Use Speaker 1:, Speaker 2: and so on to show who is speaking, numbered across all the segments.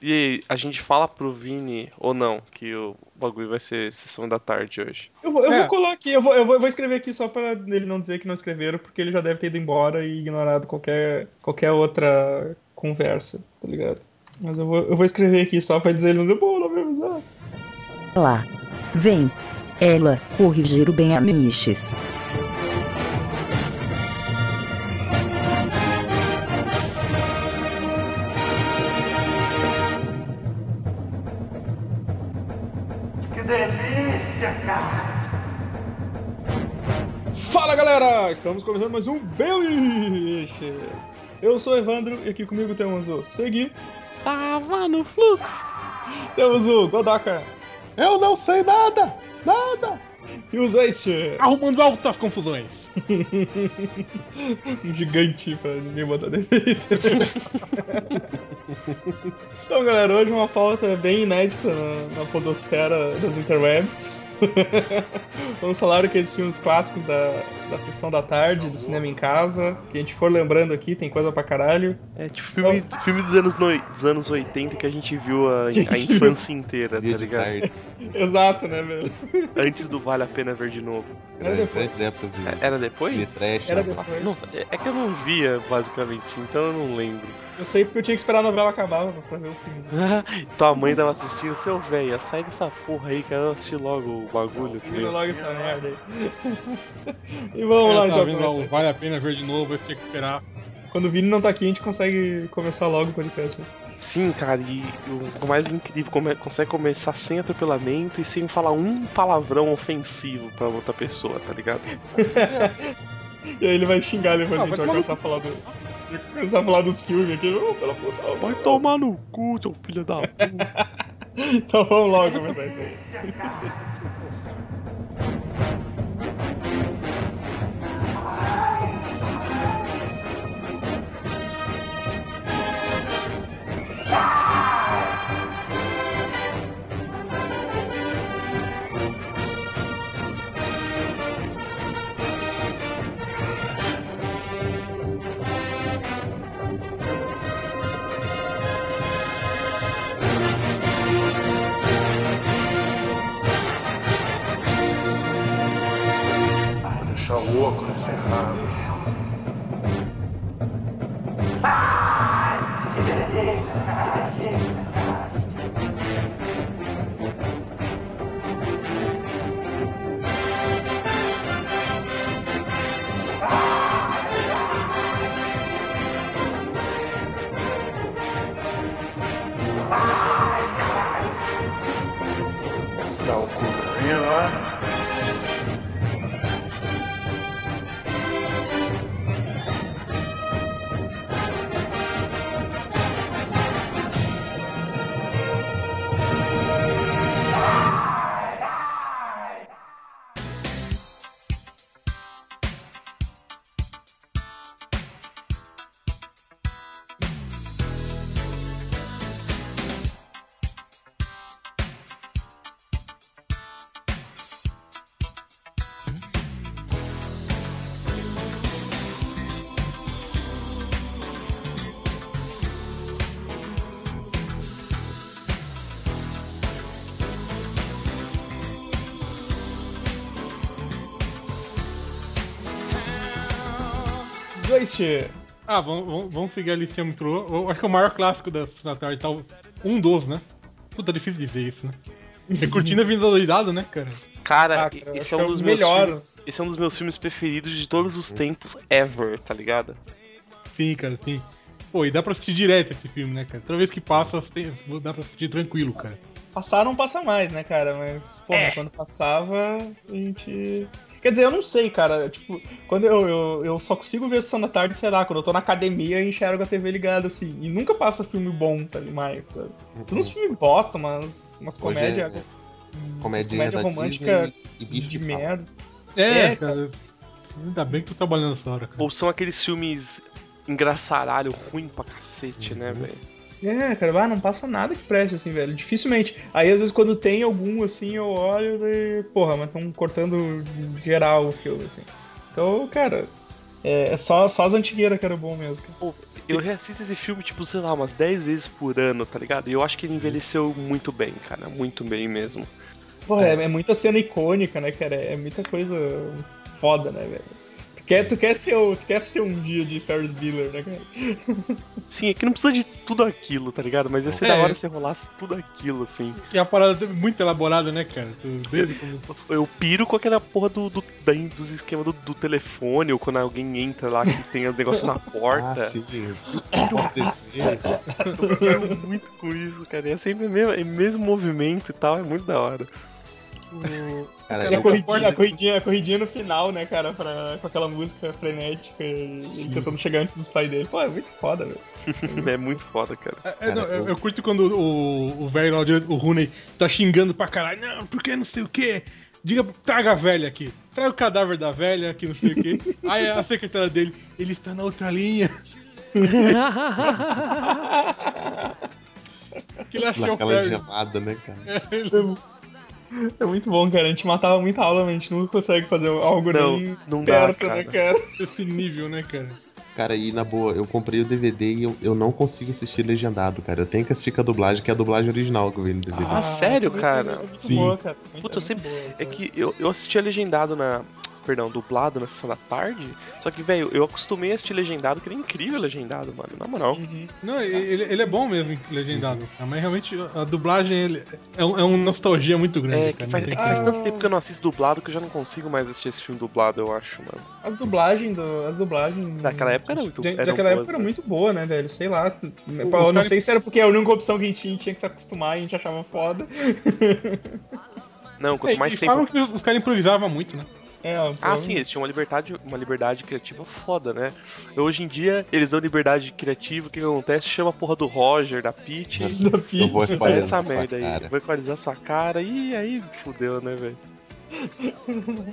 Speaker 1: E a gente fala pro Vini ou não que o bagulho vai ser sessão da tarde hoje.
Speaker 2: Eu vou, eu
Speaker 3: É.
Speaker 2: vou colar aqui, eu vou, eu, vou, eu vou escrever aqui só pra ele não dizer que não escreveram, porque ele já deve ter ido embora e ignorado qualquer, qualquer outra conversa, tá ligado? Mas eu vou, eu vou escrever aqui só pra dizer ele não dizer, pô, não me avisar.
Speaker 4: Lá. Vem. Ela corrigir o bem a Miches.
Speaker 5: Que delícia, cara!
Speaker 2: Fala galera, estamos começando mais um Beliches. Eu sou o Evandro e aqui comigo temos o Segui,
Speaker 1: Tava no fluxo.
Speaker 2: temos o Godaka
Speaker 3: Eu não sei nada! Nada!
Speaker 2: e o Zeist,
Speaker 3: Arrumando altas confusões.
Speaker 2: um gigante pra ninguém botar defeito. então galera, hoje uma pauta bem inédita na, na podosfera das interwebs. Vamos falar aqueles filmes clássicos da, da sessão da tarde, do cinema em casa. Que a gente for lembrando aqui, tem coisa pra caralho.
Speaker 1: É tipo filme, filme dos, anos noi- dos anos 80 que a gente viu a, a infância inteira, tá
Speaker 6: Dia de
Speaker 1: ligado?
Speaker 6: tarde.
Speaker 2: Exato, né, velho?
Speaker 1: Antes do Vale a Pena Ver de novo.
Speaker 2: Era
Speaker 6: Era
Speaker 2: depois.
Speaker 6: grandes épocas de,
Speaker 1: É- Era
Speaker 6: de
Speaker 1: depois?
Speaker 6: trash.
Speaker 2: Era
Speaker 6: né?
Speaker 2: depois.
Speaker 1: Não, é- é que eu não via, basicamente, então eu não lembro.
Speaker 2: Eu sei porque eu tinha que esperar a novela acabar pra ver o filme.
Speaker 1: Tua mãe tava assistindo, seu velho, sai dessa porra aí, cara, eu assisti logo o bagulho. tá
Speaker 2: Termina
Speaker 1: ligado?
Speaker 2: logo essa merda aí. E vamos lá
Speaker 3: Eu
Speaker 2: então.
Speaker 3: tava vendo,
Speaker 2: começar
Speaker 3: ó,
Speaker 2: isso.
Speaker 3: vale a pena ver de novo, eu tinha que esperar.
Speaker 2: Quando o Vini não tá aqui, a gente consegue começar logo o podcast.
Speaker 1: Sim, cara, e o mais incrível, come- consegue começar sem atropelamento e sem falar um palavrão ofensivo pra outra pessoa, tá ligado?
Speaker 2: E aí ele assim, "Então, vai xingar depois,
Speaker 3: Ah,
Speaker 2: a gente vai
Speaker 3: vai
Speaker 2: começar a falar do. vai Começar a falar dos filmes aqui, ô pela puta, ó,
Speaker 1: Vai tomar no cu, seu filho da puta.
Speaker 2: Então vamos logo começar isso aí.
Speaker 5: Vou deixar o óculos ferrado. Dá o cu pra mim, né?
Speaker 2: Zoist!
Speaker 3: Ah, vamos, vamos- vamos seguir a listinha muito. eu Acho que é o maior clássico da da tarde tal. Um dos, né? Puta, difícil dizer isso, né? É curtindo a vida doidado, né, cara?
Speaker 1: Cara,
Speaker 2: Ah, cara,
Speaker 1: esse
Speaker 2: acho
Speaker 1: é
Speaker 2: que
Speaker 1: um dos
Speaker 2: o
Speaker 1: meus
Speaker 2: melhor.
Speaker 1: filmes, esse é um dos meus filmes preferidos de todos os tempos ever, tá ligado?
Speaker 3: Sim, cara, sim. Pô, e dá pra assistir direto esse filme, né, cara? Toda vez que passa, você tem- dá pra assistir tranquilo, cara.
Speaker 2: Passar não passa mais, né, cara? Mas, pô,
Speaker 1: É.
Speaker 2: quando passava, a gente. Quer dizer, eu não sei, cara. Tipo, quando eu, eu, eu só consigo ver Sessão da Tarde, sei lá, quando eu tô na academia e enxergo a TV ligada, assim. E nunca passa filme bom tá, mais, sabe? Tem uns filmes bosta, umas, umas
Speaker 6: Hoje é-
Speaker 2: comédias
Speaker 6: é comédia,
Speaker 2: comédia
Speaker 6: da
Speaker 2: romântica
Speaker 6: Disney e bicho
Speaker 2: de
Speaker 6: de, papo.
Speaker 2: merda.
Speaker 3: É,
Speaker 2: É,
Speaker 3: cara. Ainda bem que tu tá trabalhando essa hora, cara.
Speaker 1: Ou são aqueles filmes engraçaralho, ruim pra cacete, né, velho?
Speaker 2: É, cara, ah, não passa nada que preste, assim, velho. Dificilmente. Aí, às vezes, quando tem algum, assim, eu olho e... Porra, mas estão cortando geral o filme, assim. Então, cara... É, é só, só as antigueiras que era bom mesmo. cara.
Speaker 1: Pô, eu reassisto esse filme, tipo, sei lá, umas 10 vezes por ano, tá ligado? E eu acho que ele envelheceu muito bem, cara. Muito bem mesmo.
Speaker 2: Porra, é, é muita cena icônica, né, cara? É muita coisa foda, né, velho? Tu quer, tu, quer ser o, tu quer ter um dia de Ferris Bueller, né, cara?
Speaker 1: Sim, é que não precisa de tudo aquilo, tá ligado? Mas ia ser
Speaker 3: É.
Speaker 1: da hora se rolasse tudo aquilo, assim.
Speaker 3: E a parada é muito elaborada, né, cara? Desde como...
Speaker 1: Eu piro com aquela porra do, do, da- dos esquemas do, do telefone, ou quando alguém entra lá que tem o negócio na porta.
Speaker 6: Ah, sim. Pode descer.
Speaker 1: Eu quero muito com isso, cara. E é sempre o mesmo, é o mesmo movimento e tal, é muito da hora.
Speaker 6: Cara,
Speaker 2: E a
Speaker 6: eu-
Speaker 2: corridinha, a, corridinha, a corridinha no final, né, cara? pra- com aquela música frenética e, e tentando chegar antes dos pais dele. Pô, é muito foda, velho.
Speaker 1: É muito foda, cara.
Speaker 3: É, não,
Speaker 6: Cara,
Speaker 3: eu,
Speaker 6: eu-
Speaker 3: eu curto quando o o velho lá, o Rooney, tá xingando pra caralho. Não, porque não sei o quê. Diga, traga a velha aqui. Traga o cadáver da velha aqui, não sei o quê. Aí a secretária dele, ele está na outra linha. que ele achou o
Speaker 6: Aquela
Speaker 3: Ferris.
Speaker 6: gemada, né, cara?
Speaker 2: É muito bom, cara. A gente matava muita aula, mas a gente nunca consegue fazer algo
Speaker 1: Não,
Speaker 2: nem
Speaker 1: não dá,
Speaker 2: perto, né,
Speaker 1: cara.
Speaker 2: cara?
Speaker 3: Esse nível, né, cara?
Speaker 6: Cara, e na boa, eu comprei o DVD e eu, eu não consigo assistir legendado, cara. Eu tenho que assistir com a dublagem, que é a dublagem original que eu vi no DVD.
Speaker 1: Ah, sério,
Speaker 2: muito-
Speaker 1: cara?
Speaker 2: é Muito
Speaker 6: Sim.
Speaker 2: boa, cara. Muito-
Speaker 1: Puta,
Speaker 2: é
Speaker 1: eu sempre-
Speaker 2: muito boa,
Speaker 1: É
Speaker 2: cara.
Speaker 1: que eu, eu assistia legendado na. Perdão, dublado na sessão da tarde. Só que, velho, eu acostumei a assistir legendado, que ele é incrível legendado, mano. Na moral.
Speaker 2: Uhum.
Speaker 3: Não, ele, ele é bom mesmo, legendado. cara, Mas realmente a dublagem ele- é, um- é uma nostalgia muito grande.
Speaker 1: É que,
Speaker 3: cara,
Speaker 1: faz, é
Speaker 3: não tem
Speaker 1: que
Speaker 3: como. Ah,
Speaker 1: faz tanto tempo que eu não assisto dublado que eu já não consigo mais assistir esse filme dublado, eu acho, mano.
Speaker 2: As dublagens do. As dublagens.
Speaker 1: Daquela época era muito-
Speaker 2: da-
Speaker 1: eram
Speaker 2: Daquela
Speaker 1: boas,
Speaker 2: época era
Speaker 1: né?
Speaker 2: muito boa, né, velho? Sei lá. Eu
Speaker 3: o
Speaker 2: não
Speaker 3: cara-
Speaker 2: sei se era porque era a única opção que a gente tinha, tinha que se acostumar e a gente achava foda.
Speaker 1: Não, quanto
Speaker 3: É,
Speaker 1: mais
Speaker 3: e
Speaker 1: tempo.
Speaker 3: falam que os caras improvisavam muito, né?
Speaker 2: É,
Speaker 1: Ah,
Speaker 2: pô.
Speaker 1: sim, eles tinham uma liberdade, uma liberdade criativa foda, né? Hoje em dia, eles dão liberdade criativa, o que acontece? Chama a porra do Roger, da Peach, e
Speaker 2: Da
Speaker 6: Eu vou
Speaker 2: Peach.
Speaker 1: faz
Speaker 6: espalhando
Speaker 1: essa
Speaker 6: na sua
Speaker 1: merda aí.
Speaker 6: cara.
Speaker 1: Vou equalizar sua cara e aí fudeu, né, velho?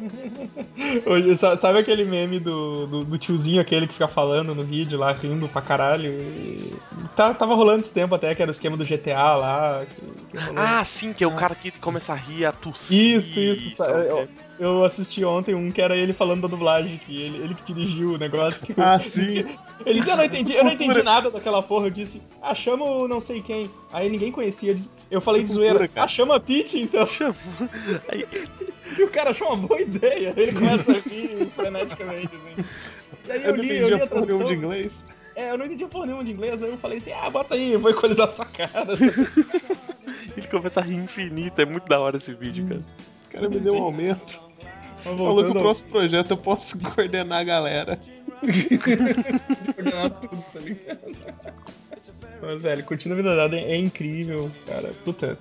Speaker 2: Hoje, sa- sabe aquele meme do, do, do tiozinho aquele que fica falando no vídeo lá, rindo pra caralho? E tá- tava rolando esse tempo até, que era o esquema do GTA lá. que- que rolou.
Speaker 1: Ah, sim, que é o cara que começa a rir, a tossir.
Speaker 2: isso, isso. é, sa-
Speaker 1: sabe?
Speaker 2: eu, eu assisti ontem um que era ele falando da dublagem, que ele, ele que dirigiu o negócio. Que
Speaker 6: Ah,
Speaker 2: disse
Speaker 6: sim.
Speaker 2: que- Ele disse, eu não entendi, eu não entendi nada daquela porra. Eu disse, ah, chama o não sei quem. Aí ninguém conhecia. Eu, disse- eu falei de zoeira,
Speaker 6: cara.
Speaker 2: ah, chama a Peach então.
Speaker 1: Chama- Aí,
Speaker 2: E o cara achou uma boa ideia. Ele começa a rir freneticamente, assim. E aí eu, li, eu
Speaker 6: entendi
Speaker 2: li a
Speaker 6: porra nenhuma
Speaker 3: um
Speaker 2: tradução.
Speaker 6: de inglês.
Speaker 2: É, eu não entedia porra nenhuma de inglês, aí eu falei assim, ah, bota aí, eu vou equalizar essa cara.
Speaker 1: ele começa a rir infinito, é muito da hora esse vídeo, cara.
Speaker 6: O cara me deu um aumento.
Speaker 2: Mas
Speaker 6: Falou que o
Speaker 2: voltando ao-
Speaker 6: próximo projeto eu posso coordenar a galera.
Speaker 2: coordenar tudo, tá ligado? Mas, velho, curtindo a vida dada é é incrível, cara. Puta.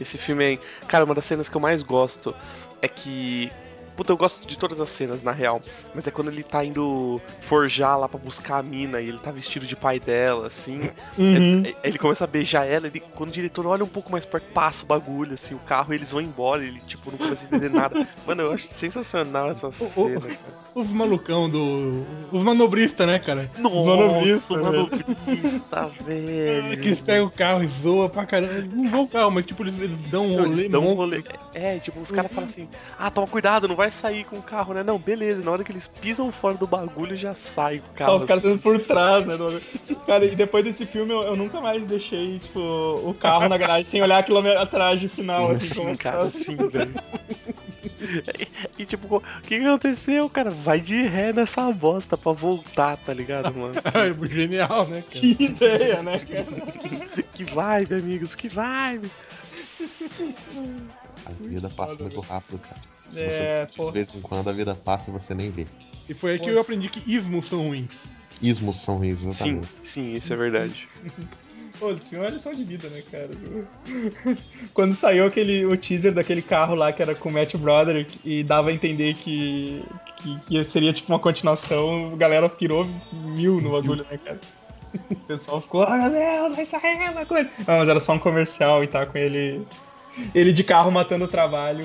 Speaker 1: Esse filme aí. Cara, uma das cenas que eu mais gosto é que. Puta, eu gosto de todas as cenas, na real. Mas é quando ele tá indo forjar lá pra buscar a mina e ele tá vestido de pai dela, assim.
Speaker 2: Uhum.
Speaker 1: Ele, ele começa a beijar ela, ele, quando o diretor olha um pouco mais perto, passa o bagulho, assim, o carro, eles vão embora, ele, tipo, não começa a entender nada. Mano, eu acho sensacional essa cena. cara.
Speaker 3: Os malucão do. Os manobristas, né, cara?
Speaker 1: Nossa,
Speaker 2: manobrista,
Speaker 1: o manobrista,
Speaker 3: É, que eles
Speaker 1: velho.
Speaker 3: pegam o carro e zoam pra caramba. Eles não vão o carro, mas tipo, eles, eles dão um
Speaker 1: Não,
Speaker 3: rolê.
Speaker 1: eles dão um
Speaker 3: monstro.
Speaker 1: rolê. É, tipo, os caras falam assim: ah, toma cuidado, não vai sair com o carro, né? Não, beleza. Na hora que eles pisam fora do bagulho, já sai o carro.
Speaker 2: Tá, os caras
Speaker 1: assim.
Speaker 2: sendo por trás, né? do- Cara, e depois desse filme eu, eu nunca mais deixei, tipo, o carro na garagem sem olhar a quilometragem final, assim,
Speaker 1: Sim,
Speaker 2: como
Speaker 1: cara, sim, velho. E, e, tipo, o que que aconteceu, cara? Vai de ré nessa bosta pra voltar, tá ligado, mano?
Speaker 3: É genial, né, cara?
Speaker 2: Que ideia, né, cara?
Speaker 1: Que vibe, amigos, que vibe.
Speaker 6: A vida passa muito rápido, cara. Se você
Speaker 2: É,
Speaker 6: assistir
Speaker 2: porra.
Speaker 6: de vez em quando a vida passa e você nem vê.
Speaker 3: E foi aí que eu aprendi que ismos são ruins.
Speaker 6: Ismos são ruins,
Speaker 1: Sim,
Speaker 6: exatamente.
Speaker 1: sim, isso é verdade.
Speaker 2: Pô, esse filme é uma lição de vida, né, cara? Quando saiu aquele, o teaser daquele carro lá que era com o Matt Broderick e dava a entender que, que, que seria tipo uma continuação, a galera pirou mil no bagulho, né, cara? O pessoal ficou, ah, meu Deus, vai sair uma coisa. Não, mas era só um comercial e tá com ele. Ele de carro matando o trabalho,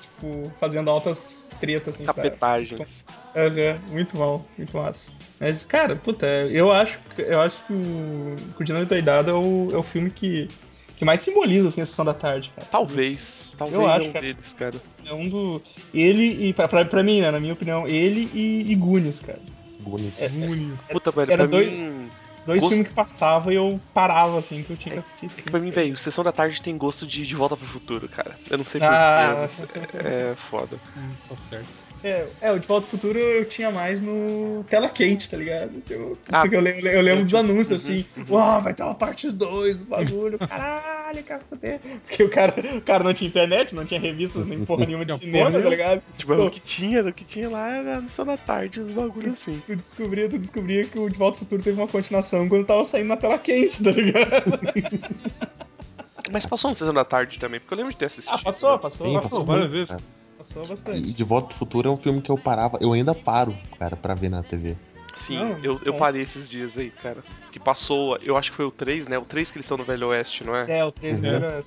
Speaker 2: tipo, fazendo altas tretas, assim, pra-
Speaker 1: Capetagens.
Speaker 2: Aham, muito mal, muito massa. Mas, cara, puta, eu acho, eu acho que o Curtindo a Vida Doidada é o, é o filme que, que mais simboliza assim, a sessão da tarde, cara.
Speaker 1: Talvez. Talvez
Speaker 2: Eu acho,
Speaker 1: um
Speaker 2: cara.
Speaker 1: deles, cara.
Speaker 2: É um do. Ele e. Pra, pra, pra mim, né, na minha opinião, ele e, e Goonies, cara.
Speaker 3: É,
Speaker 6: Goonies.
Speaker 3: Goonies.
Speaker 1: Puta, velho,
Speaker 2: era
Speaker 1: pra
Speaker 2: dois-
Speaker 1: mim.
Speaker 2: Dois
Speaker 1: Gosto-
Speaker 2: filmes que passava e eu parava, assim, que eu tinha que assistir.
Speaker 1: É
Speaker 2: Assim,
Speaker 1: que pra mim, velho, Sessão da Tarde tem gosto de De Volta pro Futuro, cara. Eu não sei porquê.
Speaker 2: Ah,
Speaker 1: mas é foda.
Speaker 3: Hum, tá certo.
Speaker 2: É, é, o De Volta ao Futuro eu tinha mais no tela quente, tá ligado? Eu,
Speaker 1: Ah.
Speaker 2: porque eu, le- eu le- eu lembro dos anúncios, assim, uau, vai ter uma parte 2 do bagulho, caralho, cara, fuder. Porque o cara, o cara não tinha internet, não tinha revista, nem porra nenhuma de
Speaker 3: Não,
Speaker 2: cinema,
Speaker 3: porra
Speaker 2: tá
Speaker 3: nenhuma.
Speaker 2: ligado?
Speaker 1: Tipo, era o
Speaker 2: Então,
Speaker 1: que tinha, o que tinha lá era a Sessão da Tarde, os bagulhos assim.
Speaker 2: tu descobria, tu descobria que o De Volta ao Futuro teve uma continuação quando tava saindo na tela quente, tá ligado?
Speaker 1: Mas passou na Sessão da Tarde também, porque eu lembro de ter assistido.
Speaker 2: Ah, passou, passou,
Speaker 6: Sim,
Speaker 2: passou,
Speaker 6: passou.
Speaker 3: Pô,
Speaker 2: passou,
Speaker 3: várias vezes.
Speaker 2: bastante.
Speaker 6: E De Volta pro Futuro é um filme que eu parava, eu ainda paro, cara, pra ver na TV.
Speaker 1: Sim,
Speaker 2: Não,
Speaker 1: eu, eu
Speaker 2: é.
Speaker 1: parei esses dias aí, cara. Que passou, eu acho que foi o 3, né? O 3 que eles estão no Velho Oeste, não é?
Speaker 2: É, o 3
Speaker 6: Uhum.
Speaker 2: era...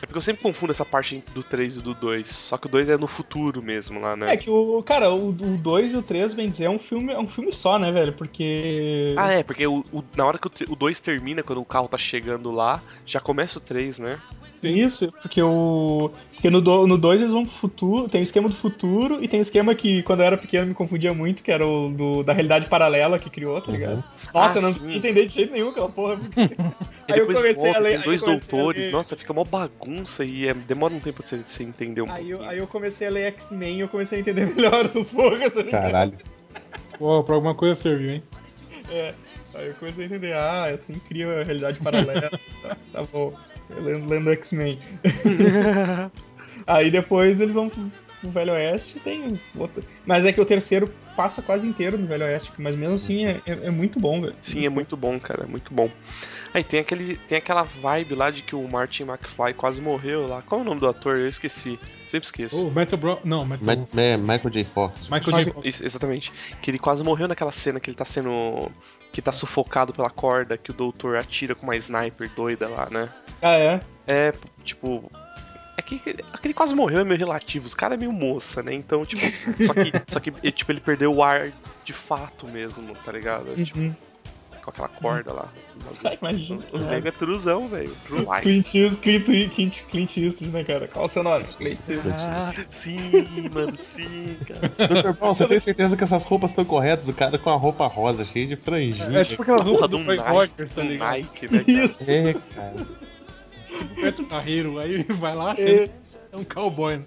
Speaker 1: É porque eu sempre confundo essa parte do 3 e do 2. Só que o 2 é no futuro mesmo lá, né?
Speaker 2: É que o, cara, o 2 e o 3, bem dizer, é um filme, é um filme só, né, velho? Porque.
Speaker 1: Ah, é, porque o, o- na hora que o tre- o 2 termina, quando o carro tá chegando lá, já começa o 3, né?
Speaker 2: Tem isso, porque o. Porque no 2 no dois eles vão pro futuro, tem o esquema do futuro e tem o esquema que quando eu era pequeno me confundia muito, que era o do, da realidade paralela que criou, tá ligado? Nossa,
Speaker 1: Ah,
Speaker 2: eu não
Speaker 1: sim.
Speaker 2: consegui entender de jeito nenhum aquela porra. porque-
Speaker 1: E
Speaker 2: aí eu
Speaker 1: depois
Speaker 2: comecei
Speaker 1: volta,
Speaker 2: a ler.
Speaker 1: tem
Speaker 2: aí eu
Speaker 1: dois
Speaker 2: comecei a
Speaker 1: doutores,
Speaker 2: ler-
Speaker 1: nossa, fica mó bagunça e é- demora um tempo pra você, você entender um
Speaker 2: Aí eu,
Speaker 1: pouquinho.
Speaker 2: aí eu comecei a ler X-Men e eu comecei a entender melhor essas porras, tá ligado?
Speaker 6: Caralho.
Speaker 3: Pô, pra alguma coisa serviu, hein?
Speaker 2: É, aí eu comecei a entender, ah, assim cria a realidade paralela. tá, tá bom. Eu lendo, lendo X-Men. aí depois eles vão pro pro Velho Oeste e tem outra. Mas é que o terceiro passa quase inteiro no Velho Oeste, mas mesmo assim é, é- é muito bom, velho.
Speaker 1: Sim, é muito bom, cara, é muito bom. Aí tem, aquele, tem aquela vibe lá de que o Martin McFly quase morreu lá. Qual é o nome do ator? Eu esqueci. Sempre esqueço.
Speaker 3: Ô, Oh, Metal Bro. Não, Metal
Speaker 6: Ma- Ma- Michael J. Fox.
Speaker 3: Michael J. Fox.
Speaker 1: Isso, exatamente. Que ele quase morreu naquela cena que ele tá sendo. que tá sufocado pela corda, que o doutor atira com uma sniper doida lá, né?
Speaker 2: Ah, é?
Speaker 1: É, tipo. É que aquele quase morreu é meio relativo, os cara é meio moça, né? Então, tipo, só que, só que ele, tipo, ele perdeu o ar de fato mesmo, tá ligado? Tipo,
Speaker 2: Uhum.
Speaker 1: com aquela corda lá.
Speaker 2: Ai, imagina.
Speaker 1: Os negros é truzão, velho. True life.
Speaker 2: Clint Eastwood, Clint, Eastwood- Clint, Clint Eastwood, né, cara? Qual o seu nome? Clint.
Speaker 1: Ah, sim, mano, sim, cara.
Speaker 6: Dr. Paul, você tem certeza que essas roupas estão corretas? O cara com a roupa rosa, cheia de franjinha.
Speaker 3: É tipo aquela
Speaker 1: Porra,
Speaker 3: roupa
Speaker 1: de
Speaker 3: do
Speaker 1: um
Speaker 3: Roy
Speaker 1: Nike,
Speaker 3: Rogers, tá
Speaker 1: um
Speaker 3: ligado?
Speaker 1: Nike, né, cara?
Speaker 2: Isso.
Speaker 6: É, cara.
Speaker 3: Beto Carreiro, aí ele vai lá,
Speaker 2: É.
Speaker 3: é, é um cowboy. né?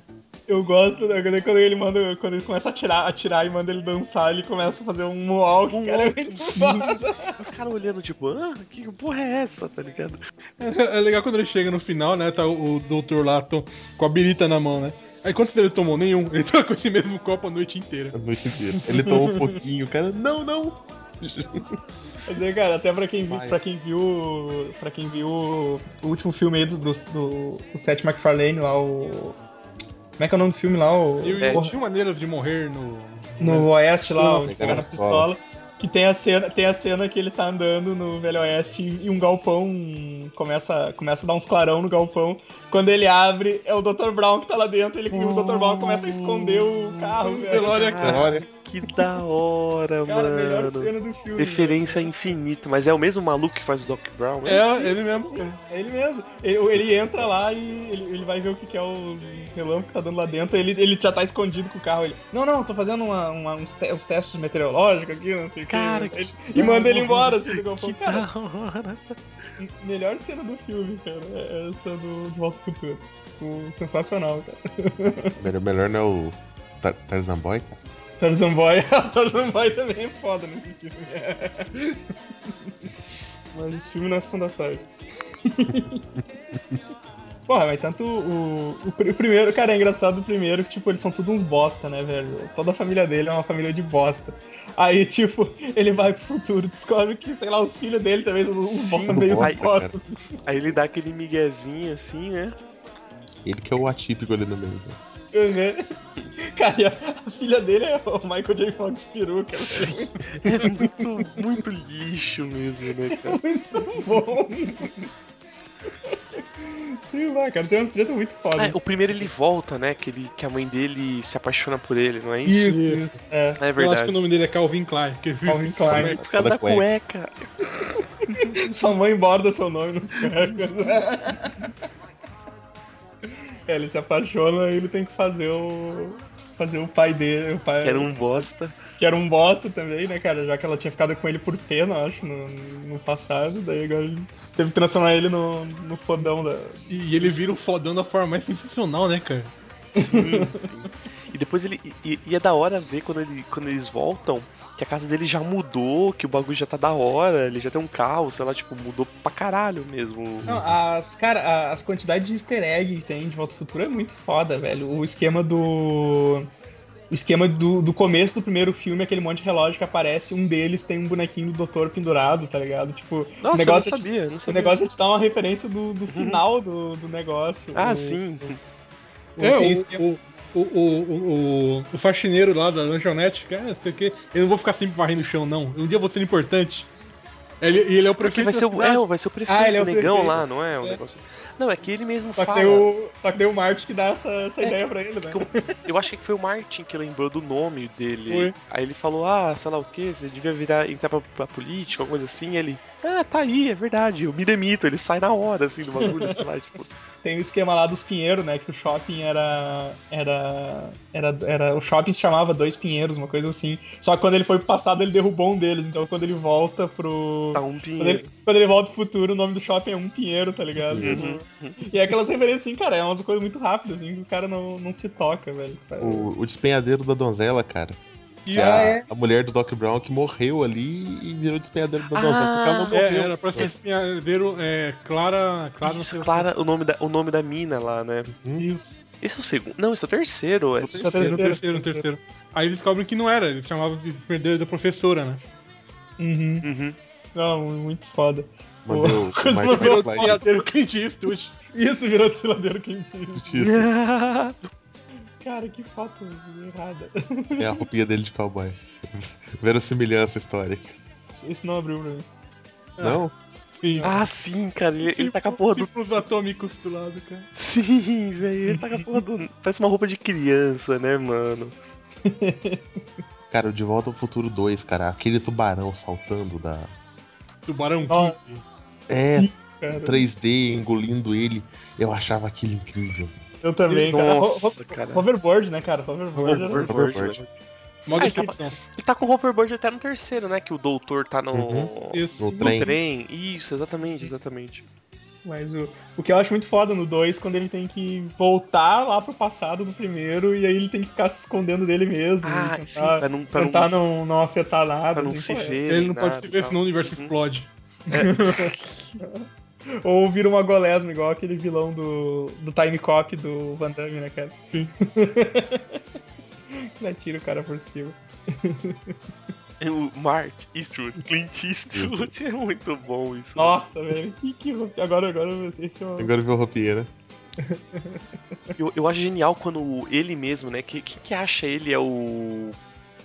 Speaker 2: Eu gosto, né? Quando, quando ele manda. Quando ele começa a atirar, atirar e manda ele dançar, ele começa a fazer um walk,
Speaker 1: Um
Speaker 2: cara.
Speaker 1: walk,
Speaker 2: é muito
Speaker 1: sim.
Speaker 2: foda.
Speaker 1: Os caras olhando, tipo, ah, que porra é essa, tá ligado?
Speaker 3: É, é legal quando ele chega no final, né? Tá o, o doutor lá to- com a birita na mão, né? Aí quantos ele tomou? Nenhum. Ele tava com esse mesmo copo a noite inteira.
Speaker 6: A noite inteira. Ele tomou um pouquinho, o cara. Não, não!
Speaker 2: Mas aí, cara, até pra quem, vi-
Speaker 6: Vai.
Speaker 2: pra quem viu. Pra quem viu o o último filme aí do, do, do, do Seth MacFarlane lá, o. Como é que é o nome do filme lá? O,
Speaker 3: E
Speaker 1: É.
Speaker 3: é. tinha maneiras de morrer no.
Speaker 2: no Oeste lá, onde
Speaker 6: Pegar
Speaker 2: pegar na
Speaker 6: na
Speaker 2: pistola. Que tem a, cena, tem a cena que ele tá andando no Velho Oeste e um galpão começa, começa a dar uns clarão no galpão. Quando ele abre, é o Dr. Brown que tá lá dentro. Ele, e o Dr. Brown começa a esconder o carro, velho.
Speaker 3: velório
Speaker 1: Cara,
Speaker 3: aqui.
Speaker 6: Olha,
Speaker 1: Que da hora,
Speaker 2: Cara, a
Speaker 1: mano.
Speaker 2: melhor cena do filme.
Speaker 1: Referência infinita, mas é o mesmo maluco que faz o Doc Brown, né?
Speaker 3: É,
Speaker 2: Sim,
Speaker 3: ele
Speaker 2: sim,
Speaker 3: mesmo.
Speaker 2: sim, é ele mesmo. Ele, ele entra lá e ele, ele vai ver o que, que é os, os relâmpagos que tá dando lá dentro. Ele, ele já tá escondido com o carro. Ele, não, não, tô fazendo uma- uma- uns, te- uns testes meteorológicos aqui, não sei o quê."
Speaker 1: Cara,
Speaker 2: Ele- E manda ele embora, assim, do
Speaker 1: Que tá.
Speaker 2: galpão. Cara,
Speaker 1: da hora.
Speaker 2: melhor cena do filme, cara. É essa do De Volta ao Futuro. Tipo, sensacional, cara.
Speaker 6: melhor, melhor não é o Tar- Tarzan Boy, cara.
Speaker 2: Tarzan Boy, Tarzan Boy também é foda nesse filme. mas esse filme não é Sessão da Tarde. Porra, mas tanto o, o, pri- o primeiro, cara, é engraçado o primeiro, que tipo, eles são todos uns bosta, né, velho? Toda a família dele é uma família de bosta. Aí, tipo, ele vai pro futuro, descobre que, sei lá, os filhos dele também são uns
Speaker 1: Sim,
Speaker 2: bosta, assim. meio
Speaker 6: bosta,
Speaker 2: uns
Speaker 6: cara.
Speaker 2: bostas.
Speaker 1: Aí ele dá aquele miguezinho assim, né?
Speaker 6: Ele que é o atípico ali no meio. né?
Speaker 2: Uhum. Cara, e a, a filha dele é o Michael J. Fox de peruca, né? velho.
Speaker 1: É muito, muito lixo mesmo, né, cara?
Speaker 2: Muito bom. Sei lá, cara, tem umas tretas muito
Speaker 1: Ah,
Speaker 2: fodas.
Speaker 1: o primeiro ele volta, né? Que, ele, que a mãe dele se apaixona por ele, não é isso?
Speaker 2: Isso, isso. É.
Speaker 1: É
Speaker 3: Eu acho que
Speaker 1: verdade.
Speaker 3: o nome dele é Calvin Klein. Que
Speaker 2: Calvin Klein.
Speaker 1: Por causa da
Speaker 6: Da
Speaker 1: cueca.
Speaker 2: Sua mãe borda seu nome nos cargos. é, ele se apaixona e ele tem que fazer o. Fazer o pai dele. O pai,
Speaker 1: Que era um bosta.
Speaker 2: que era um bosta também, né, cara? Já que ela tinha ficado com ele por pena, eu acho, no, no passado. Daí agora ele teve que transformar ele no, no fodão da.
Speaker 3: E ele vira o fodão da forma mais sensacional, né, cara?
Speaker 1: E depois ele. E, e é da hora ver quando, ele, quando eles voltam que a casa dele já mudou, que o bagulho já tá da hora, ele já tem um carro, sei lá, tipo, mudou pra caralho mesmo.
Speaker 2: Não, as, cara, a- as quantidades de easter egg que tem de Volta ao Futuro é muito foda, velho. O esquema do. O esquema do, do começo do primeiro filme, aquele monte de relógio que aparece, um deles tem um bonequinho do doutor pendurado, tá ligado? Tipo,
Speaker 1: Nossa,
Speaker 2: o
Speaker 1: eu
Speaker 2: negócio, é
Speaker 1: não
Speaker 2: te-
Speaker 1: sabia, eu não
Speaker 2: o
Speaker 1: sabia. Uhum.
Speaker 2: negócio é te dá uma referência do, do final do, do negócio.
Speaker 1: Ah,
Speaker 2: O-
Speaker 1: sim.
Speaker 2: o-
Speaker 3: É,
Speaker 2: tem
Speaker 3: o,
Speaker 2: esquema-
Speaker 3: o, o, o, o, o faxineiro lá da lanchonete, cara, não sei o quê. Eu não vou ficar sempre varrendo o chão, não. Um dia eu vou ser importante. Ele, e ele é o
Speaker 1: Porque
Speaker 3: prefeito.
Speaker 1: vai
Speaker 3: da
Speaker 1: ser, o,
Speaker 3: cidade.
Speaker 1: é, vai ser o prefeito,
Speaker 2: Ah, ele é
Speaker 1: o
Speaker 2: o
Speaker 1: negão
Speaker 2: prefeito.
Speaker 1: lá, não é? O
Speaker 2: Certo.
Speaker 1: negócio. Não, é que ele mesmo
Speaker 2: Só que,
Speaker 1: fala.
Speaker 2: tem o, só que tem o Marty que dá essa, essa ideia pra ele, né?
Speaker 1: Porque eu, eu achei que foi o Martin que lembrou do nome dele.
Speaker 3: Foi.
Speaker 1: Aí ele falou, ah, sei lá o que, você devia virar, entrar pra, pra política, alguma coisa assim. Ele, ah, tá aí, é verdade, eu me demito. Ele sai na hora, assim, do bagulho, sei lá, tipo.
Speaker 2: Tem o esquema lá dos pinheiros, né? Que o shopping era, era. Era. Era. O shopping se chamava Dois Pinheiros, uma coisa assim. Só que quando ele foi pro passado, ele derrubou um deles. Então quando ele volta pro.
Speaker 1: Tá um
Speaker 2: Quando
Speaker 1: pinheiro. Uhum.
Speaker 2: ele, quando ele volta pro futuro, o nome do shopping é um pinheiro, tá ligado? E é aquelas referências assim, cara, é umas coisas muito rápidas, assim, que o cara não, não se toca, velho.
Speaker 6: O, o despenhadeiro da donzela, cara.
Speaker 2: E
Speaker 6: Que é a,
Speaker 2: ah, é.
Speaker 6: a mulher do Doc Brown que morreu ali e virou despenhadeiro da donzela. Só que ela não
Speaker 3: É,
Speaker 6: morreu.
Speaker 3: era pra ser espinhadeiro, é, Clara. Clara não sei
Speaker 1: Isso,
Speaker 3: o quê.
Speaker 1: Clara, o nome, da, o nome da mina lá, né?
Speaker 2: Isso.
Speaker 1: Esse é o segundo. Não, esse é o terceiro, é.
Speaker 2: Esse é o
Speaker 3: Era o terceiro, o terceiro. Aí eles descobrem que não era, eles chamavam de perder da professora, né?
Speaker 2: Uhum.
Speaker 1: Uhum.
Speaker 2: Não, muito foda.
Speaker 6: Mandou o
Speaker 2: O Chris
Speaker 6: Mike
Speaker 2: mandou
Speaker 6: Firefly.
Speaker 3: Piadeiro Clint Eastwood.
Speaker 2: Isso virou desfiladeiro quentinho. Cara, que foto errada.
Speaker 6: É a roupinha dele de cowboy. Verossimilhança histórica.
Speaker 2: Isso não abriu pra mim.
Speaker 6: Não?
Speaker 3: Sim.
Speaker 1: ah, sim, cara, ele, ele tá com a porra do.
Speaker 3: Círculos atômicos do lado, cara.
Speaker 1: Sim, velho, ele tá com a porra do. Parece uma roupa de criança, né, mano?
Speaker 6: Cara, o De Volta ao Futuro 2, cara. Aquele tubarão saltando da.
Speaker 3: Tubarão
Speaker 2: Ó.
Speaker 3: 15.
Speaker 6: É,
Speaker 2: Cara,
Speaker 6: 3D engolindo ele. Eu achava aquilo incrível.
Speaker 2: eu também, cara. Ho- ho-
Speaker 1: Nossa, cara.
Speaker 2: Hoverboard, né, cara? Hoverboard. era-
Speaker 1: Hoverboard,
Speaker 6: Hoverboard.
Speaker 3: Modo
Speaker 1: Ah,
Speaker 3: de
Speaker 1: capa-
Speaker 3: ficção.
Speaker 1: Ele tá com o hoverboard até no terceiro, né? Que o doutor tá no.
Speaker 6: Uhum.
Speaker 3: Isso.
Speaker 6: No
Speaker 1: No
Speaker 6: trem.
Speaker 1: trem. Isso, exatamente, exatamente.
Speaker 2: Mas o, o que eu acho muito foda no 2, quando ele tem que voltar lá pro passado do primeiro, e aí ele tem que ficar se escondendo dele mesmo.
Speaker 1: Ah,
Speaker 2: e
Speaker 1: sim,
Speaker 2: tentar,
Speaker 1: pra não, pra
Speaker 2: tentar
Speaker 1: não,
Speaker 2: não, não, afetar nada.
Speaker 1: pra não
Speaker 2: tá assim,
Speaker 1: se
Speaker 2: pô, é.
Speaker 1: ver.
Speaker 3: Ele
Speaker 1: nem
Speaker 3: não pode
Speaker 1: nada
Speaker 3: se
Speaker 1: e
Speaker 3: ver,
Speaker 1: tal.
Speaker 3: senão o universo
Speaker 1: tá Uhum.
Speaker 3: explode.
Speaker 2: Ou vira uma golesma, igual aquele vilão do, do Time Cop do Van Damme, né, cara? Que atira o cara por cima.
Speaker 1: É O Mark Eastwood, Clint Eastwood, é muito bom isso.
Speaker 2: Nossa, velho, que, que agora, agora esse é o.
Speaker 6: Agora viu a roupinha, né?
Speaker 1: Eu, eu acho genial quando ele mesmo, né? Que, que, que acha ele é o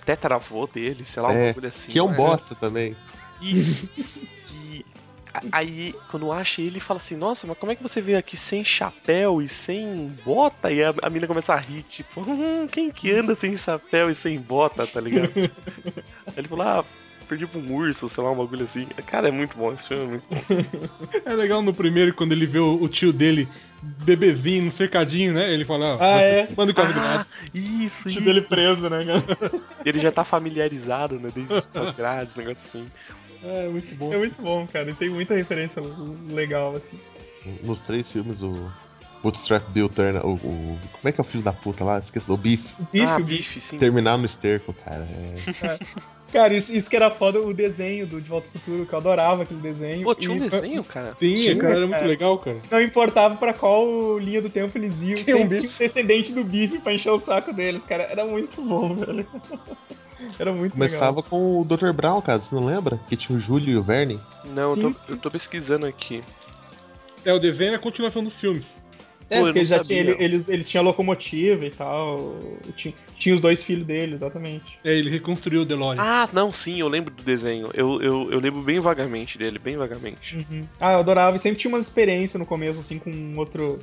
Speaker 1: tetaravô dele, sei lá, um
Speaker 6: É,
Speaker 1: bagulho assim.
Speaker 6: Que é um
Speaker 1: né?
Speaker 6: bosta também.
Speaker 1: Isso. que, a- aí, quando acha ele, fala assim: Nossa, mas como é que você veio aqui sem chapéu e sem bota? E a, a mina começa a rir, tipo: hum, Quem que anda sem chapéu e sem bota, tá ligado? aí ele fala: Ah, perdi pra um urso, sei lá, um bagulho assim. Cara, é muito bom esse filme. é muito bom.
Speaker 3: É legal no primeiro, quando ele vê o, o tio dele, bebezinho, no cercadinho, né? Ele fala, ó,
Speaker 2: Ah, é?
Speaker 3: manda o carro do
Speaker 1: Ah,
Speaker 3: lado.
Speaker 1: isso,
Speaker 2: Tio
Speaker 1: isso.
Speaker 2: dele preso, né, cara?
Speaker 1: Ele já tá familiarizado, né? Desde as grades, negócio assim.
Speaker 3: É, muito bom.
Speaker 2: É muito bom, cara. E tem muita referência legal, assim.
Speaker 6: Nos três filmes, o Bootstrap Bill Turner, o, o- Como é que é o filho da puta lá? Esqueci. O Biff.
Speaker 2: Bife,
Speaker 1: ah,
Speaker 2: o bife.
Speaker 1: bife, sim.
Speaker 6: Terminar no esterco, cara. É...
Speaker 2: Cara, isso, isso que era foda, o desenho do De Volta ao Futuro, que eu adorava aquele desenho.
Speaker 1: Pô, tinha um
Speaker 2: E
Speaker 1: desenho, cara.
Speaker 3: Sim,
Speaker 2: Sim,
Speaker 3: cara, era muito
Speaker 2: cara.
Speaker 3: legal, cara.
Speaker 2: Não importava pra qual linha do tempo eles iam,
Speaker 3: Tinha um
Speaker 2: sempre
Speaker 3: bife.
Speaker 2: tinha um descendente do bife pra encher o saco deles, cara. Era muito bom, velho. Era muito legal.
Speaker 6: Começava com o Dr. Brown, cara. Você não lembra? Que tinha o Júlio e o Verne.
Speaker 1: Não, eu
Speaker 2: Sim,
Speaker 1: tô,
Speaker 2: sim.
Speaker 1: eu tô pesquisando aqui.
Speaker 3: É, o desenho é a continuação dos filmes.
Speaker 2: É,
Speaker 1: Pô, eu
Speaker 2: porque
Speaker 1: não
Speaker 2: já
Speaker 1: sabia.
Speaker 2: tinha, ele- eles, eles tinham a locomotiva e tal. Tinha, tinha os dois filhos dele, exatamente.
Speaker 3: É, ele reconstruiu o DeLorean.
Speaker 1: Ah, não, sim, eu lembro do desenho. Eu, eu, eu lembro bem vagamente dele, bem vagamente.
Speaker 2: Ah, eu adorava. E sempre tinha umas experiências no começo, assim, com um outro.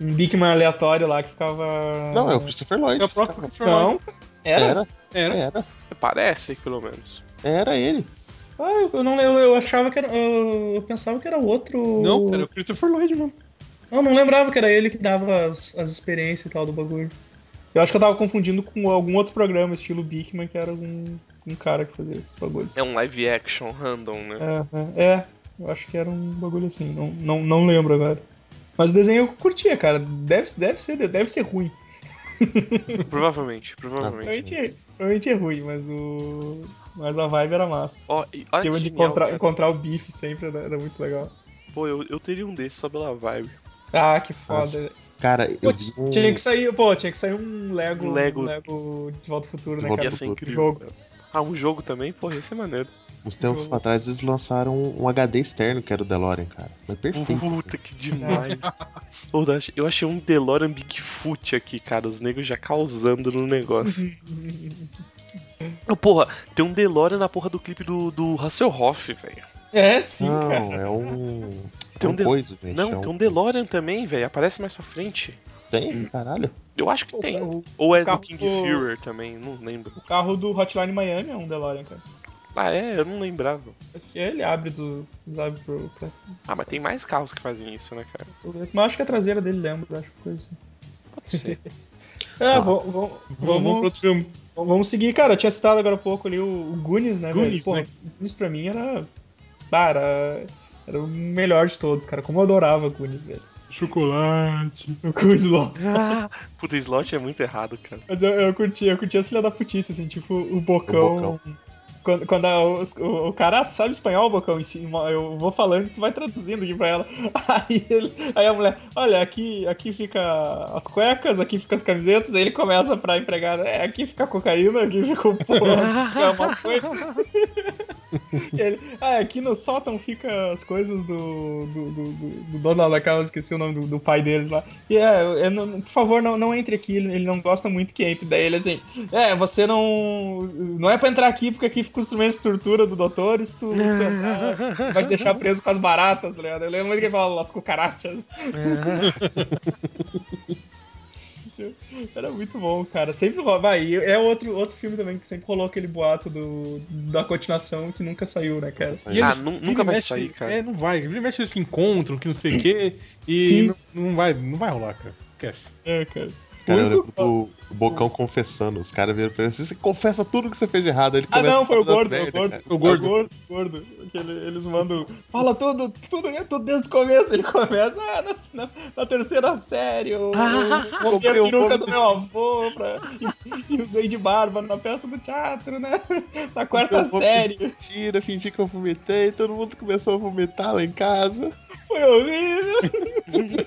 Speaker 2: Um Big Man aleatório lá que ficava.
Speaker 6: Não, é o Christopher Lloyd.
Speaker 3: é o próximo Christopher Lloyd.
Speaker 2: Não, era?
Speaker 6: Era,
Speaker 3: Era.
Speaker 6: era.
Speaker 1: Parece, pelo menos.
Speaker 6: Era ele.
Speaker 2: Ah, eu- eu não lembro, eu achava que era. Eu, eu pensava que era outro. Ah,
Speaker 3: Não, cara, é o Christopher Lloyd, mano.
Speaker 2: Eu não lembrava que era ele que dava as, as experiências e tal do bagulho. Eu acho que eu tava confundindo com algum outro programa, estilo Bigman, que era algum um cara que fazia esse bagulho.
Speaker 1: É um live action random, né?
Speaker 2: É, é, é, eu acho que era um bagulho assim, não, não, não lembro agora. Mas o desenho eu curtia, cara. Deve, deve, ser, deve ser ruim.
Speaker 1: Provavelmente, provavelmente.
Speaker 2: Realmente, é- realmente é ruim, mas o. Mas a vibe era massa.
Speaker 1: Ó, e olha
Speaker 2: O
Speaker 1: que
Speaker 2: esquema de
Speaker 1: genial,
Speaker 2: encontrar,
Speaker 1: cara.
Speaker 2: encontrar o bife sempre era, era muito legal.
Speaker 1: Pô, eu, eu teria um desse só pela vibe.
Speaker 2: Ah, que foda.
Speaker 6: Cara,
Speaker 2: Pô,
Speaker 6: eu vi um...
Speaker 2: tinha que sair, pô, tinha que sair um Lego,
Speaker 1: Um Lego.
Speaker 2: de Volta ao Futuro,
Speaker 6: De
Speaker 2: né, cara?
Speaker 6: Volta
Speaker 1: Ia
Speaker 6: pro
Speaker 1: ser
Speaker 6: outro
Speaker 1: incrível.
Speaker 2: jogo.
Speaker 1: cara. Ah, um jogo também? Porra, ia ser maneiro.
Speaker 6: uns tempos pra trás eles lançaram um HD externo que era o DeLorean, cara. Mas perfeito.
Speaker 1: Puta, que demais. Ô, eu ach- Eu achei um DeLorean Bigfoot aqui, cara. Os negros já causando no negócio. Ô, porra, tem um DeLorean na porra do clipe do, do Hasselhoff, velho.
Speaker 2: É, sim,
Speaker 6: assim.
Speaker 2: cara.
Speaker 6: Não, é um...
Speaker 1: Tem
Speaker 6: Tem
Speaker 1: um
Speaker 6: um
Speaker 1: de-
Speaker 6: coisa, gente. é
Speaker 1: Não, tem um DeLorean também, velho. Aparece mais pra frente.
Speaker 6: Tem? Caralho.
Speaker 1: Eu acho que
Speaker 2: Pô,
Speaker 1: tem.
Speaker 2: O,
Speaker 1: Ou é do
Speaker 2: carro
Speaker 1: King
Speaker 2: do-
Speaker 1: Fury também, não lembro.
Speaker 2: o carro do Hotline Miami é um DeLorean, cara.
Speaker 1: Ah, é? Eu não lembrava.
Speaker 2: Acho que Ele abre do. Ele abre pro. pra-
Speaker 1: Ah, mas tem mais carros que fazem isso, né, cara?
Speaker 2: pro- mas acho que a traseira dele lembra, acho que coisa assim.
Speaker 1: Pode ser.
Speaker 2: É,
Speaker 6: Ah.
Speaker 2: vamos, vamos,
Speaker 3: Vamos, vamos pro outro filme.
Speaker 2: vamos seguir, cara. Eu tinha citado agora há pouco ali o, o Goonies, né? velho?
Speaker 3: Goonies,
Speaker 2: Pô,
Speaker 3: né?
Speaker 2: Goonies pra mim era. Cara, era, era o melhor de todos, cara. Como eu adorava Goonies, velho.
Speaker 3: Chocolate.
Speaker 2: O Goonies logo.
Speaker 1: Ah, puta, slot é muito errado, cara.
Speaker 2: Mas eu, eu curti, eu curti a filha da putice, assim, tipo, o bocão.
Speaker 6: O Bocão.
Speaker 2: Quando, quando a- os- o, o cara "Ah, tu sabe espanhol, bocão, em cima, eu vou falando e tu vai traduzindo aqui pra ela. Aí, ele- aí a mulher, olha, aqui, aqui fica as cuecas, aqui fica as camisetas, aí ele começa pra empregada, é, aqui fica a cocaína, aqui fica o porra, aqui fica a maconha. E ele, ah, aqui no sótão fica as coisas do, do, do, do- do dono lá da casa, esqueci o nome do, do pai deles lá. E é, é, não- por favor, não, não entre aqui, ele ele não gosta muito que entre. Daí ele assim, é, você não. Não é pra entrar aqui, porque aqui fica o instrumento de tortura do doutor, isso tu, tu entrar, vai te deixar preso com as baratas, tá ligado? Eu lembro muito que ele fala as cucarachas. Era muito bom, cara. Sempre rola. Vai, e é outro, outro filme também que sempre rolou aquele boato do, da continuação que nunca saiu, né, cara?
Speaker 3: E
Speaker 1: Ah,
Speaker 3: eles-
Speaker 1: nu-
Speaker 3: ele
Speaker 1: nunca vai
Speaker 3: mexe-
Speaker 1: sair, cara.
Speaker 3: É, não vai. Ele mexe, eles se encontram, que não sei o quê.
Speaker 2: Sim.
Speaker 3: E não, não vai, não vai rolar, cara. Esquece.
Speaker 2: É, cara.
Speaker 6: Cara, eu
Speaker 2: Muito
Speaker 6: lembro do Bocão confessando. Os caras viram pra ele assim, você confessa tudo que você fez de errado. Aí Ele
Speaker 2: Ah,
Speaker 6: começa
Speaker 2: não,
Speaker 6: a
Speaker 2: foi o
Speaker 6: fazer as
Speaker 2: gordo, foi o
Speaker 6: merda,
Speaker 2: gordo.
Speaker 6: cara.
Speaker 3: O gordo.
Speaker 2: É o gordo, o gordo. Que ele- eles mandam. Fala tudo, tudo, é tudo desde o começo. Ele começa ah, na, na- na terceira série. Eu eu montei a
Speaker 3: Comprei um
Speaker 2: peruca
Speaker 3: bolo
Speaker 2: do meu avô pra, e, e usei de barba na peça do teatro, né? Na quarta
Speaker 6: Eu vou-
Speaker 2: série.
Speaker 6: Mentira, fingi que eu vomitei. Todo mundo começou a vomitar lá em casa.
Speaker 2: Foi horrível.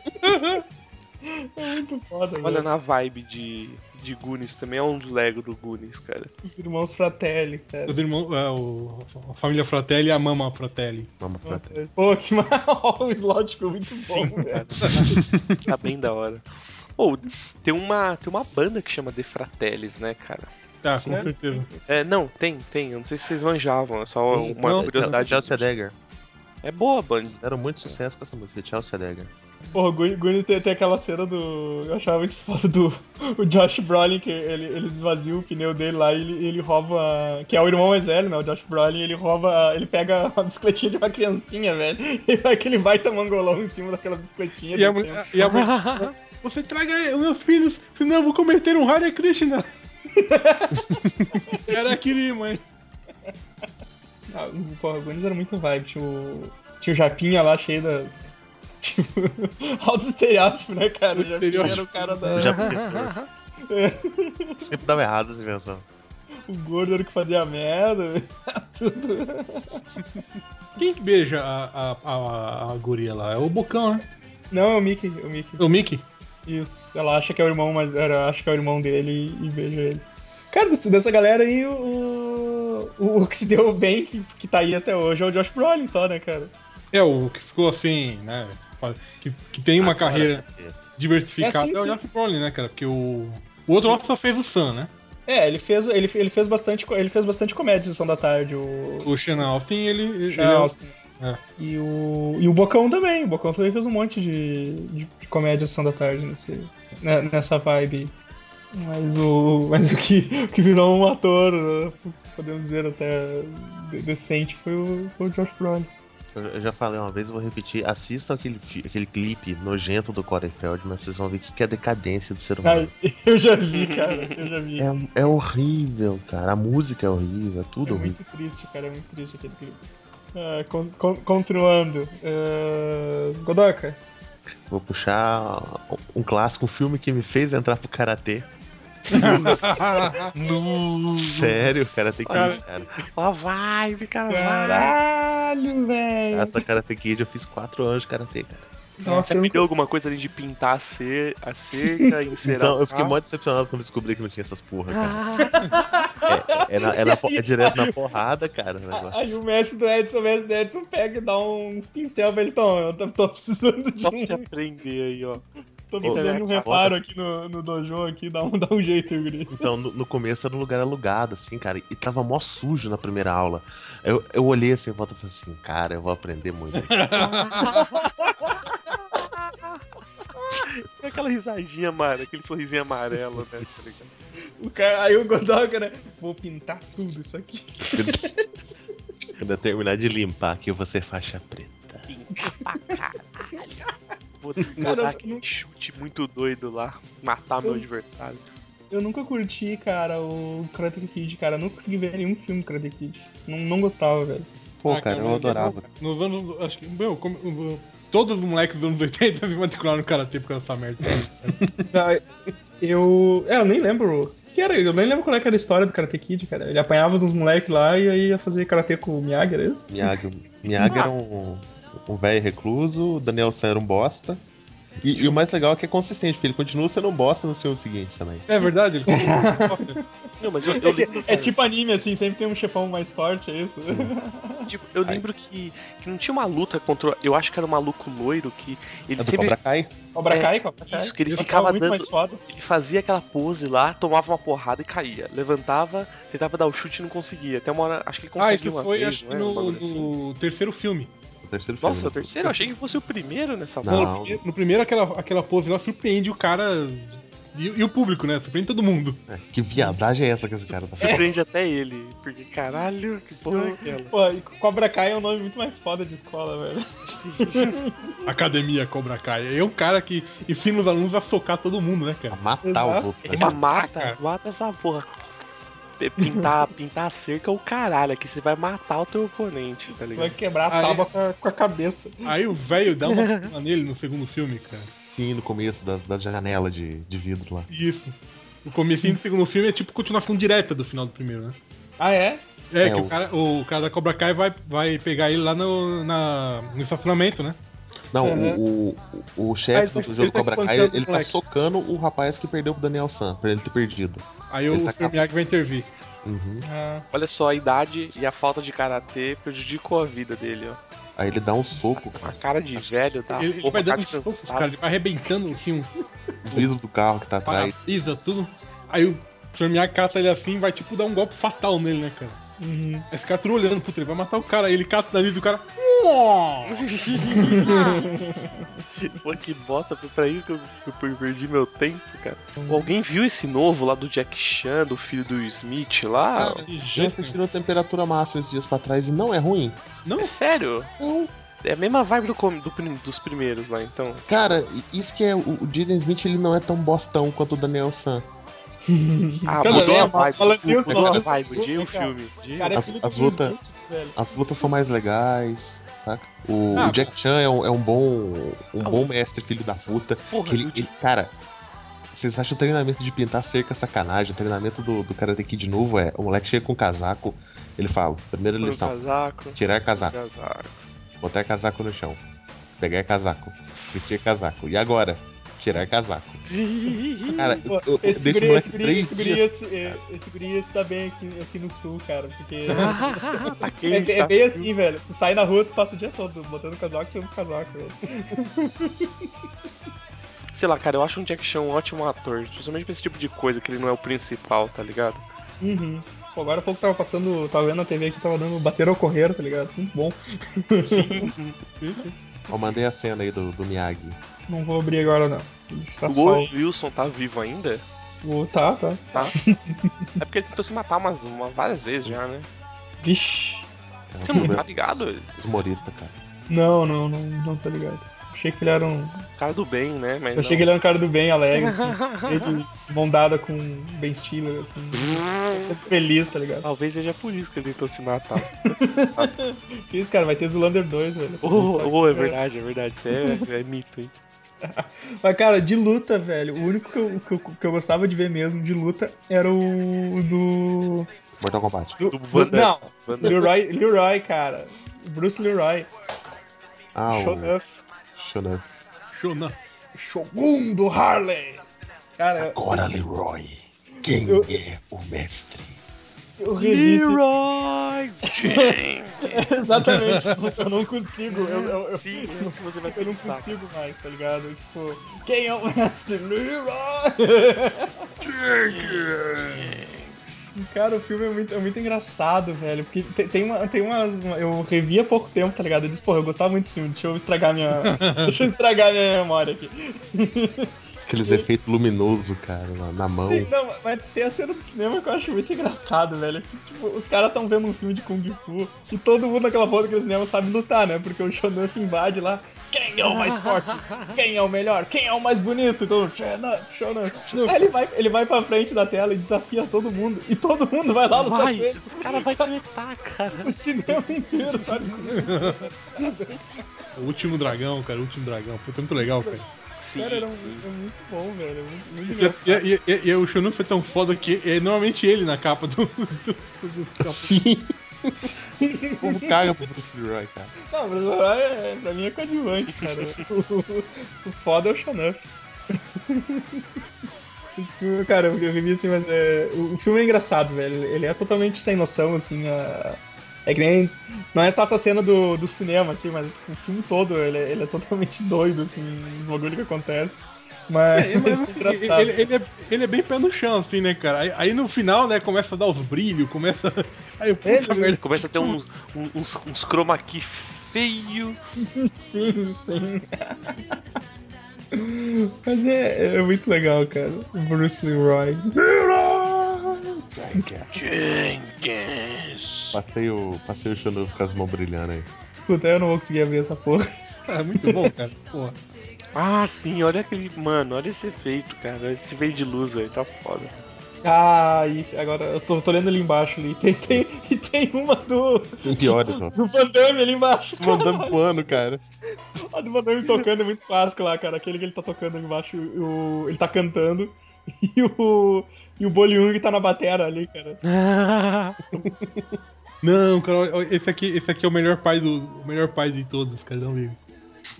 Speaker 2: É muito foda,
Speaker 1: Olha,
Speaker 2: velho.
Speaker 1: na vibe de, de Goonies também é um Lego do Goonies, cara.
Speaker 2: Os irmãos Fratelli, cara.
Speaker 3: Os irmãos, é, o, a família Fratelli e a mama Fratelli.
Speaker 6: Vamos pra trás.
Speaker 2: Pô, que mal. O slot ficou muito bom, velho.
Speaker 1: Tá bem da hora. Ou, tem uma, tem uma banda que chama The Fratellis, né, cara?
Speaker 3: Tá, com
Speaker 2: Sério?
Speaker 3: certeza.
Speaker 1: É, não, tem, tem. Eu não sei se vocês manjavam, é só uma
Speaker 6: Não,
Speaker 1: curiosidade.
Speaker 6: Chelsea Dagger.
Speaker 1: É boa a banda.
Speaker 6: Fizeram muito sucesso com essa música, Chelsea Dagger.
Speaker 2: Porra, o Goonies Goonies tem, tem aquela cena do. Eu achava muito foda do. O Josh Brolin, que ele, ele esvazia o pneu dele lá e ele, ele rouba. a- Que é o irmão mais velho, né? O Josh Brolin, ele rouba. a- Ele pega a bicicletinha de uma criancinha, velho. E vai aquele baita mangolão em cima daquela bicicletinha. assim,
Speaker 3: E é a,
Speaker 2: descendo.
Speaker 3: mulher- e a mulher- Você traga os meus filhos, senão eu vou cometer um Hare Krishna. Era aquele, mãe.
Speaker 2: Ah, porra, o Goonies era muito vibe. Tinha o, tinha o Japinha lá cheio das. Tipo, alto estereótipo, né, cara? O
Speaker 3: Alto
Speaker 2: Japinha era o
Speaker 3: estereótipo.
Speaker 2: cara da.
Speaker 6: Já Sempre dava errado essa invenção.
Speaker 2: O gordo era o que fazia merda. Tudo.
Speaker 3: Quem que beija a, a, a, a guria lá? É o Bocão, né?
Speaker 2: Não, é o Mickey, é o Mickey.
Speaker 3: É o Mickey?
Speaker 2: Isso, ela acha que é o irmão, mas ela acha que é o irmão dele e, e beija ele. Cara, desse- dessa galera aí, o, o, o que se deu bem, que, que tá aí até hoje, é o Josh Brolin só, né, cara?
Speaker 3: É o que ficou assim, né? Que, que tem uma carreira diversificada.
Speaker 2: É,
Speaker 3: É,
Speaker 2: sim,
Speaker 3: o
Speaker 2: sim.
Speaker 3: Josh Brolin, né, cara? Porque o, o outro lá só fez o Sam, né?
Speaker 2: É, ele fez, ele, ele fez bastante co- ele fez bastante comédia Sessão da Tarde, o,
Speaker 3: O Shannon Austin, ele... ele-
Speaker 2: Sean Austin.
Speaker 3: é.
Speaker 2: E o, e o Bocão também, o Bocão também fez um monte de, de, de comédia Sessão da Tarde nesse, né, nessa vibe. Mas o, mas o, que, o que virou um ator né, podemos dizer até de- decente, foi o, foi o Josh Brolin.
Speaker 6: Eu eu já falei uma vez, eu vou repetir. Assistam aquele, fi- aquele clipe nojento do Corey Feldman, vocês vão ver que, que é a decadência do ser humano.
Speaker 2: Ah, eu já vi, cara, eu já vi.
Speaker 6: É, é horrível, cara. A música é horrível, é tudo
Speaker 2: É
Speaker 6: horrível.
Speaker 2: muito triste, cara, é muito triste aquele clipe. Ah, con- con- continuando. ah, Godoka,
Speaker 6: Vou puxar um clássico, um filme que me fez entrar pro karatê.
Speaker 3: Ah, Uhum.
Speaker 6: Sério, Karate
Speaker 3: Cara.
Speaker 6: Kid, cara.
Speaker 1: Ó, vai, fica vai.
Speaker 2: caralho, velho.
Speaker 6: Essa Karate Kid eu fiz 4 anos de karatê, cara.
Speaker 1: Você
Speaker 2: Nossa, eu
Speaker 1: me
Speaker 2: nunca...
Speaker 1: deu alguma coisa além de pintar a, ce- a cerca e encerar?
Speaker 6: Então, eu fiquei
Speaker 1: o
Speaker 6: mó decepcionado quando descobri que não tinha essas porra, cara. É, é na- é na po- é direto na porrada, cara. o negócio.
Speaker 2: Ah, Aí o mestre do Edson, o mestre do Edson pega e dá uns pincel pra ele, então, eu tô, tô precisando de
Speaker 1: Só pra
Speaker 2: um,
Speaker 1: você né, aprender aí, ó.
Speaker 2: tô precisando de um
Speaker 6: Internet,
Speaker 2: reparo aqui no, no dojo, aqui, dá um, dá um jeito, Yuri.
Speaker 6: Então, no, no começo era um lugar alugado, assim, cara, e tava mó sujo na primeira aula. Eu, eu olhei assim em volta e falei assim, cara, eu vou aprender muito.
Speaker 1: É aquela risadinha amarela, aquele sorrisinho amarelo, né? tá ligado?
Speaker 2: O cara, aí o Godoka, né, vou pintar tudo isso aqui.
Speaker 6: Quando eu terminar de limpar aqui, eu vou ser faixa preta.
Speaker 1: Vou vou dar aquele chute muito doido lá, matar meu adversário.
Speaker 2: Eu nunca curti, cara, o Karate Kid, cara, eu nunca consegui ver nenhum filme Karate Kid. Não, não gostava, velho.
Speaker 6: Pô,
Speaker 3: Ah,
Speaker 6: cara, eu
Speaker 3: mas que bom,
Speaker 6: adorava.
Speaker 3: cara. Nos anos. Acho que. Meu, como- eu- todos os moleques dos anos 80 me matricularam no karatê por causa dessa merda.
Speaker 2: Ah, Eu. É, eu nem lembro. O que era? Eu nem lembro qual é que era a história do Karate Kid, cara. Ele apanhava dos moleques lá e aí ia fazer karatê com o Miyagi, era isso?
Speaker 6: Miyagi, Miyagi era um, um velho recluso, o Daniel San era um bosta. E, e o mais legal é que é consistente, porque ele continua sendo um bosta no filme seguinte também.
Speaker 3: É verdade? Ele...
Speaker 1: Não, mas eu, eu lembro,
Speaker 2: É tipo anime, assim, sempre tem um chefão mais forte, é isso?
Speaker 1: tipo, eu lembro que, que não tinha uma luta contra. Eu acho que era um maluco loiro que ele
Speaker 6: É do
Speaker 1: sempre.
Speaker 6: Cobra Kai?
Speaker 2: Cobra
Speaker 1: É,
Speaker 2: Kai, Cobra Kai.
Speaker 1: isso, que ele
Speaker 2: Eu
Speaker 1: ficava
Speaker 2: muito
Speaker 1: dando-
Speaker 2: mais foda.
Speaker 1: Ele fazia aquela pose lá, tomava uma porrada e caía. Levantava, tentava dar o chute e não conseguia. Até uma hora, acho que ele
Speaker 3: Ah,
Speaker 1: conseguiu
Speaker 3: isso
Speaker 1: uma
Speaker 3: foi
Speaker 1: vez,
Speaker 3: acho
Speaker 1: não
Speaker 3: que
Speaker 1: é? Um
Speaker 3: no,
Speaker 1: bagulho assim.
Speaker 3: no terceiro filme.
Speaker 6: O terceiro filme.
Speaker 1: Nossa, o terceiro? Eu achei que fosse o primeiro nessa
Speaker 6: Não.
Speaker 1: bola.
Speaker 3: No, no primeiro, aquela, aquela pose lá surpreende o cara e, e o público, né? Surpreende todo mundo.
Speaker 6: É, Que viadagem é essa que esse cara tá fazendo?
Speaker 1: Surpreende até ele, porque caralho, que porra é aquela?
Speaker 2: Pô, e Cobra Kai é um nome muito mais foda de escola, velho.
Speaker 3: Academia Cobra Kai. É um cara que ensina os alunos a socar todo mundo, né,
Speaker 6: Pra
Speaker 3: cara?
Speaker 6: matar
Speaker 2: Exato.
Speaker 6: o outro.
Speaker 1: É,
Speaker 6: né?
Speaker 1: mata,
Speaker 3: cara.
Speaker 1: mata essa porra. P- Pintar, pintar a cerca é o caralho, que você vai matar o teu oponente, tá
Speaker 2: Vai
Speaker 1: ligado?
Speaker 2: quebrar a
Speaker 3: Aí-
Speaker 6: é
Speaker 2: tábua com a, com a cabeça.
Speaker 3: Aí o velho dá uma fila nele no segundo filme, cara.
Speaker 6: Sim, no começo das, das janelas de, de vidro lá.
Speaker 3: Isso. O comecinho do segundo filme é tipo continuação direta do final do primeiro, né?
Speaker 2: Ah, é?
Speaker 3: É,
Speaker 6: É,
Speaker 3: que o...
Speaker 6: o-
Speaker 3: cara, o cara da Cobra Kai vai, vai pegar ele lá no, na- no estacionamento, né?
Speaker 6: Não,
Speaker 2: Uhum.
Speaker 6: o, o, o
Speaker 3: Ah, ele
Speaker 6: chefe
Speaker 3: tá-
Speaker 6: do
Speaker 3: ele
Speaker 6: jogo
Speaker 3: tá
Speaker 6: Cobra Kai,
Speaker 3: espantando
Speaker 6: ele
Speaker 3: o
Speaker 6: tá
Speaker 3: moleque.
Speaker 6: socando o rapaz que perdeu pro Daniel San, pra ele ter perdido.
Speaker 3: Aí
Speaker 6: Ele
Speaker 3: o
Speaker 6: saca-
Speaker 3: Sr. Miyagi vai intervir.
Speaker 6: Uhum.
Speaker 2: Ah,
Speaker 1: Olha só, a idade e a falta de karatê prejudicou a vida dele, ó.
Speaker 6: Aí ele dá um soco, cara,
Speaker 1: A cara de velho, tá?
Speaker 3: ele, ele
Speaker 1: Porra,
Speaker 3: vai
Speaker 1: cara
Speaker 3: dando
Speaker 1: de
Speaker 3: socos,
Speaker 1: cansado.
Speaker 3: cara. Ele vai arrebentando assim, um
Speaker 6: o vidro do carro que tá atrás.
Speaker 3: para-brisa, tudo. Aí o Sr. Miyagi cata ele assim e vai, tipo, dar um golpe fatal nele, né, cara? Aí fica tudo olhando, puta, ele vai matar o cara. Aí ele cata o nariz do cara.
Speaker 1: Pô, que bosta, foi pra isso que eu, que eu perdi meu tempo, cara. Pô, alguém viu esse novo lá do Jack Chan, do filho do Smith lá?
Speaker 3: Que
Speaker 6: Já
Speaker 3: jeito,
Speaker 6: assistiram a temperatura máxima esses dias pra trás e não é ruim.
Speaker 3: não,
Speaker 1: É sério? É a mesma vibe do, com- do prim- dos primeiros lá, então.
Speaker 6: Cara, isso que é. O, o Jaden Smith ele não é tão bostão quanto o Daniel San.
Speaker 1: Ah,
Speaker 2: Cada
Speaker 1: mudou a
Speaker 2: vez mais
Speaker 1: vibe.
Speaker 2: falando isso,
Speaker 1: Mudou a
Speaker 2: mano.
Speaker 1: vibe. Dia o
Speaker 2: Cara,
Speaker 1: filme. um dia-
Speaker 2: cara é
Speaker 6: As-
Speaker 2: filho do
Speaker 6: as luta-
Speaker 2: Will Smith, velho.
Speaker 6: As lutas são mais legais, saca? O,
Speaker 3: Ah,
Speaker 6: o Jack Chan é um, é um bom. um bom mestre, filho da puta.
Speaker 2: é
Speaker 1: Porra,
Speaker 6: Que ele,
Speaker 1: eu-
Speaker 6: ele- cara, vocês acham o treinamento de pintar cerca é sacanagem? O treinamento do, do Karate Kid novo é: o moleque chega com um casaco, ele fala, primeira
Speaker 1: Põe o
Speaker 6: lição,
Speaker 1: casaco.
Speaker 6: tirar casaco,
Speaker 1: Casaco.
Speaker 6: botar casaco no chão, pegar casaco, vestir casaco. E agora? Tirar casaco. Cara,
Speaker 2: Hum, Pô,
Speaker 6: eu, eu
Speaker 2: Esse
Speaker 6: deixo o
Speaker 2: guri,
Speaker 6: moleque
Speaker 2: esse guri,
Speaker 6: três
Speaker 2: esse guri,
Speaker 6: dias.
Speaker 2: esse, é, esse guri, esse tá bem aqui, aqui no sul, cara, porque...
Speaker 6: Ah,
Speaker 1: Tá
Speaker 2: É,
Speaker 1: quente,
Speaker 2: é
Speaker 1: tá
Speaker 2: bem
Speaker 1: frio.
Speaker 2: assim, velho. Tu sai na rua, tu passa o dia todo botando casaco e tirando casaco, velho.
Speaker 1: Sei lá, cara, eu acho um Jack Chan um ótimo ator, principalmente pra esse tipo de coisa, que ele não é o principal, tá ligado?
Speaker 2: Uhum. Pô, agora há pouco tava passando, tava vendo na TV aqui, tava dando bater ao correr, tá ligado? Muito bom. é-
Speaker 6: Eu mandei a cena aí do, do Miyagi.
Speaker 2: Não vou abrir agora, não. Tá
Speaker 1: O
Speaker 2: só...
Speaker 1: Owen Wilson tá vivo ainda?
Speaker 2: O- tá, tá.
Speaker 1: tá? é porque ele tentou se matar umas, uma- várias vezes já, né?
Speaker 2: Vixe.
Speaker 6: Cara,
Speaker 1: Você não
Speaker 6: filme
Speaker 1: tá ligado?
Speaker 6: Humorista, cara.
Speaker 2: Não, não, não, não tá ligado. Achei que ele era um.
Speaker 1: Cara do bem, né? Mas
Speaker 2: Eu
Speaker 1: não.
Speaker 2: achei que ele era um cara do bem, alegre, assim. Ele de mão dada com o Ben Stiller, assim. Sempre feliz, tá ligado?
Speaker 1: Talvez seja por isso que ele tentou se matar.
Speaker 2: Que isso, cara, vai ter Zulander 2, velho.
Speaker 1: Oh, oh, é verdade, é verdade. Isso é, é mito, hein?
Speaker 2: Mas, cara, de luta, velho. O único que eu, que eu, que eu gostava de ver mesmo de luta era o do.
Speaker 6: Mortal Kombat.
Speaker 2: Do,
Speaker 1: Do Van Damme.
Speaker 2: não,
Speaker 1: Van Damme.
Speaker 2: Leroy, Leroy, cara. Bruce Leroy.
Speaker 6: Ah,
Speaker 2: Show
Speaker 6: o
Speaker 2: off.
Speaker 6: Shonan.
Speaker 3: Shonan.
Speaker 2: Shogun do Harley. Cara,
Speaker 6: Agora,
Speaker 2: esse-
Speaker 6: Leroy, quem
Speaker 2: Eu-
Speaker 6: é o mestre?
Speaker 2: eu revi esse-
Speaker 1: Leroy Jenkins.
Speaker 2: Exatamente. Eu não consigo. Eu, eu, eu-
Speaker 1: Sim, é isso que você vai
Speaker 2: eu não
Speaker 1: pensar.
Speaker 2: consigo mais, tá ligado? Tipo, quem é o mestre? Leroy! Cara, o filme é muito, é muito engraçado, velho. Porque te- tem, uma, tem umas. uma- eu revi há pouco tempo, tá ligado? Eu disse, porra, eu gostava muito desse filme, deixa eu estragar minha. deixa eu estragar minha memória aqui.
Speaker 6: Aqueles efeitos luminosos, cara, na, na mão.
Speaker 2: Sim, não, mas tem a cena do cinema que eu acho muito engraçado, velho. Que, tipo, os caras estão vendo um filme de Kung Fu e todo mundo naquela porra daquele cinema sabe lutar, né? Porque o Shonuff invade lá. Quem é o mais forte? Quem é o melhor? Quem é o mais bonito? Então, Shonuff, Shonuff. Aí ele vai, ele vai pra frente da tela e desafia todo mundo. E todo mundo vai lá lutar com
Speaker 1: Vai,
Speaker 2: ele.
Speaker 1: os caras vão tretar, cara.
Speaker 2: O cinema inteiro, sabe?
Speaker 3: O último dragão, cara, o último dragão. Foi muito legal, cara.
Speaker 1: Sim,
Speaker 2: Cara, era um-
Speaker 1: sim.
Speaker 2: é muito bom, velho. é Muito, muito
Speaker 3: E,
Speaker 2: engraçado.
Speaker 3: e- e- e o Shonan foi tão foda que é normalmente ele na capa do. do, do- do-
Speaker 6: Sim, o povo caga pro Bruce Leroy, cara.
Speaker 2: Não, mas é, pra mim é coadjuvante, cara. o, o foda é o Xanuff. Esse filme, cara, eu revi assim, mas é. O, o filme é engraçado, velho. Ele é totalmente sem noção, assim. a- É que nem. Não é só essa cena do, do cinema, assim, mas tipo, o filme todo, ele, é- ele é totalmente doido, assim, os bagulhos que acontecem. Mas é,
Speaker 3: Mas,
Speaker 2: engraçado.
Speaker 3: ele, ele é, ele é bem pé no chão, assim, né, cara? Aí, aí no final, né, começa a dar os brilhos, começa. Aí eu, puta
Speaker 2: Ele-
Speaker 3: merda.
Speaker 1: Começa a ter uns, um- uns, uns chroma key feio.
Speaker 2: Sim, sim. Mas é, é muito legal, cara. O Bruce Leroy.
Speaker 1: Jenkins.
Speaker 6: Passei o, passei o Shonan com as mãos brilhando aí.
Speaker 2: Puta, eu não vou conseguir abrir essa porra.
Speaker 3: Cara, é muito bom, cara. Porra.
Speaker 1: Ah, sim, olha aquele. Mano, olha esse efeito, cara. Esse veio de luz, velho. Tá foda.
Speaker 2: Ah, e agora eu tô, tô olhando ali embaixo ali. Tem, tem, e tem uma do,
Speaker 6: Tem piores, ó.
Speaker 2: do Van Damme ali embaixo.
Speaker 6: Mandando voando, cara.
Speaker 2: A do Van Damme tocando é muito clássico lá, cara. Aquele que ele tá tocando ali embaixo, o, ele tá cantando. E o. E o Boliung tá na batera ali, cara.
Speaker 3: Não, cara, ó, ó, esse aqui, esse aqui é o melhor pai do. O melhor pai de todos, cara. Não, amigo.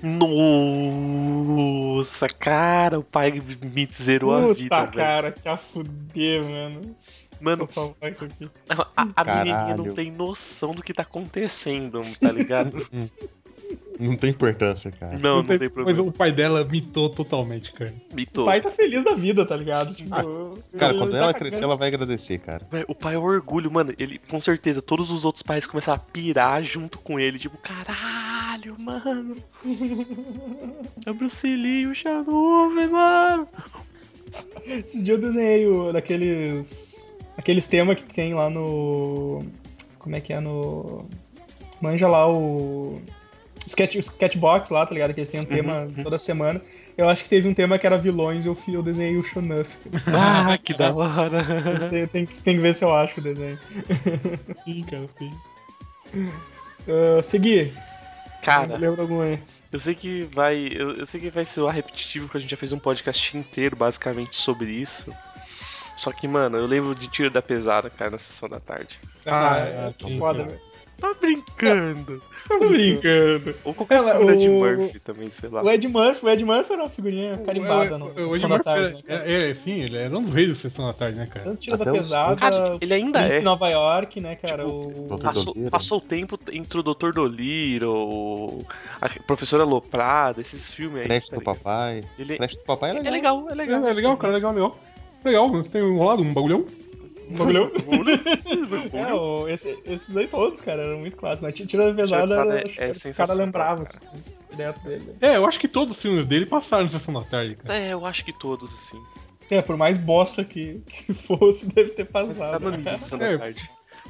Speaker 1: Nossa, cara, o pai me zerou a
Speaker 2: Puta,
Speaker 1: vida, velho.
Speaker 2: cara, que a fuder, mano.
Speaker 1: Mano,
Speaker 2: Vou salvar isso aqui.
Speaker 1: a, a menininha não
Speaker 6: Caralho.
Speaker 1: tem noção do que tá acontecendo, tá ligado?
Speaker 6: Não tem importância, cara.
Speaker 1: Não, não tem
Speaker 3: Mas
Speaker 1: problema.
Speaker 3: o pai dela mitou totalmente, cara.
Speaker 2: O
Speaker 1: Mitou.
Speaker 2: pai tá feliz da vida, tá ligado? Tipo,
Speaker 6: Ah, Cara,
Speaker 2: ele
Speaker 6: quando
Speaker 2: tá
Speaker 6: ela
Speaker 2: cagando.
Speaker 6: crescer, ela vai agradecer, cara.
Speaker 1: Velho, O pai é o orgulho, mano. Ele, com certeza, todos os outros pais começaram a pirar junto com ele. Tipo, caralho, mano. É o Bruce Lee, o Xanuve, mano.
Speaker 2: Esses dias eu desenhei o, daqueles. Aqueles temas que tem lá no. Como é que é no. Manja lá o. o Sketch, o Sketchbox lá, tá ligado? Que eles têm um tema toda semana. Eu acho que teve um tema que era vilões e eu, fi- eu desenhei o Shonuff.
Speaker 1: Ah, que da hora.
Speaker 2: Tem, tem, que- tem que ver se eu acho o desenho.
Speaker 3: Sim, cara, sim.
Speaker 2: Ah, seguir.
Speaker 1: Cara,
Speaker 2: Lembra algum aí?
Speaker 1: Eu sei que vai. Eu, eu sei que vai ser repetitivo, porque a gente já fez um podcast inteiro basicamente sobre isso. Só que, mano, eu lembro de tiro da pesada, cara, na sessão da tarde.
Speaker 2: Ah,
Speaker 3: é,
Speaker 2: é
Speaker 3: sim,
Speaker 2: foda,
Speaker 3: cara.
Speaker 2: velho.
Speaker 1: Tá brincando!
Speaker 2: Tô brincando.
Speaker 1: Ou qualquer
Speaker 2: Ela-
Speaker 1: figura de
Speaker 2: o-
Speaker 1: Murphy também, sei lá.
Speaker 2: O Ed Murphy, o Ed Murphy era uma
Speaker 3: Tipo,
Speaker 2: figurinha carimbada no
Speaker 3: O- o- o
Speaker 2: no Sessão da
Speaker 3: Edmar
Speaker 2: Tarde,
Speaker 3: era-
Speaker 2: né, cara?
Speaker 3: É, é, sim, ele era um rei do Sessão da Tarde, né, cara?
Speaker 2: Tanto tira
Speaker 6: Até
Speaker 2: da
Speaker 6: o-
Speaker 2: pesada,
Speaker 1: Cara, ele ainda
Speaker 2: Príncipe
Speaker 1: é. Tipo,
Speaker 2: de Nova York, né, cara?
Speaker 6: Doutor
Speaker 2: o...
Speaker 1: Passou,
Speaker 6: Dolittle.
Speaker 1: passou o tempo entre o Dr. Doliro, a Professora Loprada, esses filmes aí.
Speaker 6: Creche
Speaker 1: tá
Speaker 6: do
Speaker 1: ligado?
Speaker 6: papai.
Speaker 1: Ele,
Speaker 6: Creche do papai é
Speaker 1: é
Speaker 6: legal.
Speaker 1: legal, é legal.
Speaker 3: É, é legal, cara, legal, legal. Legal, tem enrolado um bagulhão.
Speaker 2: o bagulho.
Speaker 1: É,
Speaker 2: É, o- esse- esses aí todos, cara, eram muito clássicos. Mas tira da
Speaker 1: Tira da
Speaker 2: pesada,
Speaker 1: Pesada
Speaker 2: era-
Speaker 1: é-
Speaker 2: acho que
Speaker 1: é
Speaker 2: o cara
Speaker 1: sensacional, cara.
Speaker 2: lembrava, assim, direto dele.
Speaker 3: É, eu acho que todos os filmes dele passaram na Sessão da Tarde, cara.
Speaker 1: É, eu acho que todos, assim.
Speaker 2: É, por mais bosta que, que fosse, deve ter
Speaker 1: Mas tá
Speaker 2: passado. né?
Speaker 1: no nível
Speaker 2: cara.
Speaker 3: É.
Speaker 1: Sessão da Tarde.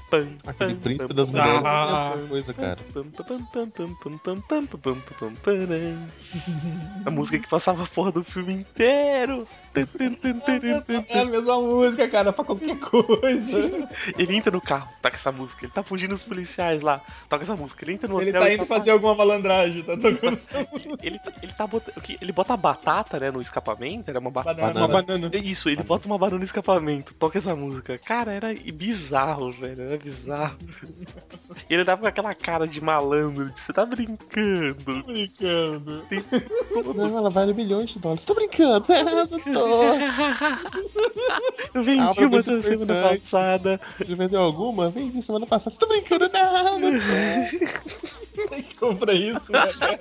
Speaker 1: Pam,
Speaker 6: Aquele
Speaker 1: pam,
Speaker 6: príncipe
Speaker 1: pam,
Speaker 6: das
Speaker 1: pam,
Speaker 6: mulheres
Speaker 1: pam,
Speaker 6: é outra
Speaker 3: Ah.
Speaker 6: coisa, cara.
Speaker 1: pam, pam, pam, pam, pam, pam, pam, pam, pam, pam, pam, né? A música que passava a porra do filme inteiro. Tum, tum, tum,
Speaker 2: É
Speaker 1: tum,
Speaker 2: a,
Speaker 1: tum,
Speaker 2: mesma,
Speaker 1: tum.
Speaker 2: é a mesma música, cara, pra qualquer coisa.
Speaker 1: Ele entra no carro, toca essa música. Ele tá fugindo dos policiais lá, toca essa música. Ele entra no
Speaker 2: Ele
Speaker 1: hotel.
Speaker 2: tá
Speaker 1: ele
Speaker 2: indo fazer alguma malandragem, tá tocando essa música.
Speaker 1: Ele, ele tá botando. o que- Ele bota a batata, né, no escapamento, era uma batata.
Speaker 2: Banana.
Speaker 3: Uma banana.
Speaker 1: É Isso, ele bota uma banana no escapamento, toca essa música. Cara, era bizarro, velho, era bizarro. E ele tava com aquela cara de malandro, de você tá brincando.
Speaker 2: Brincando.
Speaker 6: Não, ela vale milhões de dólares. Tô brincando. Não tô.
Speaker 1: Eu vendi
Speaker 6: Abra
Speaker 1: uma
Speaker 6: muito
Speaker 1: essa semana
Speaker 6: importante.
Speaker 1: passada.
Speaker 6: Já vendeu alguma? Vendi semana passada. Tô brincando. Não, não tô.
Speaker 2: Quem que compra isso, né, cara?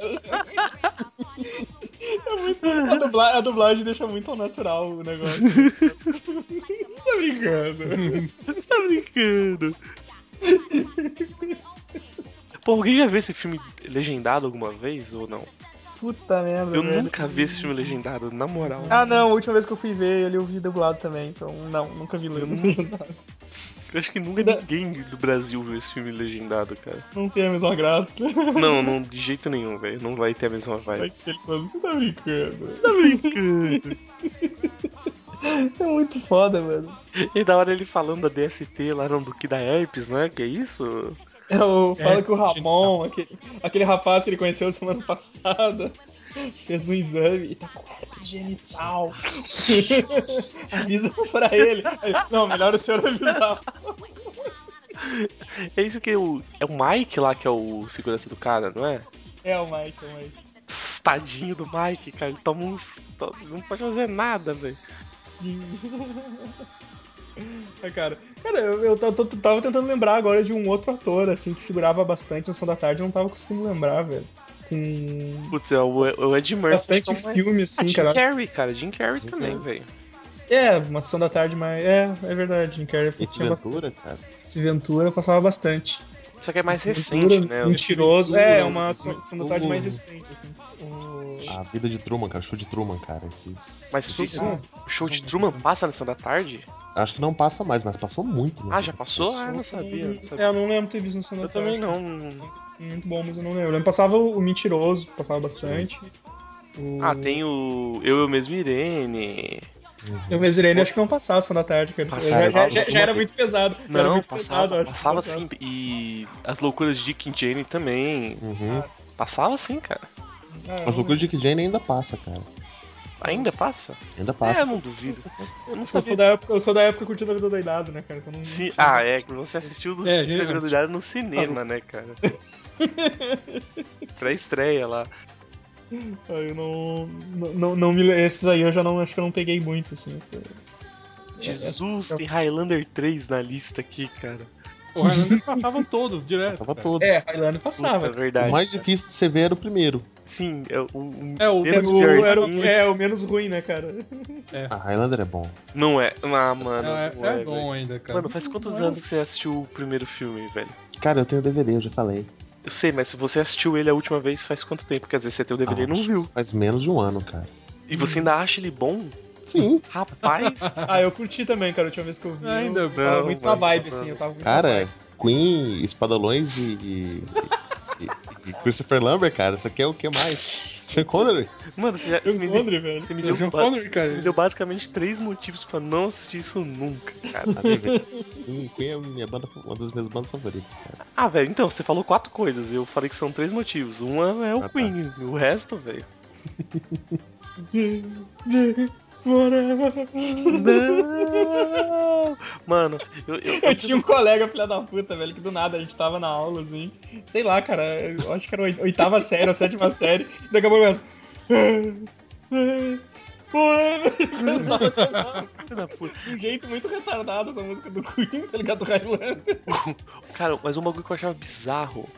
Speaker 2: É muito... a, dubla- a dublagem deixa muito natural o negócio. Você tá brincando.
Speaker 1: Você tá brincando. Pô, alguém já viu esse filme legendado alguma vez ou não?
Speaker 2: Puta merda,
Speaker 1: Eu
Speaker 2: velho.
Speaker 1: nunca vi esse filme legendado, na moral.
Speaker 2: Ah, não, a última vez que eu fui ver ele eu vi dublado também, então não, nunca vi
Speaker 1: Eu
Speaker 2: legendado.
Speaker 1: Eu acho que nunca
Speaker 2: Da-
Speaker 1: ninguém do Brasil viu esse filme legendado, cara.
Speaker 2: Não tem a mesma graça.
Speaker 1: Não, não de jeito nenhum, velho. Não vai ter a mesma vibe.
Speaker 2: Aquele falando, você tá brincando.
Speaker 1: Tá brincando.
Speaker 2: É muito foda, mano.
Speaker 1: E da hora ele falando da DST lá, não, do que da herpes, não é? Que é isso?
Speaker 2: Eu falo
Speaker 3: É,
Speaker 2: que o Ramon, aquele, aquele rapaz que ele conheceu semana passada, fez um exame e tá com herpes genital. Avisa pra ele. Aí, Não, melhor o senhor avisar.
Speaker 1: É isso que o. É o Mike lá que é o segurança do cara, não é?
Speaker 2: É o Mike, é o Mike.
Speaker 1: Tadinho do Mike, cara. Ele toma uns. to- Não pode fazer nada, velho.
Speaker 2: Sim. É, cara, cara eu, eu tô- tô- tô- tava tentando lembrar agora de um outro ator, assim, que figurava bastante no Sessão da Tarde, eu não tava conseguindo lembrar, velho. Com
Speaker 1: Putz, é o, é o Ed Murphy.
Speaker 2: bastante
Speaker 1: então, é-
Speaker 2: filme,
Speaker 1: Ah,
Speaker 2: assim,
Speaker 1: Jim
Speaker 2: cara.
Speaker 1: Carrey, cara. Jim Carrey também, velho.
Speaker 2: É, uma Sessão da Tarde, mas... É, é verdade, Jim Carrey
Speaker 6: Esse
Speaker 2: tinha bastante.
Speaker 6: Ventura, cara.
Speaker 2: Esse Ventura passava bastante.
Speaker 1: Só que é mais
Speaker 2: Esse
Speaker 1: recente,
Speaker 2: Ventura,
Speaker 1: né?
Speaker 2: Mentiroso.
Speaker 6: Ventura,
Speaker 2: É, é uma
Speaker 6: Ventura.
Speaker 2: Sessão da Tarde mais recente, assim.
Speaker 1: Ah,
Speaker 2: O...
Speaker 6: A vida de Truman, cara. Show de Truman, cara. Esse-
Speaker 1: Mas isso,
Speaker 2: Nossa.
Speaker 1: o um show de Truman passa na sessão da tarde?
Speaker 6: Acho que não passa mais, mas passou muito. né?
Speaker 1: Ah, já passou? Ah, eu não sabia. não
Speaker 2: É,
Speaker 1: sabia.
Speaker 2: eu não lembro ter visto no Sessão da
Speaker 1: Eu também
Speaker 2: Tarde.
Speaker 1: não.
Speaker 2: Muito bom, mas eu não lembro. Eu lembro que passava o o Mentiroso, passava bastante. O...
Speaker 1: Ah, tem o Eu Eu Mesmo Irene.
Speaker 2: Eu mesmo Irene acho que um não passava Sessão da Tarde, cara.
Speaker 1: Passava.
Speaker 2: já, já- já- já era muito pesado. já era
Speaker 1: Não,
Speaker 2: muito pesado, eu
Speaker 1: passava, passava
Speaker 2: acho.
Speaker 1: sim. E As Loucuras de Dick e Jane também.
Speaker 6: Uhum.
Speaker 1: Passava sim, cara.
Speaker 2: Ah,
Speaker 6: Mas o Good Dick Jane ainda passa, cara.
Speaker 1: Ainda passa?
Speaker 6: Ainda
Speaker 1: É,
Speaker 6: passa.
Speaker 1: eu não duvido. Eu não
Speaker 2: eu, sou
Speaker 1: sabia.
Speaker 2: da época, eu sou da época curtindo a vida doidado, né, cara? Então não...
Speaker 1: Se... Ah, é, que você assistiu do
Speaker 3: É,
Speaker 1: é,
Speaker 3: gente,
Speaker 1: no cinema, né, cara? Pré-estreia lá.
Speaker 2: É, Ah, Eu não, não, não, não me. Esses aí eu já não acho que eu não peguei muito, assim. esse- é.
Speaker 1: Jesus, tem Highlander 3 na lista aqui, cara.
Speaker 3: O Highlander passava todos, direto.
Speaker 6: Passava
Speaker 3: cara.
Speaker 6: todo.
Speaker 2: É, Highlander
Speaker 1: Puta,
Speaker 2: passava.
Speaker 1: é
Speaker 6: O
Speaker 1: verdade.
Speaker 6: mais difícil de você ver era o primeiro.
Speaker 1: Sim, é o, o-
Speaker 3: É, o,
Speaker 1: Menos
Speaker 2: Era o-
Speaker 1: piorzinho.
Speaker 2: era o- é, o menos ruim, né, cara?
Speaker 6: Ah, Highlander é bom.
Speaker 1: não é. Ah, mano.
Speaker 3: é,
Speaker 1: não é,
Speaker 3: é
Speaker 1: velho.
Speaker 3: bom ainda, cara.
Speaker 1: Mano, faz quantos anos que você assistiu o primeiro filme, velho?
Speaker 6: Cara, eu tenho DVD, eu já falei.
Speaker 1: Eu sei, mas se você assistiu ele a última vez, faz quanto tempo? Porque às vezes você tem o DVD e não
Speaker 6: acho
Speaker 1: viu.
Speaker 6: que Ah, Faz menos de um ano, cara.
Speaker 1: E você ainda acha ele bom?
Speaker 6: Sim.
Speaker 1: Rapaz!
Speaker 2: Ah, eu curti também, cara, a última vez que eu vi.
Speaker 3: Ainda
Speaker 2: eu
Speaker 1: bem,
Speaker 2: tava muito na
Speaker 1: mano. tá
Speaker 2: vibe, assim. Eu tava muito na
Speaker 6: Cara,
Speaker 2: vibe.
Speaker 6: Queen, Espadalões e. e, e- e Christopher Lambert, cara. Isso aqui é o que mais? Sean Connery?
Speaker 1: Mano, você, já,
Speaker 2: Eu
Speaker 1: você me deu,
Speaker 2: Londres, velho.
Speaker 1: você me
Speaker 3: Eu
Speaker 1: deu
Speaker 3: já
Speaker 1: ba-
Speaker 3: falei, cara.
Speaker 1: você me deu basicamente três motivos pra não assistir isso nunca, cara.
Speaker 6: Ah, DVD. Queen- Queen é minha banda, uma das minhas bandas favoritas, cara.
Speaker 1: Ah, velho, então, você falou quatro coisas. Eu falei que são três motivos. Um é, é o
Speaker 6: Ah, tá.
Speaker 1: Queen, o resto, velho.
Speaker 2: Forever.
Speaker 1: Não! Mano, eu, eu,
Speaker 2: Eu tinha um colega, filha da puta, velho, que do nada a gente tava na aula, assim. Sei lá, cara, eu acho que era a oitava série ou sétima série. E daqui a pouco eu penso. Forever. E começava a cantar
Speaker 1: filho da puta.
Speaker 2: de um jeito muito retardado essa música do Queen, tá ligado? Do Highlander.
Speaker 1: Cara, mas um bagulho que eu achava bizarro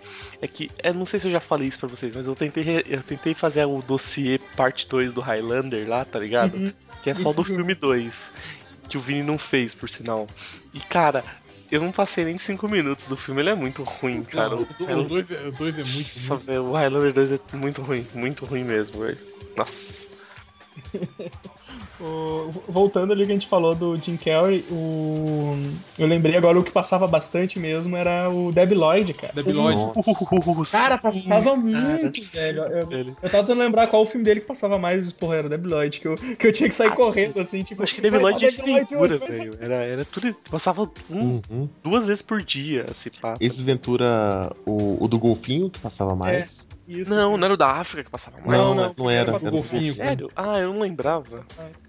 Speaker 1: é que. Eu não sei se eu já falei isso pra vocês, mas eu tentei, re- eu tentei fazer o dossiê parte 2 do Highlander lá, tá ligado? Que é só do filme 2. Que o Vini não fez, por sinal. E, cara, eu não passei nem 5 minutos do filme, ele é muito ruim, cara. um
Speaker 3: Não,
Speaker 1: O
Speaker 3: o, o, dois, é- o dois é muito,
Speaker 1: Nossa, velho, o Highlander 2 é muito ruim, muito ruim mesmo, velho. Nossa.
Speaker 2: O- voltando ali que a gente falou do Jim Carrey, o... eu lembrei agora o que passava bastante mesmo era o Debbie Lloyd, cara.
Speaker 3: Debilóide.
Speaker 2: Cara, passava muito,
Speaker 1: sim,
Speaker 2: velho. Eu,
Speaker 1: velho.
Speaker 2: eu tava tentando lembrar qual o filme dele que passava mais, porra, era o Debbie Lloyd, que eu, que eu tinha que sair correndo, assim, tipo...
Speaker 1: Ah, Acho que David
Speaker 2: vai,
Speaker 1: Lloyd
Speaker 2: vai,
Speaker 1: tinha
Speaker 2: Debbie Lloyd,
Speaker 1: figura,
Speaker 2: vai, vai,
Speaker 1: velho. Era, era tudo. Passava um,
Speaker 6: Uhum.
Speaker 1: duas vezes por dia, assim, pá.
Speaker 6: Esse Ventura, o, o do golfinho que passava mais.
Speaker 1: É.
Speaker 2: Isso. né,
Speaker 1: Não, não era o da África que passava mais.
Speaker 2: Não,
Speaker 6: Não,
Speaker 2: não,
Speaker 6: não,
Speaker 2: era
Speaker 6: era.
Speaker 2: passava
Speaker 6: Era
Speaker 3: o golfinho.
Speaker 6: golfinho.
Speaker 1: Sério? Ah, eu não lembrava.
Speaker 2: Mas,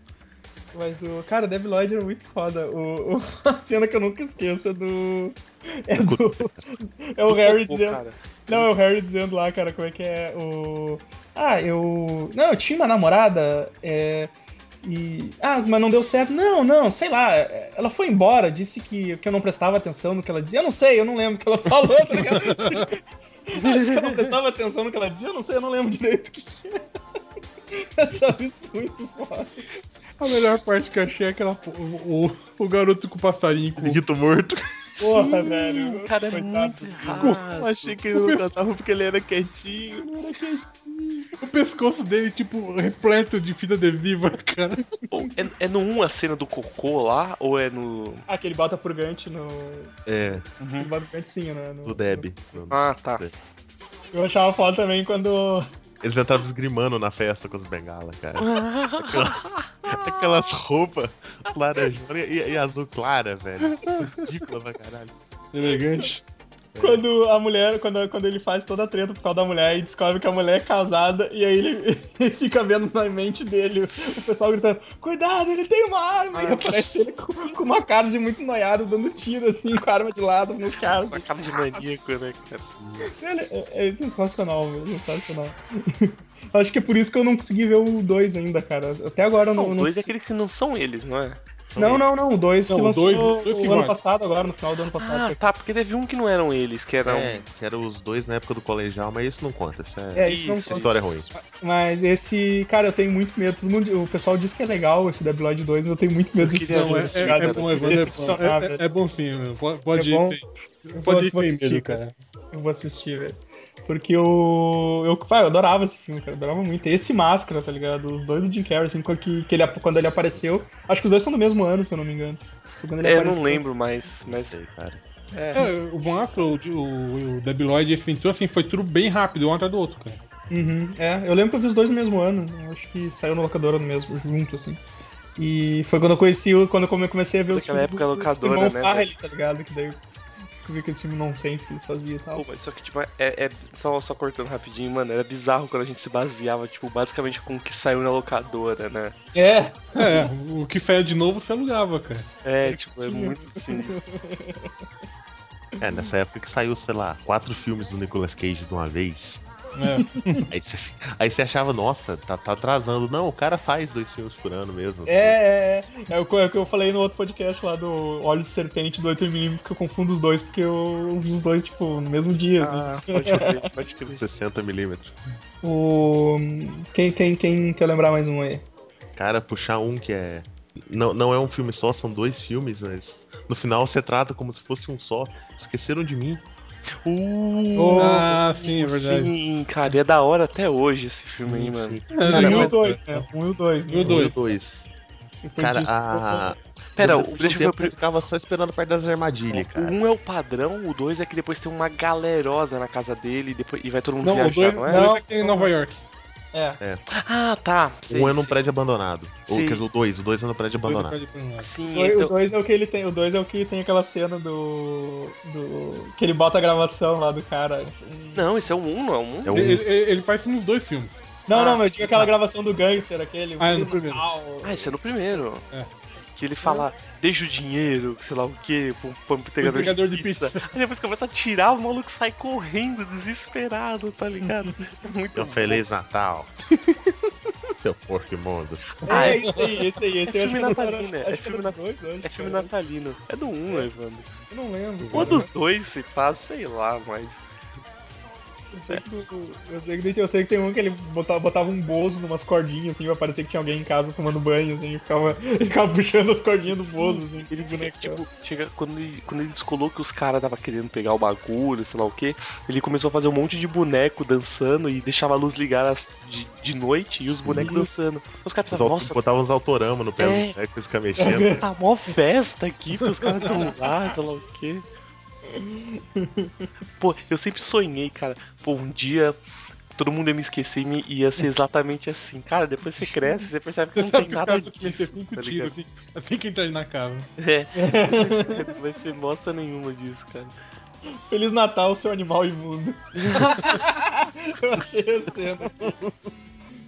Speaker 2: mas o. Cara, Debbie Lloyd era muito foda. O, o- a cena que eu nunca esqueço é do. É do. É o Harry
Speaker 1: Pô,
Speaker 2: dizendo.
Speaker 1: cara.
Speaker 2: Não, é o Harry dizendo lá, cara, como é que é o. Ah, eu. Não, eu tinha uma namorada. É. E. Ah, mas não deu certo. Não, não, sei lá. Ela foi embora, disse que, que eu não prestava atenção no que ela dizia. Eu não sei, eu não lembro o que ela falou, tá ligado? Ela disse que eu não prestava atenção no que ela dizia, eu não sei, eu não lembro direito o que, que era. Eu achava isso muito foda.
Speaker 3: É, tipo, A melhor parte que eu achei é aquela, po- o, o, o garoto com o passarinho com
Speaker 6: Rito morto.
Speaker 2: Porra, velho.
Speaker 1: O cara é
Speaker 2: Coitado.
Speaker 1: muito errado.
Speaker 6: Achei que ele não cantava porque ele era quietinho.
Speaker 3: o pescoço dele, tipo, repleto de fita adesiva, cara.
Speaker 1: É, é no 1 a cena do cocô lá? Ou é no.
Speaker 2: Ah, que ele bota pro Gant no.
Speaker 6: É,
Speaker 2: Ele bota pro Gantinho, né? No-
Speaker 6: do Deb.
Speaker 1: Ah, tá.
Speaker 6: É.
Speaker 2: Eu achava foda também quando.
Speaker 6: Eles entravam esgrimando na festa com os bengala, cara. Aquelas roupas laranjona e, e azul clara, velho. Tipo, Ridícula pra caralho.
Speaker 3: Elegante.
Speaker 2: Quando a mulher. Quando, quando ele faz toda a treta por causa da mulher e descobre que a mulher é casada, e aí ele fica vendo na mente dele o pessoal gritando: Cuidado, ele tem uma arma!
Speaker 3: Ah.
Speaker 2: E aparece ele com, com uma cara de muito noiado, dando tiro assim, com a arma de lado no cara.
Speaker 1: Uma cara de maníaco, né, cara?
Speaker 2: Ele- É, é sensacional, meu, sensacional. Acho que é por isso que eu não consegui ver o 2 ainda, cara. Até agora eu não.
Speaker 1: Não,
Speaker 2: não
Speaker 1: o 2 é
Speaker 2: consegui-
Speaker 1: aqueles que não são eles, não é?
Speaker 2: Não, não, não. O 2 que
Speaker 3: Não, o
Speaker 2: lançou
Speaker 3: dois- o dois que
Speaker 2: o ano
Speaker 3: mata.
Speaker 2: passado, agora, no final do ano
Speaker 1: Ah,
Speaker 2: passado. é
Speaker 1: tá, porque teve um que não eram eles, que eram.
Speaker 6: É, que eram os dois na época do colegial, mas isso não conta. Isso é,
Speaker 2: é, isso não
Speaker 1: isso,
Speaker 2: conta.
Speaker 6: história ruim.
Speaker 2: Mas esse, cara, eu tenho muito medo. Todo mundo, o pessoal diz que é legal esse Dead Lloyd 2, mas eu tenho muito medo tá disso.
Speaker 1: queria
Speaker 3: Não, é,
Speaker 1: ver.
Speaker 3: é- é bom, é bom,
Speaker 2: Decepcionar,
Speaker 3: é,
Speaker 2: velho.
Speaker 3: bom. É, é bom sim, meu. pode, pode
Speaker 2: É
Speaker 3: ir
Speaker 2: bom.
Speaker 3: sem,
Speaker 2: Eu vou-
Speaker 3: pode ir
Speaker 2: vou
Speaker 3: sem
Speaker 2: assistir,
Speaker 3: medo,
Speaker 2: cara.
Speaker 3: cara.
Speaker 2: Eu vou assistir, velho. Porque eu, eu, vai, eu adorava esse filme, cara. Eu adorava muito. Esse Máscara, tá ligado? Os dois do Jim Carrey, assim, com- que, que ele, quando ele apareceu. Acho que os dois são do mesmo ano, se eu não me engano. Foi quando ele
Speaker 1: É, eu
Speaker 2: apareceu,
Speaker 1: não lembro mais, mas.
Speaker 6: Sei, cara.
Speaker 1: É.
Speaker 3: É, o Von Afro, o, o, o Debi Lloyd, esse entrou assim, foi tudo bem rápido, um atrás do outro, cara.
Speaker 2: Uhum, é, eu lembro que eu vi os dois no mesmo ano. Eu Acho que saiu na locadora no mesmo, junto, assim. E foi quando eu conheci, o- quando eu come- comecei a ver os
Speaker 1: Naquela
Speaker 2: filmes do,
Speaker 1: época,
Speaker 2: do
Speaker 1: locadora,
Speaker 2: Simon
Speaker 1: né,
Speaker 2: Farrell, tá ligado? Que daí eu descobri que esse filme nonsense que eles faziam e tal.
Speaker 1: Pô, mas só que, tipo, é, é- só, só cortando rapidinho, mano, era bizarro quando a gente se baseava, tipo, basicamente com o que saiu na locadora, né?
Speaker 2: É,
Speaker 3: É, o que saia de novo você alugava, cara.
Speaker 1: É, tipo, é muito sinistro.
Speaker 6: É, nessa época que saiu, sei lá, quatro filmes do Nicolas Cage de uma vez.
Speaker 3: É.
Speaker 6: Aí você, aí você achava, nossa, tá, tá atrasando. Não, o cara faz dois filmes por ano mesmo.
Speaker 2: é, é, é. É o que é o que eu falei no outro podcast lá do Olho de Serpente do 8mm, que eu confundo os dois porque eu vi os dois, tipo, no mesmo dia. assim.
Speaker 1: Ah, pode crer, pode
Speaker 6: assim,
Speaker 1: crer.
Speaker 6: 60mm.
Speaker 2: O... Quem, quem, quem quer lembrar mais um aí?
Speaker 6: Cara, puxar um que é. Não, não é um filme só, são dois filmes, mas no final você trata como se fosse um só. Esqueceram de mim.
Speaker 1: Uh,
Speaker 2: Ô,
Speaker 3: Ah, sim, é verdade.
Speaker 1: Sim, cara, e é da hora até hoje esse filme aí, mano.
Speaker 3: É,
Speaker 2: um e o
Speaker 3: mas-
Speaker 2: dois, né? Um e o dois, né?
Speaker 3: E o dois.
Speaker 6: E dois.
Speaker 2: Depois
Speaker 6: Cara,
Speaker 2: disso,
Speaker 6: a.
Speaker 1: Pera,
Speaker 6: durante um
Speaker 1: deixa eu ver o
Speaker 6: tempo
Speaker 1: pri-
Speaker 6: Você ficava só esperando a parte das armadilhas,
Speaker 1: O
Speaker 6: cara.
Speaker 1: 1 um é o padrão, o 2 é que depois tem uma galerosa na casa dele e, depois, e vai todo mundo
Speaker 3: Não, o
Speaker 1: viajar,
Speaker 3: dois,
Speaker 1: não é?
Speaker 3: dois é aquele em Nova York.
Speaker 2: É.
Speaker 1: Ah, tá. sei,
Speaker 6: um é num
Speaker 1: sei.
Speaker 6: prédio abandonado. Ou
Speaker 1: Sim.
Speaker 6: quer dizer, o dois. O dois é no prédio
Speaker 3: Dois é
Speaker 6: abandonado.
Speaker 3: pra ele, pra lá.
Speaker 1: Sim,
Speaker 2: O- O
Speaker 1: então,
Speaker 2: 2 é o que ele tem, o 2 é o que tem aquela cena do, do que ele bota a gravação lá do cara.
Speaker 1: não, esse é o 1, um, não é o 1? Um?
Speaker 6: É um.
Speaker 3: Ele, ele- ele faz isso nos dois filmes.
Speaker 2: Não,
Speaker 1: Ah.
Speaker 2: não, mas eu digo aquela gravação do gangster, aquele.
Speaker 3: Ah, é no primeiro.
Speaker 2: Ah,
Speaker 1: Ah, esse é no primeiro.
Speaker 3: É.
Speaker 1: Que ele fala, deixa o dinheiro, sei lá o quê, pra um, pra um entregador,
Speaker 3: entregador
Speaker 1: de,
Speaker 3: de
Speaker 1: pizza. Aí depois começa a tirar, o maluco sai correndo, desesperado, tá ligado? É muito
Speaker 6: Então,
Speaker 1: bom.
Speaker 6: Feliz Natal. Seu porco imundo.
Speaker 1: Ah,
Speaker 2: é esse aí, esse aí, esse
Speaker 1: É
Speaker 2: aí. eu
Speaker 1: filme
Speaker 2: acho que eu não-
Speaker 1: natalino, né?
Speaker 2: acho
Speaker 1: É
Speaker 2: que
Speaker 1: filme
Speaker 2: eu não- dois, eu acho
Speaker 1: É filme
Speaker 2: que eu-
Speaker 1: natalino. É do 1, um, Evandro.
Speaker 2: É. Eu não lembro.
Speaker 1: Ou
Speaker 2: cara.
Speaker 1: dos dois, se passa, sei lá, mas...
Speaker 2: Eu sei, que, o- eu, sei que, eu sei que tem um que ele botava, botava um bozo numas cordinhas, assim, pra parecer que tinha alguém em casa tomando banho, assim, e ficava, ele ficava puxando as cordinhas do bozo, assim, aquele boneco.
Speaker 1: Tipo, chega, quando, ele, quando ele descolou que os caras tava querendo pegar o bagulho, sei lá o que, ele começou a fazer um monte de boneco dançando e deixava a luz ligada às- de, de noite e os bonecos
Speaker 2: Isso.
Speaker 1: dançando. Os caras
Speaker 6: Os
Speaker 1: pensavam,
Speaker 6: auto...
Speaker 1: nossa,
Speaker 6: Botava uns autorama no pé né,
Speaker 1: É.
Speaker 6: do boneco, fica mexendo.
Speaker 1: tá mó festa aqui, porque os caras tão lá, sei lá o quê. Pô, eu sempre sonhei, cara. Pô, um dia todo mundo ia me esquecer e me- ia ser exatamente assim. Cara, depois você cresce, você percebe que
Speaker 3: Você
Speaker 1: não
Speaker 3: sabe
Speaker 1: tem
Speaker 3: que o cara
Speaker 1: nada
Speaker 3: vai meter
Speaker 1: disso.
Speaker 3: cinco
Speaker 1: Tá
Speaker 3: tiros
Speaker 1: ligado?
Speaker 3: assim, assim que entrar ele na casa.
Speaker 1: É, não vai ser- vai ser bosta nenhuma disso, cara.
Speaker 2: Feliz Natal, seu animal imundo. eu achei a cena.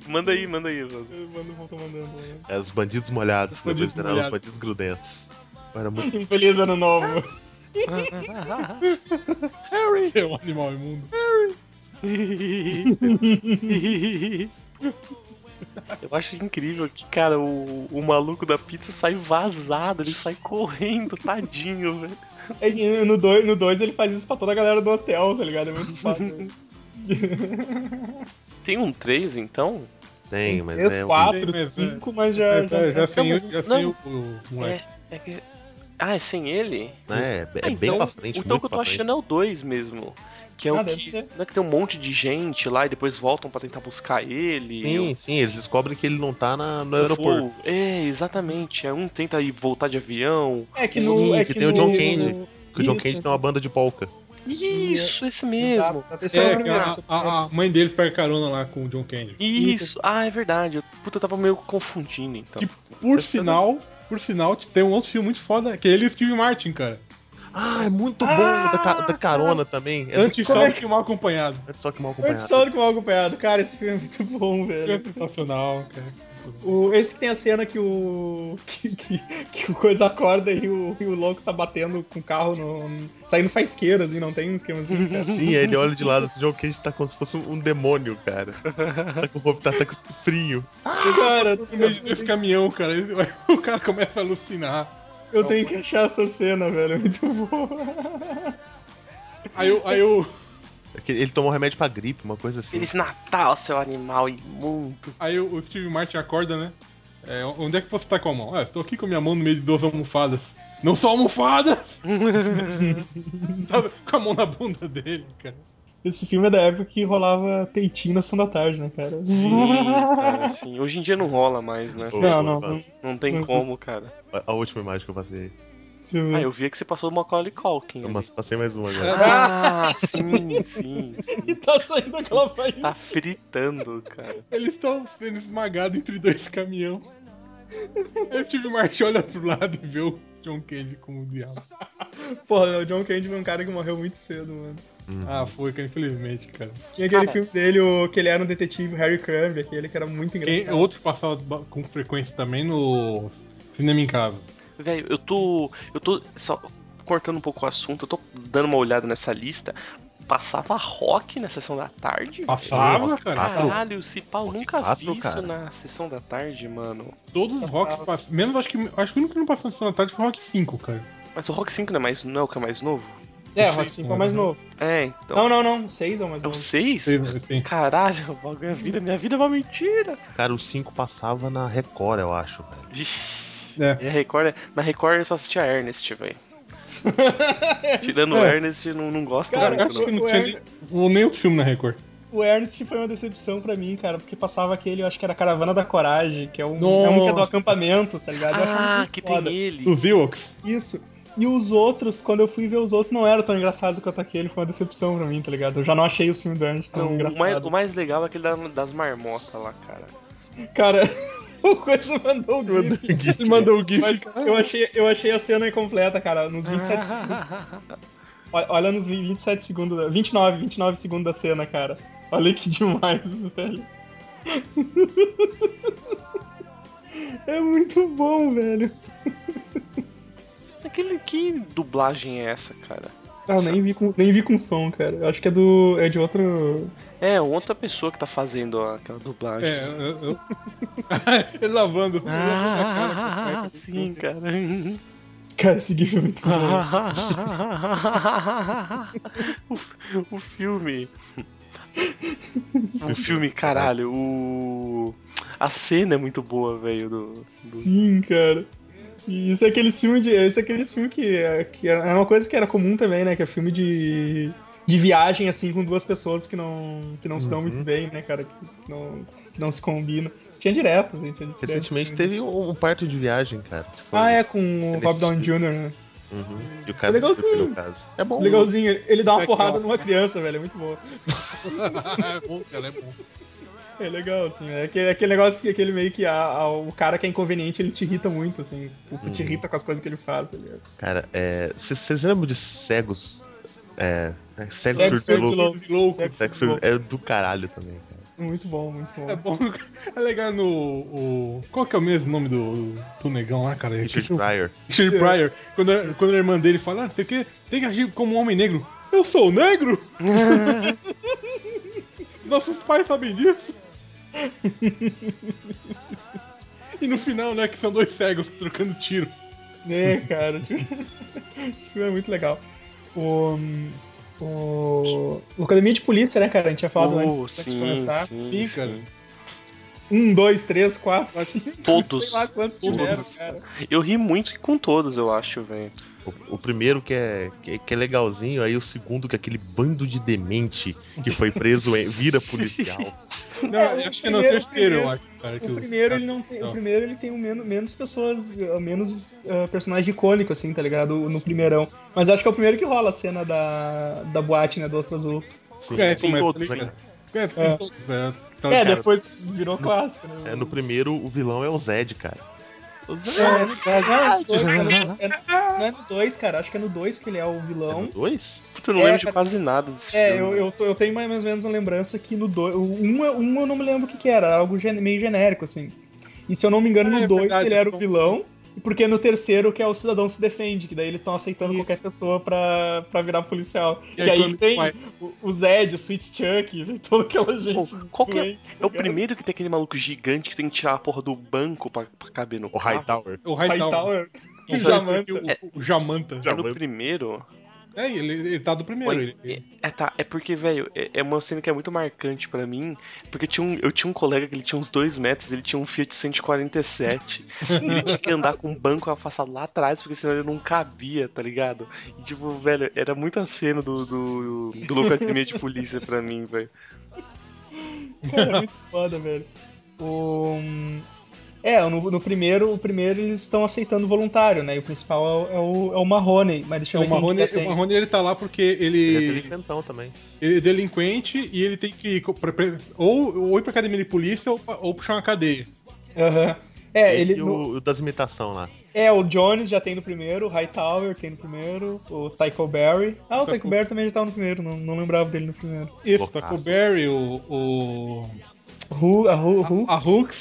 Speaker 1: Manda aí, manda aí, Evandro.
Speaker 2: Eu mando, vou tô mandando. né?
Speaker 6: É, os bandidos molhados,
Speaker 3: Os
Speaker 6: que depois
Speaker 3: bandidos
Speaker 6: viraram os
Speaker 3: molhados.
Speaker 6: bandidos grudentos. Era muito
Speaker 2: Um Feliz ano novo.
Speaker 3: Harry! É um animal imundo.
Speaker 1: Eu acho incrível que, cara, o, o maluco da pizza sai vazado, ele sai correndo, tadinho, velho.
Speaker 2: É que No 2 no dois ele faz isso pra toda a galera do hotel, tá ligado? É muito fácil.
Speaker 1: Tem um 3, então?
Speaker 6: Tem, mas
Speaker 2: Três,
Speaker 6: é um-
Speaker 2: quatro,
Speaker 3: mas é-
Speaker 2: cinco, mas já.
Speaker 3: É, Já, já tem, o- já tem
Speaker 1: não.
Speaker 3: o, o moleque.
Speaker 1: É que... Ah, é sem ele?
Speaker 6: né, é, é
Speaker 1: Ah,
Speaker 6: bem
Speaker 1: então,
Speaker 6: pra
Speaker 1: Então o
Speaker 6: frente, muito
Speaker 1: que eu tô
Speaker 6: pra frente.
Speaker 1: achando é o 2 mesmo. Que é
Speaker 2: Ah,
Speaker 1: o
Speaker 2: deve
Speaker 1: que.
Speaker 2: ser.
Speaker 1: Não é que tem um monte de gente lá e depois voltam pra tentar buscar ele.
Speaker 6: Sim, sim, eles descobrem que ele não tá na- no
Speaker 1: eu-
Speaker 6: aeroporto.
Speaker 1: Pô, É, exatamente. É um tenta ir voltar de avião.
Speaker 2: É que
Speaker 6: Sim,
Speaker 2: no. é
Speaker 6: que tem o
Speaker 2: no-
Speaker 6: John Candy. Que o John
Speaker 2: Isso,
Speaker 6: Candy tem uma banda de polka.
Speaker 1: Isso, esse mesmo.
Speaker 2: Exato. Esse é o
Speaker 3: É, que
Speaker 2: primeiro,
Speaker 3: a,
Speaker 2: esse é o primeiro.
Speaker 3: a- a mãe dele pega carona lá com o John Candy.
Speaker 1: Isso.
Speaker 2: Isso.
Speaker 1: ah, é verdade. Eu- Puta, eu tava meio confundindo então.
Speaker 3: Que- Por
Speaker 1: Você
Speaker 3: sinal, por sinal, tem um outro filme muito foda, que é ele e o Steve Martin, cara.
Speaker 6: Ah, é muito
Speaker 2: Ah,
Speaker 6: bom da, ca- da carona também. É
Speaker 3: Antes
Speaker 6: muito bom.
Speaker 3: só que mal acompanhado.
Speaker 6: Antes só que mal
Speaker 2: Muito
Speaker 6: acompanhado.
Speaker 2: sólido com algo pegado. Cara, esse filme é muito bom,
Speaker 3: É
Speaker 2: velho.
Speaker 3: sensacional, cara.
Speaker 2: O, esse que tem a cena que o. que, que, que o coisa acorda e o, e o louco tá batendo com o carro no. saindo faisqueiro, assim, não tem um esquema assim. cara.
Speaker 6: Sim, aí ele olha de lado, esse John Cage tá como se fosse um demônio, cara. Tá com roupa, tá, tá com frio.
Speaker 2: Cara,
Speaker 3: No meio de dois caminhão, cara, ele- o cara começa a alucinar.
Speaker 2: eu tenho que achar essa cena, velho. É muito boa.
Speaker 3: Aí, eu- aí eu,
Speaker 6: É que Ele tomou remédio pra gripe, uma coisa assim.
Speaker 1: Feliz Natal, seu animal imundo.
Speaker 3: aí o Steve Martin acorda, né? É, onde é que você tá com a mão? Ah, eu tô aqui com a minha mão no meio de duas almofadas. Não só almofadas! Tava com a mão na bunda dele, cara.
Speaker 2: Esse filme é da época que rolava peitinho na sessão da tarde, né, cara?
Speaker 1: Sim, cara, sim. Hoje em dia não rola mais, né?
Speaker 6: Ô,
Speaker 2: Não,
Speaker 6: ô,
Speaker 2: não,
Speaker 6: mano,
Speaker 2: não.
Speaker 1: Não tem
Speaker 2: Mas- é.
Speaker 1: como, cara.
Speaker 6: a- A última imagem que eu passei.
Speaker 2: Deixa eu
Speaker 1: Ah,
Speaker 2: ver.
Speaker 1: eu vi que você passou o Macaulay Culkin. ali.
Speaker 6: Mas passei mais uma agora.
Speaker 1: Ah, sim, sim.
Speaker 2: E tá saindo aquela faísca.
Speaker 1: Tá fritando, cara.
Speaker 3: Eles estão sendo esmagados entre dois caminhão. Aí o Steve Martin olha pro lado e vê o John Candy como o diabo.
Speaker 2: Porra, o John Candy foi um cara que morreu muito cedo, mano.
Speaker 3: Ah, foi, cara, infelizmente, cara.
Speaker 2: Tinha aquele
Speaker 1: Cara.
Speaker 2: filme dele, o, que ele era um detetive, o Harry Crumb, aquele que era muito
Speaker 3: Quem,
Speaker 2: engraçado.
Speaker 3: outro que passava ba- com frequência também no Cinema em Casa.
Speaker 1: Velho, eu tô. Eu tô. Só cortando um pouco o assunto, eu tô dando uma olhada nessa lista. Passava rock na sessão da tarde?
Speaker 3: Passava,
Speaker 6: Nossa,
Speaker 3: cara.
Speaker 6: passava.
Speaker 1: Caralho, se pau, eu nunca
Speaker 6: quatro,
Speaker 1: vi
Speaker 6: cara.
Speaker 1: isso na sessão da tarde, mano.
Speaker 3: Todos os rock passam. Menos acho que acho que o único que não passou na sessão da tarde foi o Rock 5, cara.
Speaker 1: Mas o Rock 5 não é, mais, não é o que é mais novo?
Speaker 2: É, o Rock 5 é o mais novo.
Speaker 1: É, então.
Speaker 2: Não, não, não. Seis é o mais
Speaker 1: É o
Speaker 2: novo.
Speaker 1: 6?
Speaker 3: Sim, sim.
Speaker 1: Caralho, o bagulho é vida, minha vida é uma mentira.
Speaker 6: Cara, o 5 passava na Record, eu acho, velho.
Speaker 1: Vixe.
Speaker 3: É.
Speaker 1: E a Record, na Record eu só assistia Ernest, velho. Tirando o
Speaker 3: É.
Speaker 1: Ernest, não, não gosto
Speaker 2: Cara,
Speaker 1: muito,
Speaker 3: Acho
Speaker 1: não.
Speaker 3: que não tinha nem- ou nem outro filme na Record.
Speaker 2: O Ernest foi uma decepção pra mim, cara, porque passava aquele, eu acho que era Caravana da Coragem, que é um, é um que é do
Speaker 3: Nossa.
Speaker 2: acampamento, tá ligado? Eu achava
Speaker 1: Ah,
Speaker 2: muito
Speaker 1: que
Speaker 2: foda.
Speaker 1: tem ele.
Speaker 3: Os Ewoks.
Speaker 2: Isso. E os outros, quando eu fui ver os outros, não era tão engraçado quanto aquele, foi uma decepção pra mim, tá ligado? Eu já não achei os filmes do Ernest tão
Speaker 1: Não, o, mais,
Speaker 2: engraçados.
Speaker 1: o mais legal é aquele da- das marmotas lá, cara.
Speaker 2: Cara, o Coisa mandou o GIF,
Speaker 3: Ele mandou o GIF.
Speaker 2: mas eu achei, eu achei a cena incompleta, cara, nos 27
Speaker 1: Ah.
Speaker 2: segundos. Olha olha nos 27 segundos, da- 29, 29 segundos da cena, cara. Olha que demais, velho. É muito bom, velho.
Speaker 1: Aquele, que dublagem é essa, cara?
Speaker 2: Eu Ah, nem vi, com, nem vi com som, cara. Eu acho que é do. é de outro.
Speaker 1: É, outra pessoa que tá fazendo aquela dublagem.
Speaker 3: É, eu- eu- ele lavando. ele lavando a cara com o
Speaker 1: Ah,
Speaker 3: Michael.
Speaker 1: sim, cara.
Speaker 2: Cara, esse GIF é muito bom.
Speaker 1: o, o filme O filme, caralho, o. A cena é muito boa, velho. Do... do-
Speaker 2: Sim, cara. E isso é aqueles filmes de. Isso é aqueles filmes que, é- que é uma coisa que era comum também, né? Que é filme de. De viagem, assim, com duas pessoas que não, que não se dão
Speaker 6: Uhum.
Speaker 2: muito bem, né, cara? Que, que não, que não se combinam. Isso tinha direto, assim. Tinha direto,
Speaker 6: Recentemente
Speaker 2: assim.
Speaker 6: teve um, um parto de viagem, cara. Tipo,
Speaker 2: Ah, é, com o
Speaker 6: nesse
Speaker 2: Bob Down
Speaker 6: estilo.
Speaker 2: Jr., né?
Speaker 6: uhum. E o cara
Speaker 2: É legalzinho.
Speaker 6: descobriu o caso. É bom.
Speaker 2: Legalzinho, ele dá uma
Speaker 3: Como é que
Speaker 2: porrada
Speaker 3: é?
Speaker 2: numa criança, velho, é muito bom.
Speaker 3: é bom, cara, é bom.
Speaker 2: É legal, assim, é aquele, é aquele negócio que aquele meio que a, a- o cara que é inconveniente, ele te irrita muito, assim. Tu, tu te
Speaker 6: Uhum.
Speaker 2: irrita com as coisas que ele faz, tá ligado?
Speaker 6: Cara, é. Vocês lembram de cegos? É. é
Speaker 2: Sexo,
Speaker 6: Cegos
Speaker 2: sexo,
Speaker 6: surdo louco.
Speaker 2: loucos.
Speaker 3: Louco.
Speaker 2: Sexo,
Speaker 6: Sexo
Speaker 2: loucos.
Speaker 6: é do caralho também, cara.
Speaker 2: Muito bom, muito bom.
Speaker 3: É bom. É legal no. o- Qual que é o mesmo nome do, do negão lá, cara?
Speaker 6: Richard
Speaker 3: Eu-
Speaker 6: Pryor.
Speaker 3: Richard Pryor. Quando, a- quando a irmã dele fala, ah, você quer, tem que agir como um homem negro. Eu sou negro? Nossos pais sabem disso. e no final, né, que são dois cegos trocando tiro.
Speaker 2: É, cara. tipo, Esse filme é muito legal. O. O. o Academia de Polícia, né, cara? A gente tinha falado antes,
Speaker 1: Oh,
Speaker 2: antes de
Speaker 1: sim,
Speaker 2: começar.
Speaker 1: sim,
Speaker 3: Sim,
Speaker 1: sim.
Speaker 3: cara.
Speaker 2: Um, dois, três, quatro, cinco,
Speaker 1: todos.
Speaker 2: Sei lá quantos
Speaker 1: Todos.
Speaker 2: tiveram, cara.
Speaker 1: Eu ri muito com todos, eu acho, velho.
Speaker 6: O, o primeiro que é, que, é- que é legalzinho, aí o segundo que é aquele bando de demente que foi preso em, vira policial.
Speaker 3: Não,
Speaker 2: É, o
Speaker 3: acho que é no
Speaker 2: primeiro-
Speaker 3: terceiro, eu
Speaker 2: primeiro-
Speaker 3: acho, cara. que
Speaker 2: O
Speaker 3: os-
Speaker 2: primeiro ele não tem. O
Speaker 3: Não.
Speaker 2: primeiro ele tem um menos, menos pessoas, uh, menos uh, personagem icônico, assim, tá ligado? No primeirão. Mas acho que é o primeiro que rola a cena da, da boate, né? Do Ostra Azul.
Speaker 6: Sim,
Speaker 3: É,
Speaker 1: Sim,
Speaker 3: começa,
Speaker 1: todos,
Speaker 3: né,
Speaker 1: né?
Speaker 3: cara? É, tem todos, velho. Então,
Speaker 2: É,
Speaker 3: cara,
Speaker 2: depois virou clássico, né?
Speaker 6: É, no primeiro, o vilão é o Zed, cara. O Zed
Speaker 2: É, no- não, no dois, é no- é no- não é no 2, cara. Acho que é no 2 que ele é o vilão.
Speaker 6: é dois?
Speaker 1: Puta, eu não
Speaker 2: É,
Speaker 1: lembro de
Speaker 2: cara.
Speaker 1: quase nada desse
Speaker 2: É,
Speaker 1: filme.
Speaker 2: eu, eu, tô- eu tenho mais ou menos a lembrança que no 2. Um, eu- um eu não me lembro o que, que era, era algo gen- meio genérico, assim. E se eu não me engano,
Speaker 3: Ah, é
Speaker 2: no 2
Speaker 3: verdade,
Speaker 2: ele era o
Speaker 3: então.
Speaker 2: vilão, e porque no terceiro que é o cidadão se defende, que daí eles estão aceitando qualquer pessoa pra, pra virar policial.
Speaker 3: E
Speaker 2: E,
Speaker 3: aí
Speaker 2: aí
Speaker 3: quando
Speaker 2: tem
Speaker 3: vai-
Speaker 2: o, o Zed, o Sweet Chuck, toda aquela gente.
Speaker 1: qual que é-
Speaker 2: doente,
Speaker 1: É o
Speaker 2: tá ligado?
Speaker 1: primeiro que tem aquele maluco gigante que tem que tirar a porra do banco pra, pra caber no
Speaker 2: Ah.
Speaker 6: O
Speaker 1: carro.
Speaker 6: Hightower.
Speaker 3: O
Speaker 1: então?
Speaker 3: Hightower.
Speaker 2: Hightower.
Speaker 3: O
Speaker 1: Isso
Speaker 2: aí
Speaker 3: Jamanta. O, o Jamanta.
Speaker 1: É no primeiro?
Speaker 3: É, ele, ele tá do primeiro.
Speaker 1: Oi,
Speaker 3: ele-
Speaker 1: É, tá. É porque, velho, é, é uma cena que é muito marcante pra mim. Porque eu tinha, um, eu tinha um colega que ele tinha uns dois metros, ele tinha um Fiat 147. e ele tinha que andar com o banco afastado lá atrás, porque senão ele não cabia, tá ligado? E, tipo, velho, era muita cena do, do, do Louco Academia de Polícia pra mim, velho.
Speaker 2: Cara, é muito foda, velho. O... É, no, no primeiro, o primeiro eles estão aceitando voluntário, né? E o principal é o, é o, é o Marrone, mas deixa eu
Speaker 3: o
Speaker 2: ver
Speaker 3: Marrone,
Speaker 2: quem que já
Speaker 3: o
Speaker 2: tem.
Speaker 3: Marrone, ele tá lá porque
Speaker 6: Ele é
Speaker 3: ele,
Speaker 6: delinquentão também.
Speaker 3: ele é delinquente e ele tem que ir co- pra- pra- ou, ou ir pra academia de polícia ou, ou puxar uma cadeia.
Speaker 2: Aham. É, ele,
Speaker 6: e
Speaker 2: no-
Speaker 6: o, o das imitação lá.
Speaker 2: é, o Jones já tem no primeiro, o Hightower tem no primeiro, o Tycho Berry. Ah, o Tycho Berry também já tava no primeiro, não, não lembrava dele no primeiro.
Speaker 3: Isso,
Speaker 6: Loucaço.
Speaker 3: tá com o Barry, o, o-
Speaker 2: Hu, a Hu, Hooks.
Speaker 3: a Hooks.
Speaker 6: A Hulk.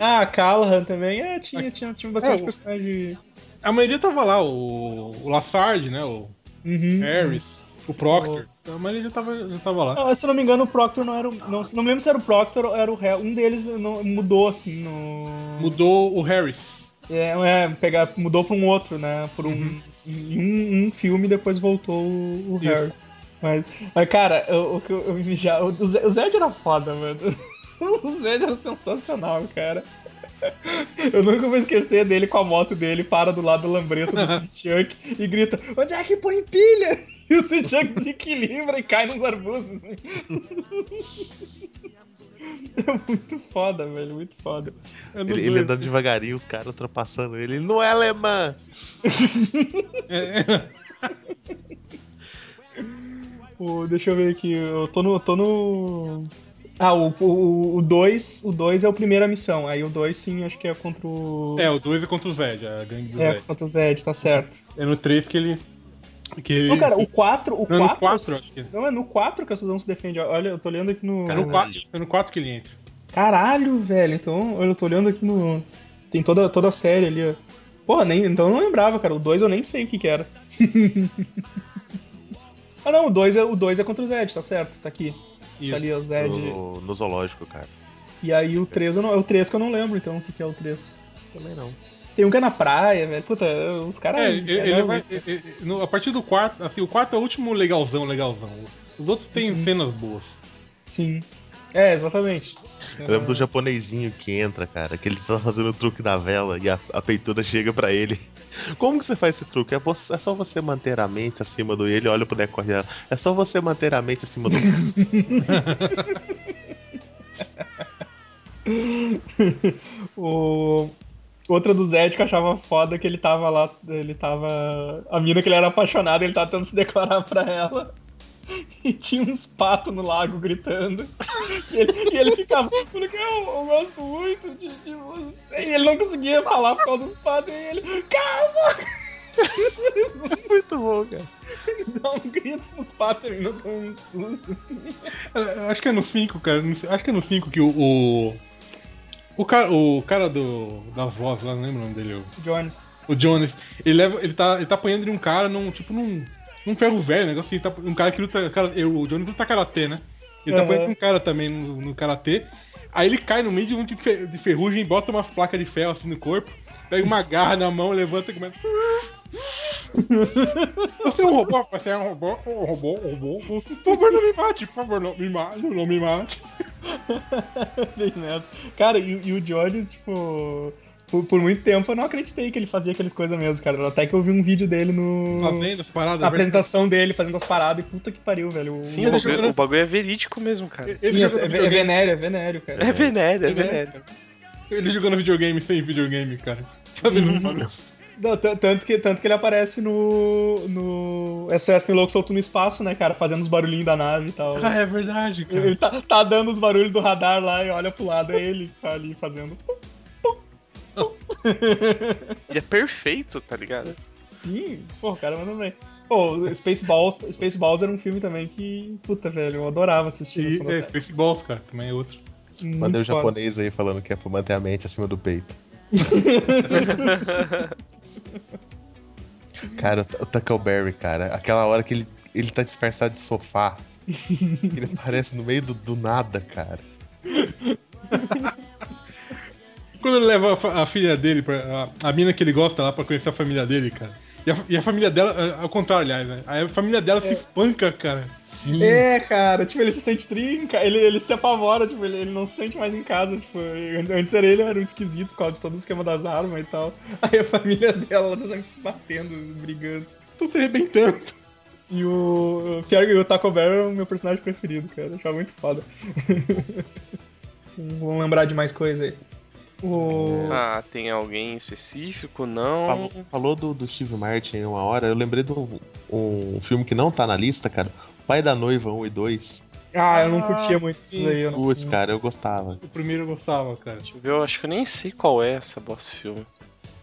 Speaker 2: Ah, a Callahan também. É, tinha, tinha, tinha bastante
Speaker 3: É, o-
Speaker 2: personagem.
Speaker 3: A maioria tava lá, o, o Lassard, né? O
Speaker 2: Uhum.
Speaker 3: Harris, o Proctor. A maioria já tava, já tava lá.
Speaker 2: Ah, se eu não me engano, o Proctor não era o. Não, não me lembro se era o Proctor ou era o Hell. Um deles não- mudou, assim, no.
Speaker 3: Mudou o Harris.
Speaker 2: É, é, pegar, mudou pra um outro, né? Por um, em um, um filme depois voltou o, o
Speaker 3: Isso.
Speaker 2: Harris. Mas, mas, cara, eu- o que eu, eu me já. O Zed, o Zed era foda, mano. O Zed era sensacional, cara. Eu nunca vou esquecer dele com a moto dele, para do lado da lambreta do Sid Chuck e grita: Onde é que põe pilha? E o Sid Chuck se equilibra e cai nos arbustos. assim. É muito foda, velho, muito foda.
Speaker 3: É no
Speaker 6: Ele, ele
Speaker 3: dois.
Speaker 6: andando devagarinho, os caras ultrapassando ele. Ele não é alemã!
Speaker 2: O- deixa eu ver aqui, eu tô no. eu tô no... Ah, o 2 o, o dois, o dois é o primeira missão. Aí o 2 sim, acho que é contra o.
Speaker 3: É, o 2 é contra o Zed, a gangue do
Speaker 2: É,
Speaker 3: Zed.
Speaker 2: contra o Zed, tá certo.
Speaker 3: É no 3 que ele. Que ele
Speaker 2: Não, cara, o 4. O
Speaker 3: Não, no
Speaker 2: 4
Speaker 3: 4, acho que é.
Speaker 2: não, é no 4 que o Suzão se defende. Olha, eu tô olhando aqui no.
Speaker 6: Cara,
Speaker 3: No 4, é no 4 que ele entra.
Speaker 2: Caralho, velho. Então, olha, eu tô olhando aqui no. Tem toda, toda a série ali, ó. Porra, nem, então eu não lembrava, cara. O 2 eu nem sei o que que era. ah, não, o 2 é, o dois é contra o Zed, tá certo, tá aqui.
Speaker 3: Isso.
Speaker 2: Tá ali, ó, o Zed.
Speaker 6: No, no zoológico, cara.
Speaker 2: E aí o 3 eu não, é o 3 que eu não lembro, então, o que, que é o 3.
Speaker 6: Também não.
Speaker 2: Tem um que é na praia, velho. Puta, os caras. é
Speaker 3: É, ele, ele vai. ele- ele- no- a partir do 4, assim, o 4 é o último é legalzão, legalzão. O Os outros têm cenas boas.
Speaker 2: Sim. É, exatamente.
Speaker 6: Eu lembro do japonesinho que entra, cara, que ele tá fazendo o truque da vela e a, a peitona chega pra ele. Como que você faz esse truque? É, você- é só você manter a mente acima do ele, olha pro decorre dela. É só você manter a mente acima do.
Speaker 2: O... Outra do Zed que eu achava foda que ele tava lá, ele tava. A mina que ele era apaixonado, ele tava tentando se declarar pra ela. E tinha uns patos no lago gritando. E ele, e ele ficava, porque eu, eu gosto muito de, de você. E ele não conseguia falar por causa dos patos. E ele, calma!
Speaker 6: Muito bom, cara.
Speaker 2: Dá um grito pros patos, ele não toma um susto.
Speaker 3: É, Acho que é no 5, cara. não sei- Acho que é no 5 que o. O, o cara, o cara do, da voz lá, não lembro o nome dele. o-
Speaker 2: Jones.
Speaker 3: O Jones. Ele, leva, ele, tá, ele tá apanhando de um cara num. Tipo num. Num ferro velho, negócio assim. Tá, um cara que luta. cara- eu- o Jones luta karatê, né? Ele tá
Speaker 2: Aham.
Speaker 3: apanhando de um cara também no, no karatê. Aí ele cai no meio de um de, fe- de ferrugem, bota umas placas de ferro assim no corpo, pega uma garra na mão, levanta e começa. Você é um robô, você é um robô, um robô, um robô. Por favor, não me mate, por favor, não me mate, não me mate.
Speaker 2: Bem nessa. Cara, e, e o Jones, tipo. Por, por muito tempo eu não acreditei que ele fazia aquelas coisas mesmo, cara. Até que eu vi um vídeo dele no.
Speaker 3: Fazendo as paradas.
Speaker 2: A apresentação dele fazendo as paradas e puta que pariu, velho. O-
Speaker 1: Sim,
Speaker 3: Ele
Speaker 1: o
Speaker 3: jogando-
Speaker 1: bagulho, o bagulho é verídico mesmo, cara.
Speaker 3: ele
Speaker 2: Sim, é,
Speaker 3: jogando
Speaker 2: é- é
Speaker 3: videogame.
Speaker 2: venério, é venério, cara.
Speaker 1: É venério, é
Speaker 3: É venério.
Speaker 1: venério.
Speaker 3: Ele jogando videogame sem videogame, cara. Fazendo as paradas.
Speaker 2: Não, tan- tanto, que, tanto que ele aparece no. no SOS Louco Solto no Espaço, né, cara? Fazendo os barulhinhos da nave e tal.
Speaker 3: Ah, é verdade, cara.
Speaker 2: Ele tá, tá dando os barulhos do radar lá e olha pro lado, é ele que tá ali fazendo.
Speaker 1: E é perfeito, tá ligado?
Speaker 2: Sim, pô, o cara manda bem. Pô, Spaceballs, Spaceballs era um filme também que, puta, velho, eu adorava assistir. essa
Speaker 3: E, é,
Speaker 2: novela.
Speaker 3: Spaceballs, cara, também é outro.
Speaker 2: Muito
Speaker 6: Mandei o
Speaker 2: foda.
Speaker 6: japonês aí falando que é pra manter a mente acima do peito. cara, o Tuckleberry, cara, aquela hora que ele, ele tá disfarçado de sofá. ele aparece no meio do, do nada, cara.
Speaker 3: Quando ele leva a fa- a, filha dele, pra, a, a mina que ele gosta lá pra conhecer a família dele, cara. E a, e a família dela, é, ao contrário, aliás, né? Aí a família dela se espanca, cara.
Speaker 6: Sim.
Speaker 2: É, cara, tipo, ele se sente trinca, ele, ele se apavora, tipo, ele, ele não se sente mais em casa, tipo, ele- antes era ele, era um esquisito por causa de todo o esquema das armas e tal. Aí a família dela, ela tá sempre se batendo, brigando.
Speaker 3: Tô se arrebentando.
Speaker 2: E o pior que o Taco Bell é o meu personagem preferido, cara, eu achava muito foda. Vamos lembrar de mais coisa aí. O...
Speaker 1: Ah, tem alguém específico? Não.
Speaker 2: É.
Speaker 6: Falou, falou do, do Steve Martin em uma hora, eu lembrei de um- um filme que não tá na lista, cara. Pai da Noiva 1 e 2.
Speaker 2: Ah, eu não curtia muito isso aí, eu não.
Speaker 6: Putz, cara, eu gostava.
Speaker 3: O primeiro eu gostava, cara.
Speaker 1: Deixa eu ver, eu acho que eu nem sei qual é essa bosta filme.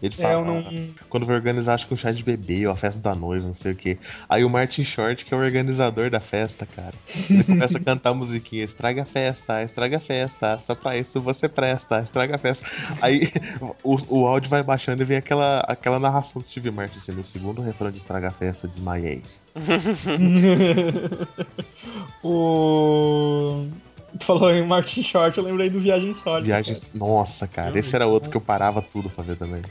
Speaker 6: Ele
Speaker 2: É,
Speaker 6: fala,
Speaker 2: eu não.
Speaker 6: quando vai organizar, acho que um chá de bebê ou a festa da noiva, não sei o quê. Aí o Martin Short, que é o organizador da festa, cara, ele começa a cantar a musiquinha, estraga a festa, estraga a festa, só pra isso você presta, estraga a festa. Aí o, o áudio vai baixando e vem aquela, aquela narração do Steve Martin, assim, no segundo refrão de estraga a festa, desmaiei.
Speaker 2: o. Tu falou em Martin Short, eu lembrei do Viagem Sólida.
Speaker 6: Viagem, nossa, cara, esse era outro que eu parava tudo pra ver também.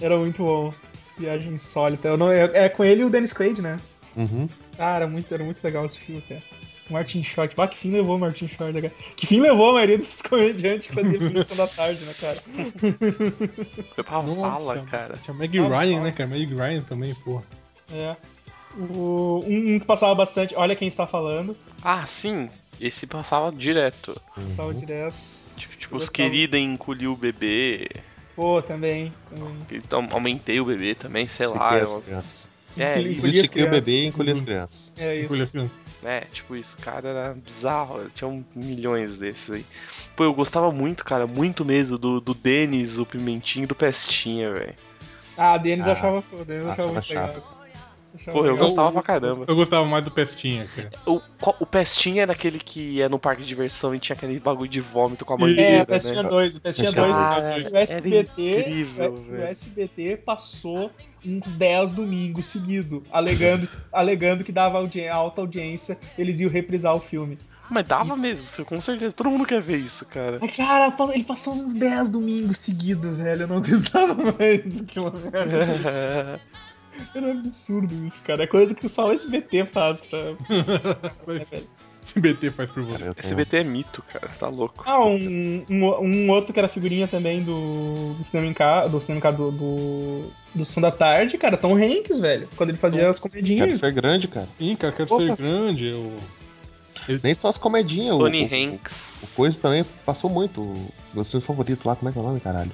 Speaker 2: Era muito bom. Viagem Insólita. Eu não, é, é com ele e o Dennis Quaid, né?
Speaker 6: Uhum.
Speaker 2: Cara, era muito, era muito legal esse filme, cara. Martin Short. Bah, que fim levou o Martin Short, né, cara? Que fim levou a maioria desses comediantes que fazia filme de sessão da tarde, né, cara?
Speaker 1: Foi pra fala,
Speaker 3: Nossa.
Speaker 1: cara.
Speaker 3: Tinha Meg
Speaker 2: Ah,
Speaker 3: Ryan,
Speaker 2: fala.
Speaker 3: né, cara? Meg Ryan também, porra.
Speaker 2: É. O, um, um que passava bastante. Olha quem está falando.
Speaker 1: Ah, sim. Esse passava direto.
Speaker 6: Uhum.
Speaker 2: Passava direto.
Speaker 1: Tipo, tipo, os
Speaker 2: gostava.
Speaker 1: querida encolhiu o bebê.
Speaker 2: Pô, também. também.
Speaker 1: que então Aumentei o bebê também, sei
Speaker 6: Você
Speaker 1: lá.
Speaker 6: cria
Speaker 1: É,
Speaker 6: as
Speaker 1: umas-
Speaker 6: crianças.
Speaker 1: é,
Speaker 2: Encolhi-
Speaker 1: isso,
Speaker 2: encolhi- as
Speaker 6: Você cria o
Speaker 2: crianças.
Speaker 6: bebê e encolhe as crianças.
Speaker 2: É
Speaker 3: Encolhe
Speaker 2: isso.
Speaker 3: assim,
Speaker 1: né? Tipo isso, cara, era bizarro. Tinha um- milhões desses aí. Pô, eu gostava muito, cara, muito mesmo do, do Denis, o Pimentinho e do Pestinha, velho.
Speaker 2: Ah, Dennis
Speaker 6: Ah,
Speaker 2: achava foda. Dennis
Speaker 6: ah,
Speaker 2: achava muito
Speaker 6: achava
Speaker 2: legal. Achava
Speaker 1: Pô, eu
Speaker 2: legal.
Speaker 1: gostava pra caramba.
Speaker 3: Eu gostava mais do Pestinha, cara.
Speaker 1: O, qual- o Pestinha era aquele que ia no parque de diversão e tinha aquele bagulho de vômito com a
Speaker 3: É,
Speaker 1: mangueira,
Speaker 2: É,
Speaker 1: né?
Speaker 2: o Pestinha 2, o Pestinha 2.
Speaker 1: Cara,
Speaker 2: então, O SBT,
Speaker 1: era incrível,
Speaker 2: é, o- o
Speaker 1: velho.
Speaker 2: SBT passou uns 10 domingos seguidos, alegando, alegando que dava audi- alta audiência, eles iam reprisar o filme.
Speaker 1: Mas dava mesmo, você- com certeza. Todo mundo quer ver isso, cara.
Speaker 2: Mas, cara, fa- ele passou uns 10 domingos seguidos, velho. Eu não aguentava mais aquilo, velho. Era um absurdo isso, cara. É coisa que só o SBT faz pra.
Speaker 3: CBT faz por você.
Speaker 6: Eu tenho-
Speaker 1: SBT é mito, cara, tá louco.
Speaker 2: Ah, um, um, um outro que era figurinha também do, do cinema em casa, do cinema em casa do, do, do Sessão da Tarde, cara, Tom Hanks, velho. Quando ele fazia as
Speaker 6: Quero
Speaker 2: comedinhas.
Speaker 6: um ser grande, cara.
Speaker 3: Sim, cara, quero ser
Speaker 6: Opa.
Speaker 3: grande. Eu...
Speaker 6: Nem só as comedinhas. o-
Speaker 1: Tony
Speaker 6: o,
Speaker 1: Hanks.
Speaker 6: O Coisa também passou muito. O meu filme favorito lá, como é que é o nome, caralho?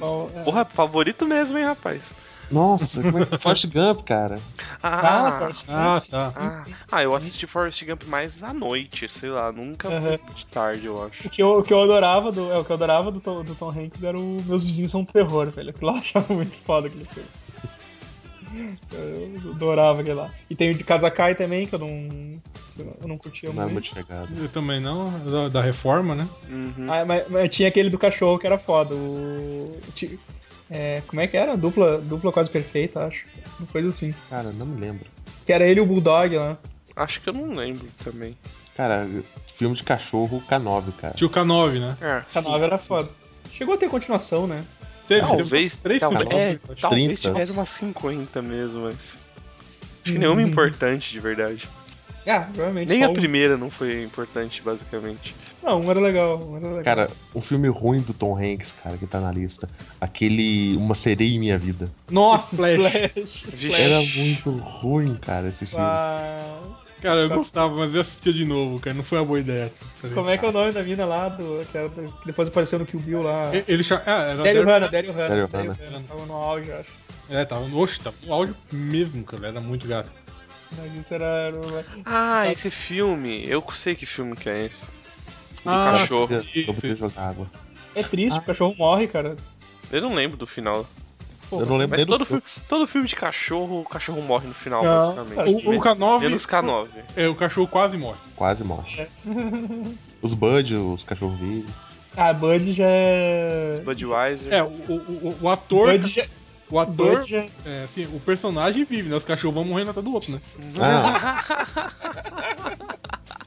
Speaker 2: Ó, é.
Speaker 1: Porra, favorito mesmo, hein, rapaz.
Speaker 6: Nossa, como é que Forrest Gump, cara.
Speaker 2: Ah,
Speaker 1: Ah,
Speaker 2: Forrest
Speaker 3: ah,
Speaker 2: Gump, sim,
Speaker 3: tá.
Speaker 2: sim,
Speaker 1: ah,
Speaker 2: sim.
Speaker 1: ah, eu assisti Forrest Gump mais à noite, sei lá, nunca
Speaker 2: Aham.
Speaker 1: muito de tarde, eu acho.
Speaker 2: O que eu, o que eu adorava, do, é, o que eu adorava do, Tom, do Tom Hanks era o Meus Vizinhos São Terror, velho. Aquilo lá eu achava muito foda aquele filme. Eu adorava aquele lá. E tem o de Kazakai também, que eu não, eu não curtia
Speaker 6: Não é
Speaker 2: muito.
Speaker 6: muito chegado.
Speaker 3: Eu também não, da, da reforma, né?
Speaker 1: Uhum.
Speaker 2: Ah, mas, mas tinha aquele do cachorro que era foda. O. ti- é, como é que era? Dupla, dupla quase perfeita, acho. Uma coisa assim.
Speaker 6: Cara, não me lembro.
Speaker 2: Que era ele e o Bulldog lá.
Speaker 1: Acho que eu não lembro também.
Speaker 6: Cara, filme de cachorro K9, cara.
Speaker 3: Tio K9, né?
Speaker 1: Ah, sim.
Speaker 2: Canava Tá, era foda. Chegou a ter continuação, né?
Speaker 3: Teve, teve
Speaker 1: Talvez,
Speaker 3: três
Speaker 1: tal-
Speaker 3: filmes.
Speaker 1: é,
Speaker 3: Acho que
Speaker 1: talvez
Speaker 6: 30.
Speaker 1: tivesse umas 50 mesmo, mas. Acho que nenhuma é importante de verdade.
Speaker 2: Ah, provavelmente.
Speaker 1: Nem
Speaker 2: só
Speaker 1: a
Speaker 2: Uhum. um.
Speaker 1: primeira não foi importante, basicamente.
Speaker 2: Não, um era legal. Um era legal.
Speaker 6: Cara, um filme ruim do Tom Hanks, cara, que tá na lista. Aquele Uma Sereia em Minha Vida.
Speaker 2: Nossa,
Speaker 3: Splash.
Speaker 2: Splash. Splash.
Speaker 6: Era muito ruim, cara, esse filme.
Speaker 2: Ah,
Speaker 3: Cara, eu gostava, mas eu assistia de novo, cara. Não foi uma boa ideia. tá ligado?
Speaker 2: como é que é o nome da mina lá do. Que, era do- que depois apareceu no Kill Bill lá.
Speaker 3: E- Ele chama. Ah, era.
Speaker 2: Daryl
Speaker 3: Daryl-
Speaker 2: Hannah, Daryl Hannah.
Speaker 6: Daryl
Speaker 2: Daryl
Speaker 6: Hannah.
Speaker 2: Hannah. Tava no auge, eu acho.
Speaker 3: É, tava no. Oxe, tava no áudio mesmo, cara. Era muito gato.
Speaker 2: Mas isso era. era um uma-
Speaker 1: Ah, esse filme. Eu sei que filme que é esse. Do
Speaker 3: Ah,
Speaker 1: cachorro.
Speaker 6: Eu vou ter que jogar água.
Speaker 2: É
Speaker 6: Ah.
Speaker 2: triste, o cachorro morre, cara.
Speaker 1: Eu não lembro do final.
Speaker 2: Pô,
Speaker 6: eu não lembro
Speaker 1: Mas
Speaker 6: nem do
Speaker 1: todo filme, todo filme de cachorro, o cachorro morre no final,
Speaker 2: Não, cara.
Speaker 1: basicamente.
Speaker 3: O, o
Speaker 1: Men-
Speaker 3: K9.
Speaker 1: Menos K9.
Speaker 3: É, o cachorro quase morre.
Speaker 6: Quase morre.
Speaker 1: É.
Speaker 6: Os Bud, os cachorros vivos.
Speaker 2: Ah, Bud já é.
Speaker 1: Os Budweiser.
Speaker 3: É, o, o, o- o ator.
Speaker 2: Bud já.
Speaker 3: O ator.
Speaker 2: Bud já.
Speaker 3: É, assim, o personagem vive, né? Os cachorros vão morrendo até do outro, né?
Speaker 6: Ah,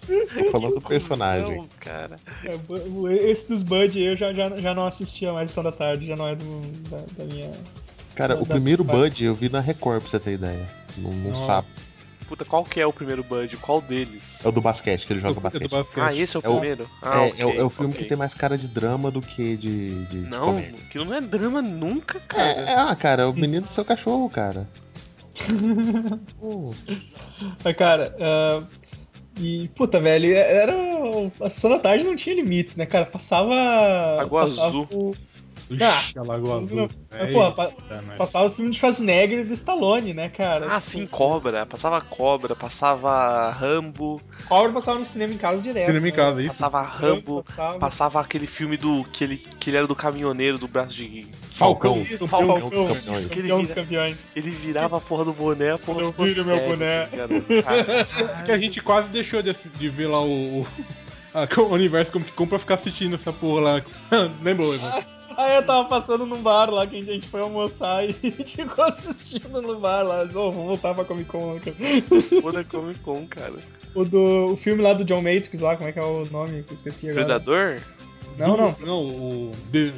Speaker 6: Você falou do personagem.
Speaker 1: Não, cara.
Speaker 2: é, Bu- Esse dos Bud aí eu já, já, já não assistia mais Sessão da Tarde, já não é do, da, da minha.
Speaker 6: Cara, o
Speaker 2: Da-
Speaker 6: primeiro
Speaker 2: da-
Speaker 6: Bud eu vi na Record, pra você ter ideia. Num, num
Speaker 3: Não.
Speaker 6: sapo.
Speaker 1: Puta, qual que é o primeiro Bud? Qual deles?
Speaker 6: É o do basquete, que ele joga
Speaker 3: Do- do
Speaker 6: basquete.
Speaker 1: Ah,
Speaker 3: basquete.
Speaker 1: esse é o
Speaker 6: É o-
Speaker 1: primeiro? Ah,
Speaker 6: é,
Speaker 1: ok,
Speaker 6: é o- é o filme
Speaker 1: ok.
Speaker 6: que tem mais cara de drama do que de, de, de
Speaker 1: Não,
Speaker 6: comédia.
Speaker 1: aquilo não é drama nunca, cara.
Speaker 6: É, é, ah, cara, é o menino do seu cachorro, cara. Pô,
Speaker 2: Mas, cara, ah, e puta, velho, era. A Sessão da Tarde não tinha limites, né, cara? Passava.
Speaker 1: Água
Speaker 2: passava
Speaker 1: Azul.
Speaker 2: o-
Speaker 3: Ixi,
Speaker 2: Ah.
Speaker 3: a Lagoa Azul.
Speaker 2: Não,
Speaker 3: É,
Speaker 2: Mas, pô, pa-
Speaker 3: eita, nós.
Speaker 2: passava o filme de Schwarzenegger e do Stallone, né, cara?
Speaker 1: Ah, sim, cobra. Passava cobra, passava Rambo,
Speaker 2: Cobra passava no cinema em casa direto.
Speaker 3: Cinema em
Speaker 2: né?
Speaker 3: casa, isso.
Speaker 1: passava Rambo,
Speaker 2: Passava.
Speaker 1: passava aquele filme do. que ele, que ele era do caminhoneiro do braço de.
Speaker 6: Falcão.
Speaker 2: Isso,
Speaker 3: um
Speaker 6: Falcão
Speaker 2: Falcão,
Speaker 6: dos Campeões.
Speaker 2: isso,
Speaker 1: Aquele
Speaker 2: campeão dos
Speaker 1: vira-
Speaker 2: campeões.
Speaker 1: Ele virava a porra do boné, a porra
Speaker 2: Eu
Speaker 1: ficou
Speaker 2: viro meu
Speaker 1: cego,
Speaker 2: boné.
Speaker 1: tá ligado? Cara,
Speaker 3: Que a gente quase deixou de, assi- de ver lá o. o- a- o universo como que compra pra ficar assistindo essa porra lá. Lembrou, irmão?
Speaker 2: Aí eu tava passando num bar lá que a gente foi almoçar e ficou assistindo no bar lá. Eu disse, "Ô, vou voltar pra Comic Con, Lucas.
Speaker 1: Pô, da Comic Con, cara.
Speaker 2: O, do, o filme lá do John Matrix lá, como é que é o nome? Que eu esqueci agora.
Speaker 1: Predador?
Speaker 2: Não, não.
Speaker 3: Não, o. de-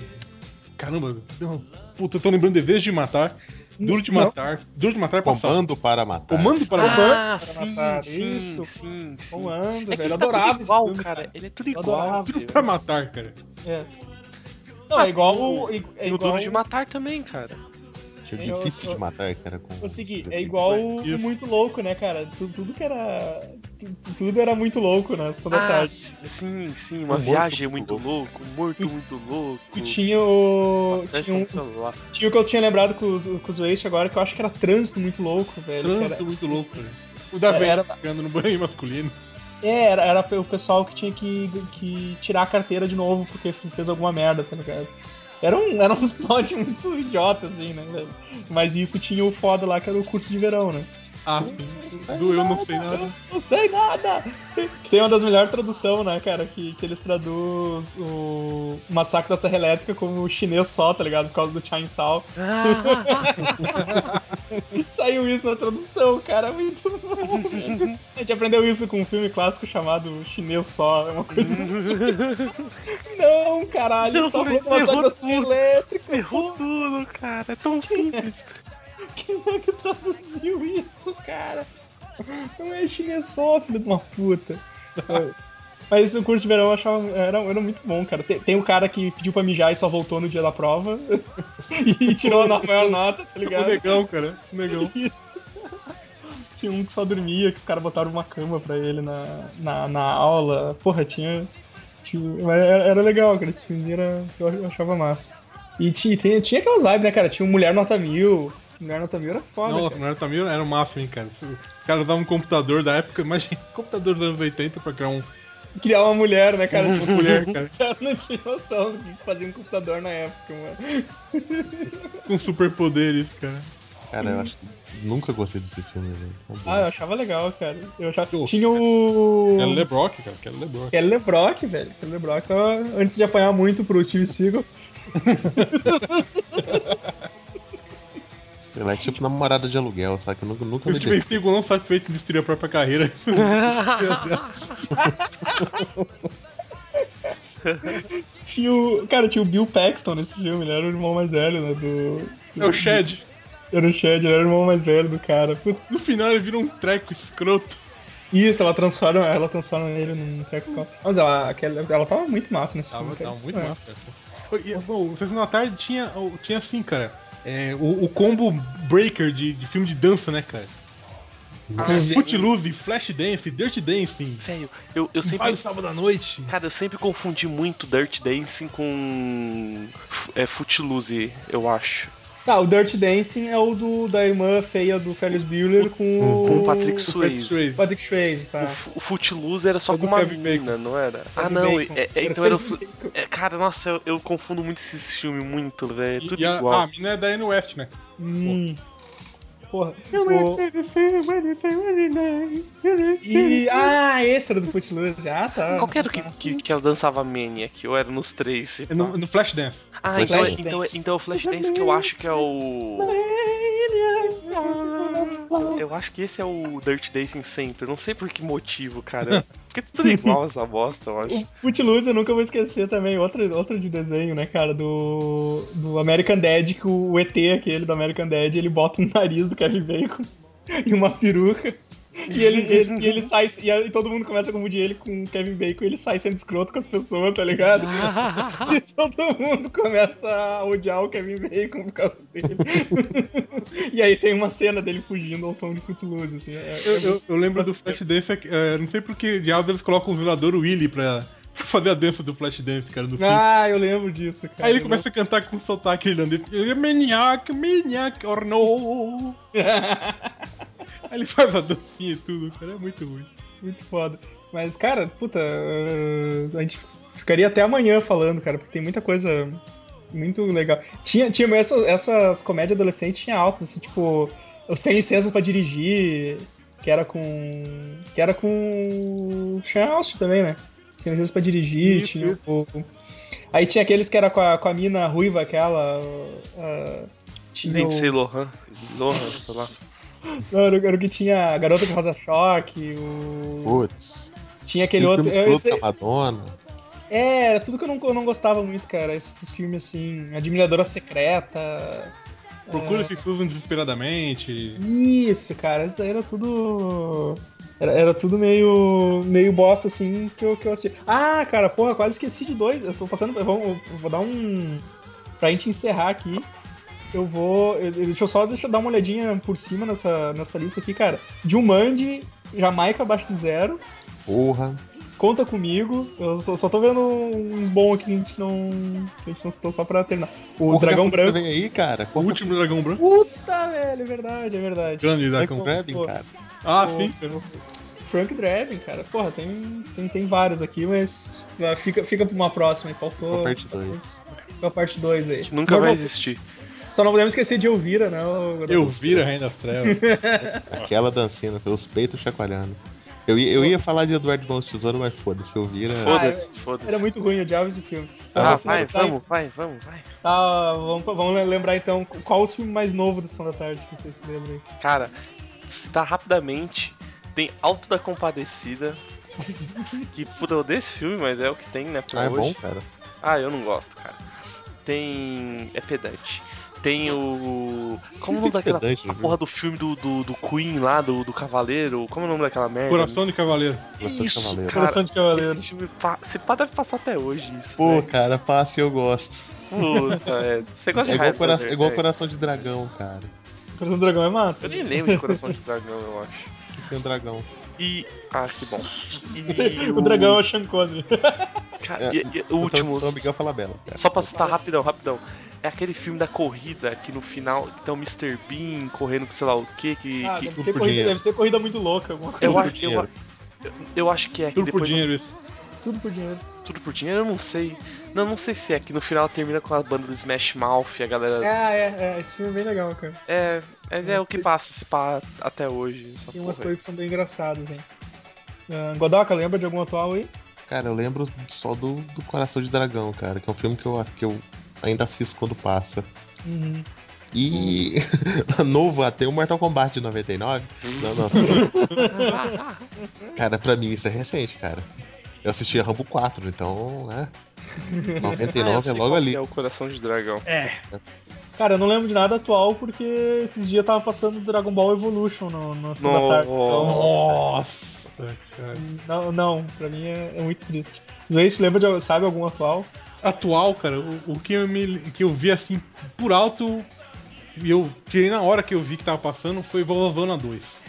Speaker 3: Caramba, não. Puta, eu tô lembrando Desejo de Matar. Duro de
Speaker 2: Não.
Speaker 3: matar. Duro de matar é passado.
Speaker 6: Comando para matar.
Speaker 3: Comando para matar.
Speaker 1: Ah,
Speaker 2: Matar.
Speaker 1: sim, sim,
Speaker 2: Isso.
Speaker 1: sim,
Speaker 2: Não
Speaker 1: sim.
Speaker 2: anda,
Speaker 1: É que
Speaker 2: Um velho.
Speaker 1: ele
Speaker 2: Eu
Speaker 1: tá
Speaker 2: adorava
Speaker 1: tudo
Speaker 2: esse
Speaker 1: igual,
Speaker 2: filme,
Speaker 1: cara. Ele é tudo
Speaker 2: Eu
Speaker 1: igual.
Speaker 2: adorava
Speaker 1: meu.
Speaker 3: Duro pra matar, cara.
Speaker 2: É. Não, é igual. o-
Speaker 1: E
Speaker 2: É
Speaker 1: o
Speaker 2: igual
Speaker 1: Duro de Matar também, cara.
Speaker 6: Achei
Speaker 2: Eu-
Speaker 6: difícil
Speaker 2: eu-
Speaker 6: de matar, cara. Com...
Speaker 2: Consegui. É igual o
Speaker 3: Isso.
Speaker 2: Muito Louco, né, cara? Tu- Tudo, que era. tu- tu- Tudo era muito louco né? na Sessão da
Speaker 1: Ah,
Speaker 2: Tarde.
Speaker 1: sim, sim, uma
Speaker 6: Morto
Speaker 1: viagem muito
Speaker 6: muito
Speaker 1: louca, um morto muito louco.
Speaker 2: Tu tinha o.
Speaker 1: Festa
Speaker 2: Tinha um,
Speaker 1: muito louca.
Speaker 2: tinha o que eu tinha lembrado com os, com os Waste agora, que eu acho que era trânsito muito louco, velho. que
Speaker 3: Trânsito
Speaker 2: era-
Speaker 3: muito louco, cara. O da
Speaker 2: Era-
Speaker 3: velha ficando no banho masculino.
Speaker 2: É, era, era o pessoal que tinha que, que tirar a carteira de novo porque f- fez alguma merda, tá ligado? Era um, era um plot muito idiota, assim, né, velho? Mas isso tinha o foda lá, que era o curso de verão, né?
Speaker 3: Ah, sim. Do eu não sei
Speaker 2: Eu
Speaker 3: nada.
Speaker 2: não sei nada! Que tem uma das melhores traduções, né, cara? Que, que eles traduz o Massacre da Serra Elétrica como chinês só, tá ligado? Por causa do Chainsaw. Saiu isso na tradução, cara, é muito bom. A gente aprendeu isso com um filme clássico chamado Chinês Só, é uma coisa assim. Não, caralho,
Speaker 1: Não,
Speaker 2: só
Speaker 1: mas
Speaker 2: vou passar
Speaker 1: ferrou
Speaker 2: pra ser elétrico.
Speaker 1: Ferrou tudo, cara. É tão simples.
Speaker 2: Que Quem é que traduziu isso, cara? Não é chinês só, filho de uma puta. É. Mas o curso de verão eu achava. Era, era muito bom, cara. Tem, tem o cara que pediu pra mijar e só voltou no dia da prova. e tirou a maior nota, tá
Speaker 3: O
Speaker 2: ligado?
Speaker 3: negão, cara. O negão.
Speaker 2: Isso. Tinha um que só dormia, que os caras botaram uma cama pra ele na, na, na aula. Porra, tinha. tinha- mas era, era legal, cara. Esse filmezinho era, eu ach- eu achava massa. E tinha, tinha, tinha aquelas vibes, né, cara? Tinha um Mulher Nota Mil. Mulher Nota Mil era foda,
Speaker 3: Não,
Speaker 2: cara.
Speaker 3: não era Tamil, era o Muffin, cara. O cara usava um computador da época, imagina, computador dos anos 80 pra criar um.
Speaker 2: Criar uma mulher, né, cara? Tipo,
Speaker 3: mulher, cara.
Speaker 2: Os caras não tinham noção do que fazia um computador na época, mano.
Speaker 3: com superpoderes, cara.
Speaker 6: Cara, eu acho que nunca gostei desse filme, velho. Tá bom.
Speaker 2: um- Ah, eu achava legal, cara. Eu achava...
Speaker 3: Pô.
Speaker 2: Tinha É o...
Speaker 3: Quero Lebrock, cara, quero Lebrock.
Speaker 2: Kelly LeBrock, velho. Kelly LeBrock, tava- antes de apanhar muito pro Steve Seagal.
Speaker 6: Ela é tipo namorada de aluguel, só que eu nunca, nunca
Speaker 3: O
Speaker 6: me dei.
Speaker 3: Steven Seagal não satisfeito de destruir a própria carreira.
Speaker 2: Tinha o. Cara, tinha o Bill Paxton nesse filme, ele era o irmão mais velho, né? Do.
Speaker 3: é o Shed.
Speaker 2: Era o Chad, ele era o irmão mais velho do cara. Putz.
Speaker 3: No final ele vira um treco escroto.
Speaker 2: Isso, ela transforma, ela transforma ele num Trax Scott. Mas ela, aquela- ela tava muito massa nesse filme. cara. É.
Speaker 3: cara. E, bom, o Sessão da Tarde tinha, tinha assim, cara. é, o, o combo breaker de, de filme de dança, né, cara? Ah, É, Footloose, Flash Dance, Dirty Dancing,
Speaker 1: Velho, eu, eu
Speaker 3: Vale
Speaker 1: sempre.
Speaker 3: o Sábado à Noite.
Speaker 1: Cara, eu sempre confundi muito Dirt Dancing com. É, Footloose, eu acho.
Speaker 2: Tá, o Dirty Dancing é o do, da irmã feia do Ferris Bueller com o.
Speaker 1: Com o Patrick
Speaker 3: Patrick
Speaker 1: Swayze.
Speaker 3: Swayze.
Speaker 2: Patrick Swayze,
Speaker 1: O,
Speaker 2: tá.
Speaker 1: F- o Footloose era só
Speaker 3: É do
Speaker 1: com uma
Speaker 3: Kevin Bacon.
Speaker 1: menina, não era? Ah,
Speaker 2: Kevin
Speaker 1: não,
Speaker 2: Bacon.
Speaker 1: é- é- então era o.
Speaker 2: Kevin
Speaker 1: Fu- é, cara, nossa, eu, eu confundo muito esses filmes, muito, velho. É tudo
Speaker 3: E a,
Speaker 1: igual.
Speaker 3: ah, a mina é Diane West, né?
Speaker 2: Hum. Porra. O- E. Ah, esse era do Footloose. Ah, tá.
Speaker 1: Qual que era o que, que, que ela dançava Maniac? Eu era nos três. se
Speaker 3: É
Speaker 1: pá.
Speaker 3: No, no Flash Dance.
Speaker 1: Ah, então, é-
Speaker 2: Flashdance.
Speaker 1: então, é- então é o Flashdance que eu acho que é o. Eu acho que esse é o Dirt Dancing sempre. Eu não sei por que motivo, cara. Porque tudo é igual essa bosta, eu
Speaker 2: O
Speaker 1: acho.
Speaker 2: Footloose eu nunca vou esquecer também, outra, outra de desenho, né, cara, do, do American Dad, que o ET, aquele do American Dad, ele bota um nariz do Kevin Bacon e uma peruca, e ele, ele- e ele sai, e, aí todo mundo começa a confundir ele com o Kevin Bacon, e ele sai sendo escroto com as pessoas, tá ligado? e todo mundo começa a odiar o Kevin Bacon por causa dele. e aí tem uma cena dele fugindo ao som de Footloose, assim, é-
Speaker 3: Eu,
Speaker 2: é
Speaker 3: eu- eu lembro do Flash Dance, é, não sei porque diabos eles colocam o zelador Willy pra, pra fazer a dança do Flash Dance, cara, no filme.
Speaker 2: Ah, é eu lembro disso, cara.
Speaker 3: Aí ele
Speaker 2: eu
Speaker 3: começa a cantar com sotaque irlandês. Ele é maniac, maniac, or no. Aí ele faz a dancinha e tudo, cara, é muito ruim.
Speaker 2: Muito foda. Mas, cara, puta, eh, a gente ficaria até amanhã falando, cara, porque tem muita coisa muito legal. Tinha, tinha essas, essas comédias adolescentes tinha altas, assim, tipo, o Sem Licença pra Dirigir, que era com. que era com o Sean Austin também, né? Sem Licença pra Dirigir,
Speaker 3: Isso,
Speaker 2: tinha o. Aí tinha aqueles que era com a, com a mina ruiva, aquela. ah, tinha
Speaker 1: Nem
Speaker 2: o-
Speaker 1: sei, Lohan. Lohan, sei lá.
Speaker 2: não, era o era o que tinha a Garota de Rosa Choque, o.
Speaker 6: Putz.
Speaker 2: Tinha aquele
Speaker 6: Os
Speaker 2: outro.
Speaker 6: filmes
Speaker 2: eu-
Speaker 6: todos
Speaker 2: esse-
Speaker 6: da Madonna.
Speaker 2: É, era tudo que eu não, eu não gostava muito, cara. Esses filmes assim, Admiradora Secreta.
Speaker 3: Procura se Susan desesperadamente.
Speaker 2: Isso, cara, isso daí era tudo. Era, era tudo meio. meio bosta, assim, que eu, que eu assisti. Ah, cara, porra, quase esqueci de dois. Eu tô passando. eu Vou, eu vou dar um. Pra gente encerrar aqui. Eu vou. eu- eu- deixa eu só deixa eu dar uma olhadinha por cima nessa, nessa lista aqui, cara. Jumanji, Jamaica abaixo de zero.
Speaker 6: Porra.
Speaker 2: Conta comigo. Eu só, só tô vendo uns bons aqui que a gente não. que a gente não citou só pra terminar. O
Speaker 6: Porra,
Speaker 2: Dragão
Speaker 1: né,
Speaker 6: que você
Speaker 2: Branco.
Speaker 6: vem aí, cara.
Speaker 3: O
Speaker 6: Qual que
Speaker 3: último dragão branco.
Speaker 2: Puta, velho, é verdade, é verdade.
Speaker 3: Grande
Speaker 6: é o
Speaker 3: dragão
Speaker 6: Michael
Speaker 3: branco.
Speaker 6: Grabbing,
Speaker 2: Pô.
Speaker 6: cara?
Speaker 3: Ah,
Speaker 2: Pô.
Speaker 3: sim. cara.
Speaker 2: Frank Drebin, cara. Porra, tem, tem, tem vários aqui, mas ah, fica, fica pra uma próxima aí. Faltou
Speaker 6: Qual parte 2?
Speaker 2: a parte 2 aí.
Speaker 1: Que nunca
Speaker 2: Mas
Speaker 1: vai
Speaker 2: não-
Speaker 1: existir.
Speaker 2: Só não podemos esquecer de Elvira, né? o-
Speaker 3: Eu viro a Rainha das Trevas.
Speaker 6: Aquela dancinha, pelos peitos chacoalhando. Eu ia, eu ia falar de Eduardo Mãos de Tesouro, mas foda-se, eu vira.
Speaker 1: Foda-se,
Speaker 2: Era
Speaker 1: foda-se.
Speaker 2: muito ruim, eu odiava esse filme. Então,
Speaker 1: Ah, vai,
Speaker 2: vou finalizar aí.
Speaker 1: vamos, vai, vamos, vai.
Speaker 2: Tá, vamos, vamos lembrar então qual o filme mais novo do Sessão da Tarde, que vocês se lembram aí.
Speaker 1: Cara, citar rapidamente, tem Alto da Compadecida. que puta, eu odeio esse filme, mas é o que tem, né? Pra
Speaker 6: Ah, é
Speaker 1: hoje.
Speaker 6: bom, cara.
Speaker 1: Ah, eu não gosto, cara. Tem. É pedante. Tem o. Como é o nome daquela
Speaker 6: Pedante, né?
Speaker 1: a
Speaker 6: viu?
Speaker 1: porra do filme do, do, do Queen lá, do, do Cavaleiro? Como é o nome daquela merda?
Speaker 3: Coração de Cavaleiro.
Speaker 6: Coração de
Speaker 1: Isso,
Speaker 6: é Cavaleiro.
Speaker 1: cara.
Speaker 2: Coração de Cavaleiro.
Speaker 1: Esse filme, pa- se pá, deve passar até hoje isso.
Speaker 6: Pô,
Speaker 1: velho.
Speaker 6: cara, passe eu gosto.
Speaker 1: Puta, é. Você gosta
Speaker 6: É
Speaker 1: de
Speaker 6: igual,
Speaker 1: Highlander,
Speaker 6: cora- é igual
Speaker 1: velho.
Speaker 6: coração de dragão, cara.
Speaker 2: Coração do Dragão é massa.
Speaker 1: Eu nem lembro de Coração de Dragão, eu acho.
Speaker 6: Tem um dragão.
Speaker 1: E. Ah, que bom. E
Speaker 2: O dragão é o Sean Connery.
Speaker 1: Cara, e- e- o
Speaker 6: É, Eu tô falando de
Speaker 1: último.
Speaker 6: São Miguel Falabella. cara.
Speaker 1: Só pra citar rapidão, rapidão. É aquele filme da corrida que no final que tem o Mr. Bean correndo com sei lá o quê, que.
Speaker 2: Ah,
Speaker 1: que-
Speaker 2: deve ser,
Speaker 6: por
Speaker 2: corrida,
Speaker 6: dinheiro.
Speaker 2: deve ser corrida muito louca, alguma coisa. assim.
Speaker 1: eu, acho,
Speaker 6: por
Speaker 1: eu,
Speaker 6: dinheiro.
Speaker 1: eu acho que é que
Speaker 3: Tudo por
Speaker 1: depois. no-
Speaker 3: dinheiro isso.
Speaker 2: Tudo por dinheiro.
Speaker 1: tudo por dinheiro, eu não sei. Não, não sei se é que no final termina com a banda do Smash Mouth e a galera.
Speaker 2: Ah, é, é. Esse filme é bem legal, cara.
Speaker 1: É, mas é,
Speaker 2: Não
Speaker 1: o que
Speaker 2: sei.
Speaker 1: passa se pá até hoje. essa
Speaker 2: Tem umas
Speaker 1: porra aí.
Speaker 2: coisas que são bem engraçadas, hein. Ah, Godoka, lembra de algum atual aí?
Speaker 6: Cara, eu lembro só do, do Coração de Dragão, cara, que é um filme que eu, que eu ainda assisto quando passa.
Speaker 2: Uhum.
Speaker 6: E novo até o Mortal Kombat de 99. Não, nossa. cara, pra mim isso é recente, cara. Eu assisti a Rambo 4, então, né?
Speaker 1: Ah, eu
Speaker 6: 99
Speaker 1: sei
Speaker 6: é logo
Speaker 1: qual
Speaker 6: ali.
Speaker 1: que É o coração de dragão.
Speaker 2: É. Cara, eu não lembro de nada atual porque esses dias tava passando Dragon Ball Evolution no, no sessão da tarde. Então,
Speaker 3: Nossa, cara.
Speaker 2: não, não, pra mim é, é muito triste. Zoe, você lembra de sabe algum atual?
Speaker 3: Atual, cara, o, o que, eu me, que eu vi assim por alto e eu tirei na hora que eu vi que tava passando foi Vovozona 2.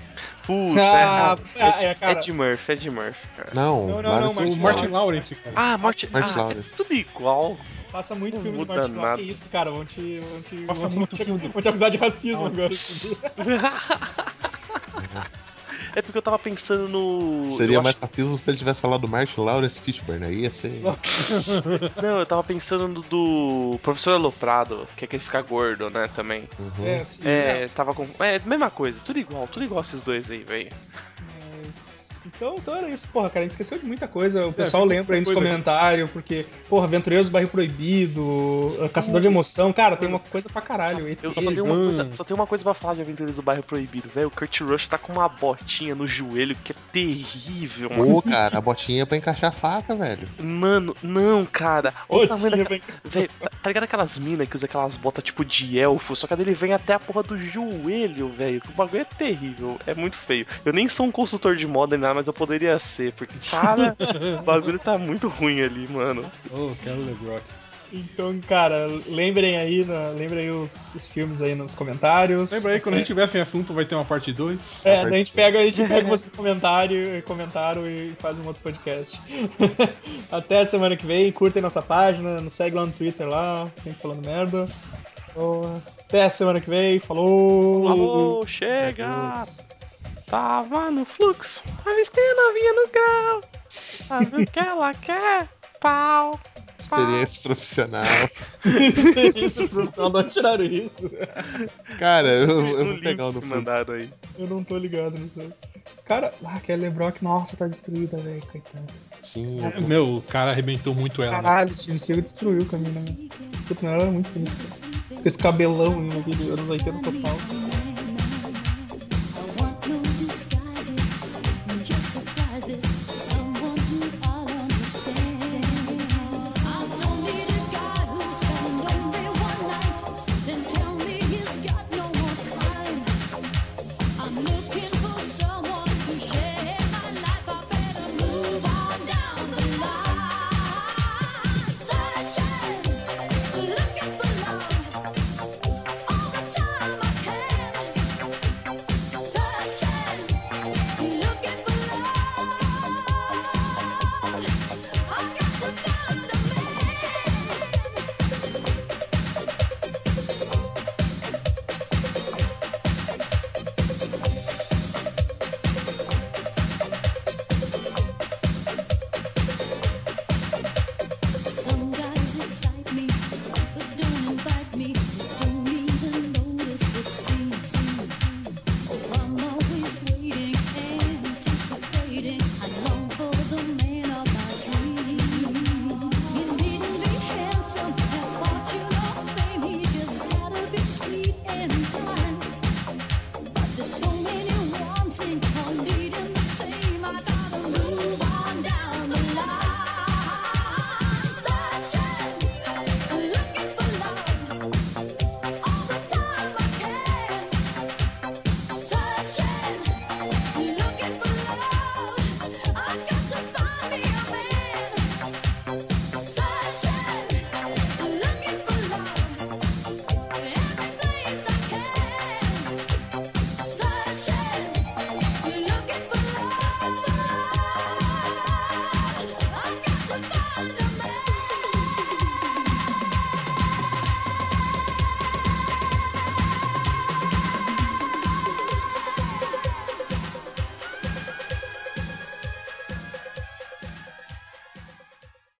Speaker 1: Puta,
Speaker 2: Ah,
Speaker 1: é, errado.
Speaker 2: é,
Speaker 1: é,
Speaker 2: cara.
Speaker 1: Ed Murphy, Ed Murphy, cara.
Speaker 6: Não,
Speaker 2: Não, não,
Speaker 6: lá
Speaker 2: não, tipo,
Speaker 6: nesse-
Speaker 3: O
Speaker 2: Martin
Speaker 3: Martin
Speaker 2: Lawrence.
Speaker 3: Lawrence, cara.
Speaker 1: Ah, Morte,
Speaker 6: Martin
Speaker 1: ah, é
Speaker 6: Lawrence.
Speaker 1: tudo igual.
Speaker 2: Passa muito
Speaker 1: Não
Speaker 2: filme do
Speaker 1: muda
Speaker 2: Martin Lawrence.
Speaker 1: nada.
Speaker 2: Que é isso, cara? Vão te, vão te,
Speaker 3: Passa
Speaker 2: vão te-
Speaker 3: muito filme do-
Speaker 2: vão te acusar de racismo agora.
Speaker 1: é porque eu tava pensando no.
Speaker 6: Seria
Speaker 1: eu
Speaker 6: mais
Speaker 1: acho-
Speaker 6: racismo se ele tivesse falado do Martin Lawrence Fishburne, aí ia ser...
Speaker 1: Não, eu tava pensando no do Professor Aloprado, que é que ele fica gordo, né, também.
Speaker 6: Uhum.
Speaker 2: É, sim.
Speaker 1: É, tava com. É, mesma coisa, tudo igual, tudo igual esses dois aí, velho.
Speaker 2: Mas- Então, então era isso, porra, cara. A gente esqueceu de muita coisa. O pessoal
Speaker 3: ficou
Speaker 2: lembra aí nos
Speaker 3: muita coisa.
Speaker 2: comentários, porque, porra, Aventureiros do Barril Proibido, uh, Caçador de Emoção, cara, tem uma coisa pra caralho. E-
Speaker 1: Eu só tenho, uma
Speaker 3: Hum.
Speaker 1: coisa, só tenho uma coisa pra falar de Aventureiros do Bairro Proibido, velho. O Kurt Rush tá com uma botinha no joelho que é terrível, mano.
Speaker 6: Pô, cara, a botinha é pra encaixar a faca, velho.
Speaker 1: Mano, não, cara. Olha o tamanho
Speaker 2: Botinha
Speaker 1: daquela- Véi, tá, tá ligado aquelas minas que usa aquelas botas tipo de elfo, só que a dele vem até a porra do joelho, velho. O bagulho é terrível, é muito feio. Eu nem sou um consultor de moda nem nada, mas eu poderia ser, porque, cara, o bagulho tá muito ruim ali, mano.
Speaker 3: Oh, quero LeBrock.
Speaker 2: Então, cara, lembrem aí, na- lembrem aí os, os filmes aí nos comentários.
Speaker 3: Lembra aí, quando a
Speaker 2: Ah,
Speaker 3: gente tiver sem assunto, vai ter uma parte 2.
Speaker 2: É, a gente pega, a gente pega vocês comentário, comentaram e faz um outro podcast. Até semana que vem, curtem nossa página, nos segue lá no Twitter lá, sempre falando merda. Então, Até semana que vem, falou!
Speaker 1: Falou, chega! Tava no fluxo, avistei a novinha no grau. Sabe o que ela quer? Pau.
Speaker 6: Experiência profissional.
Speaker 2: isso, é isso, profissional, não tiraram isso.
Speaker 6: Cara, eu, eu
Speaker 1: No
Speaker 6: vou
Speaker 1: link
Speaker 6: pegar o do
Speaker 1: que mandaram aí.
Speaker 2: Eu não tô ligado nisso. Cara, ah, que a Lebrock, nossa, tá destruída, velho, coitado.
Speaker 6: Sim, eu-
Speaker 3: Meu, o cara arrebentou muito ela. né?
Speaker 2: Caralho, Steven Seagal né? destruiu o Camila. Puta, ela era muito bonita. Com esse cabelão, meu, dos anos 80 total.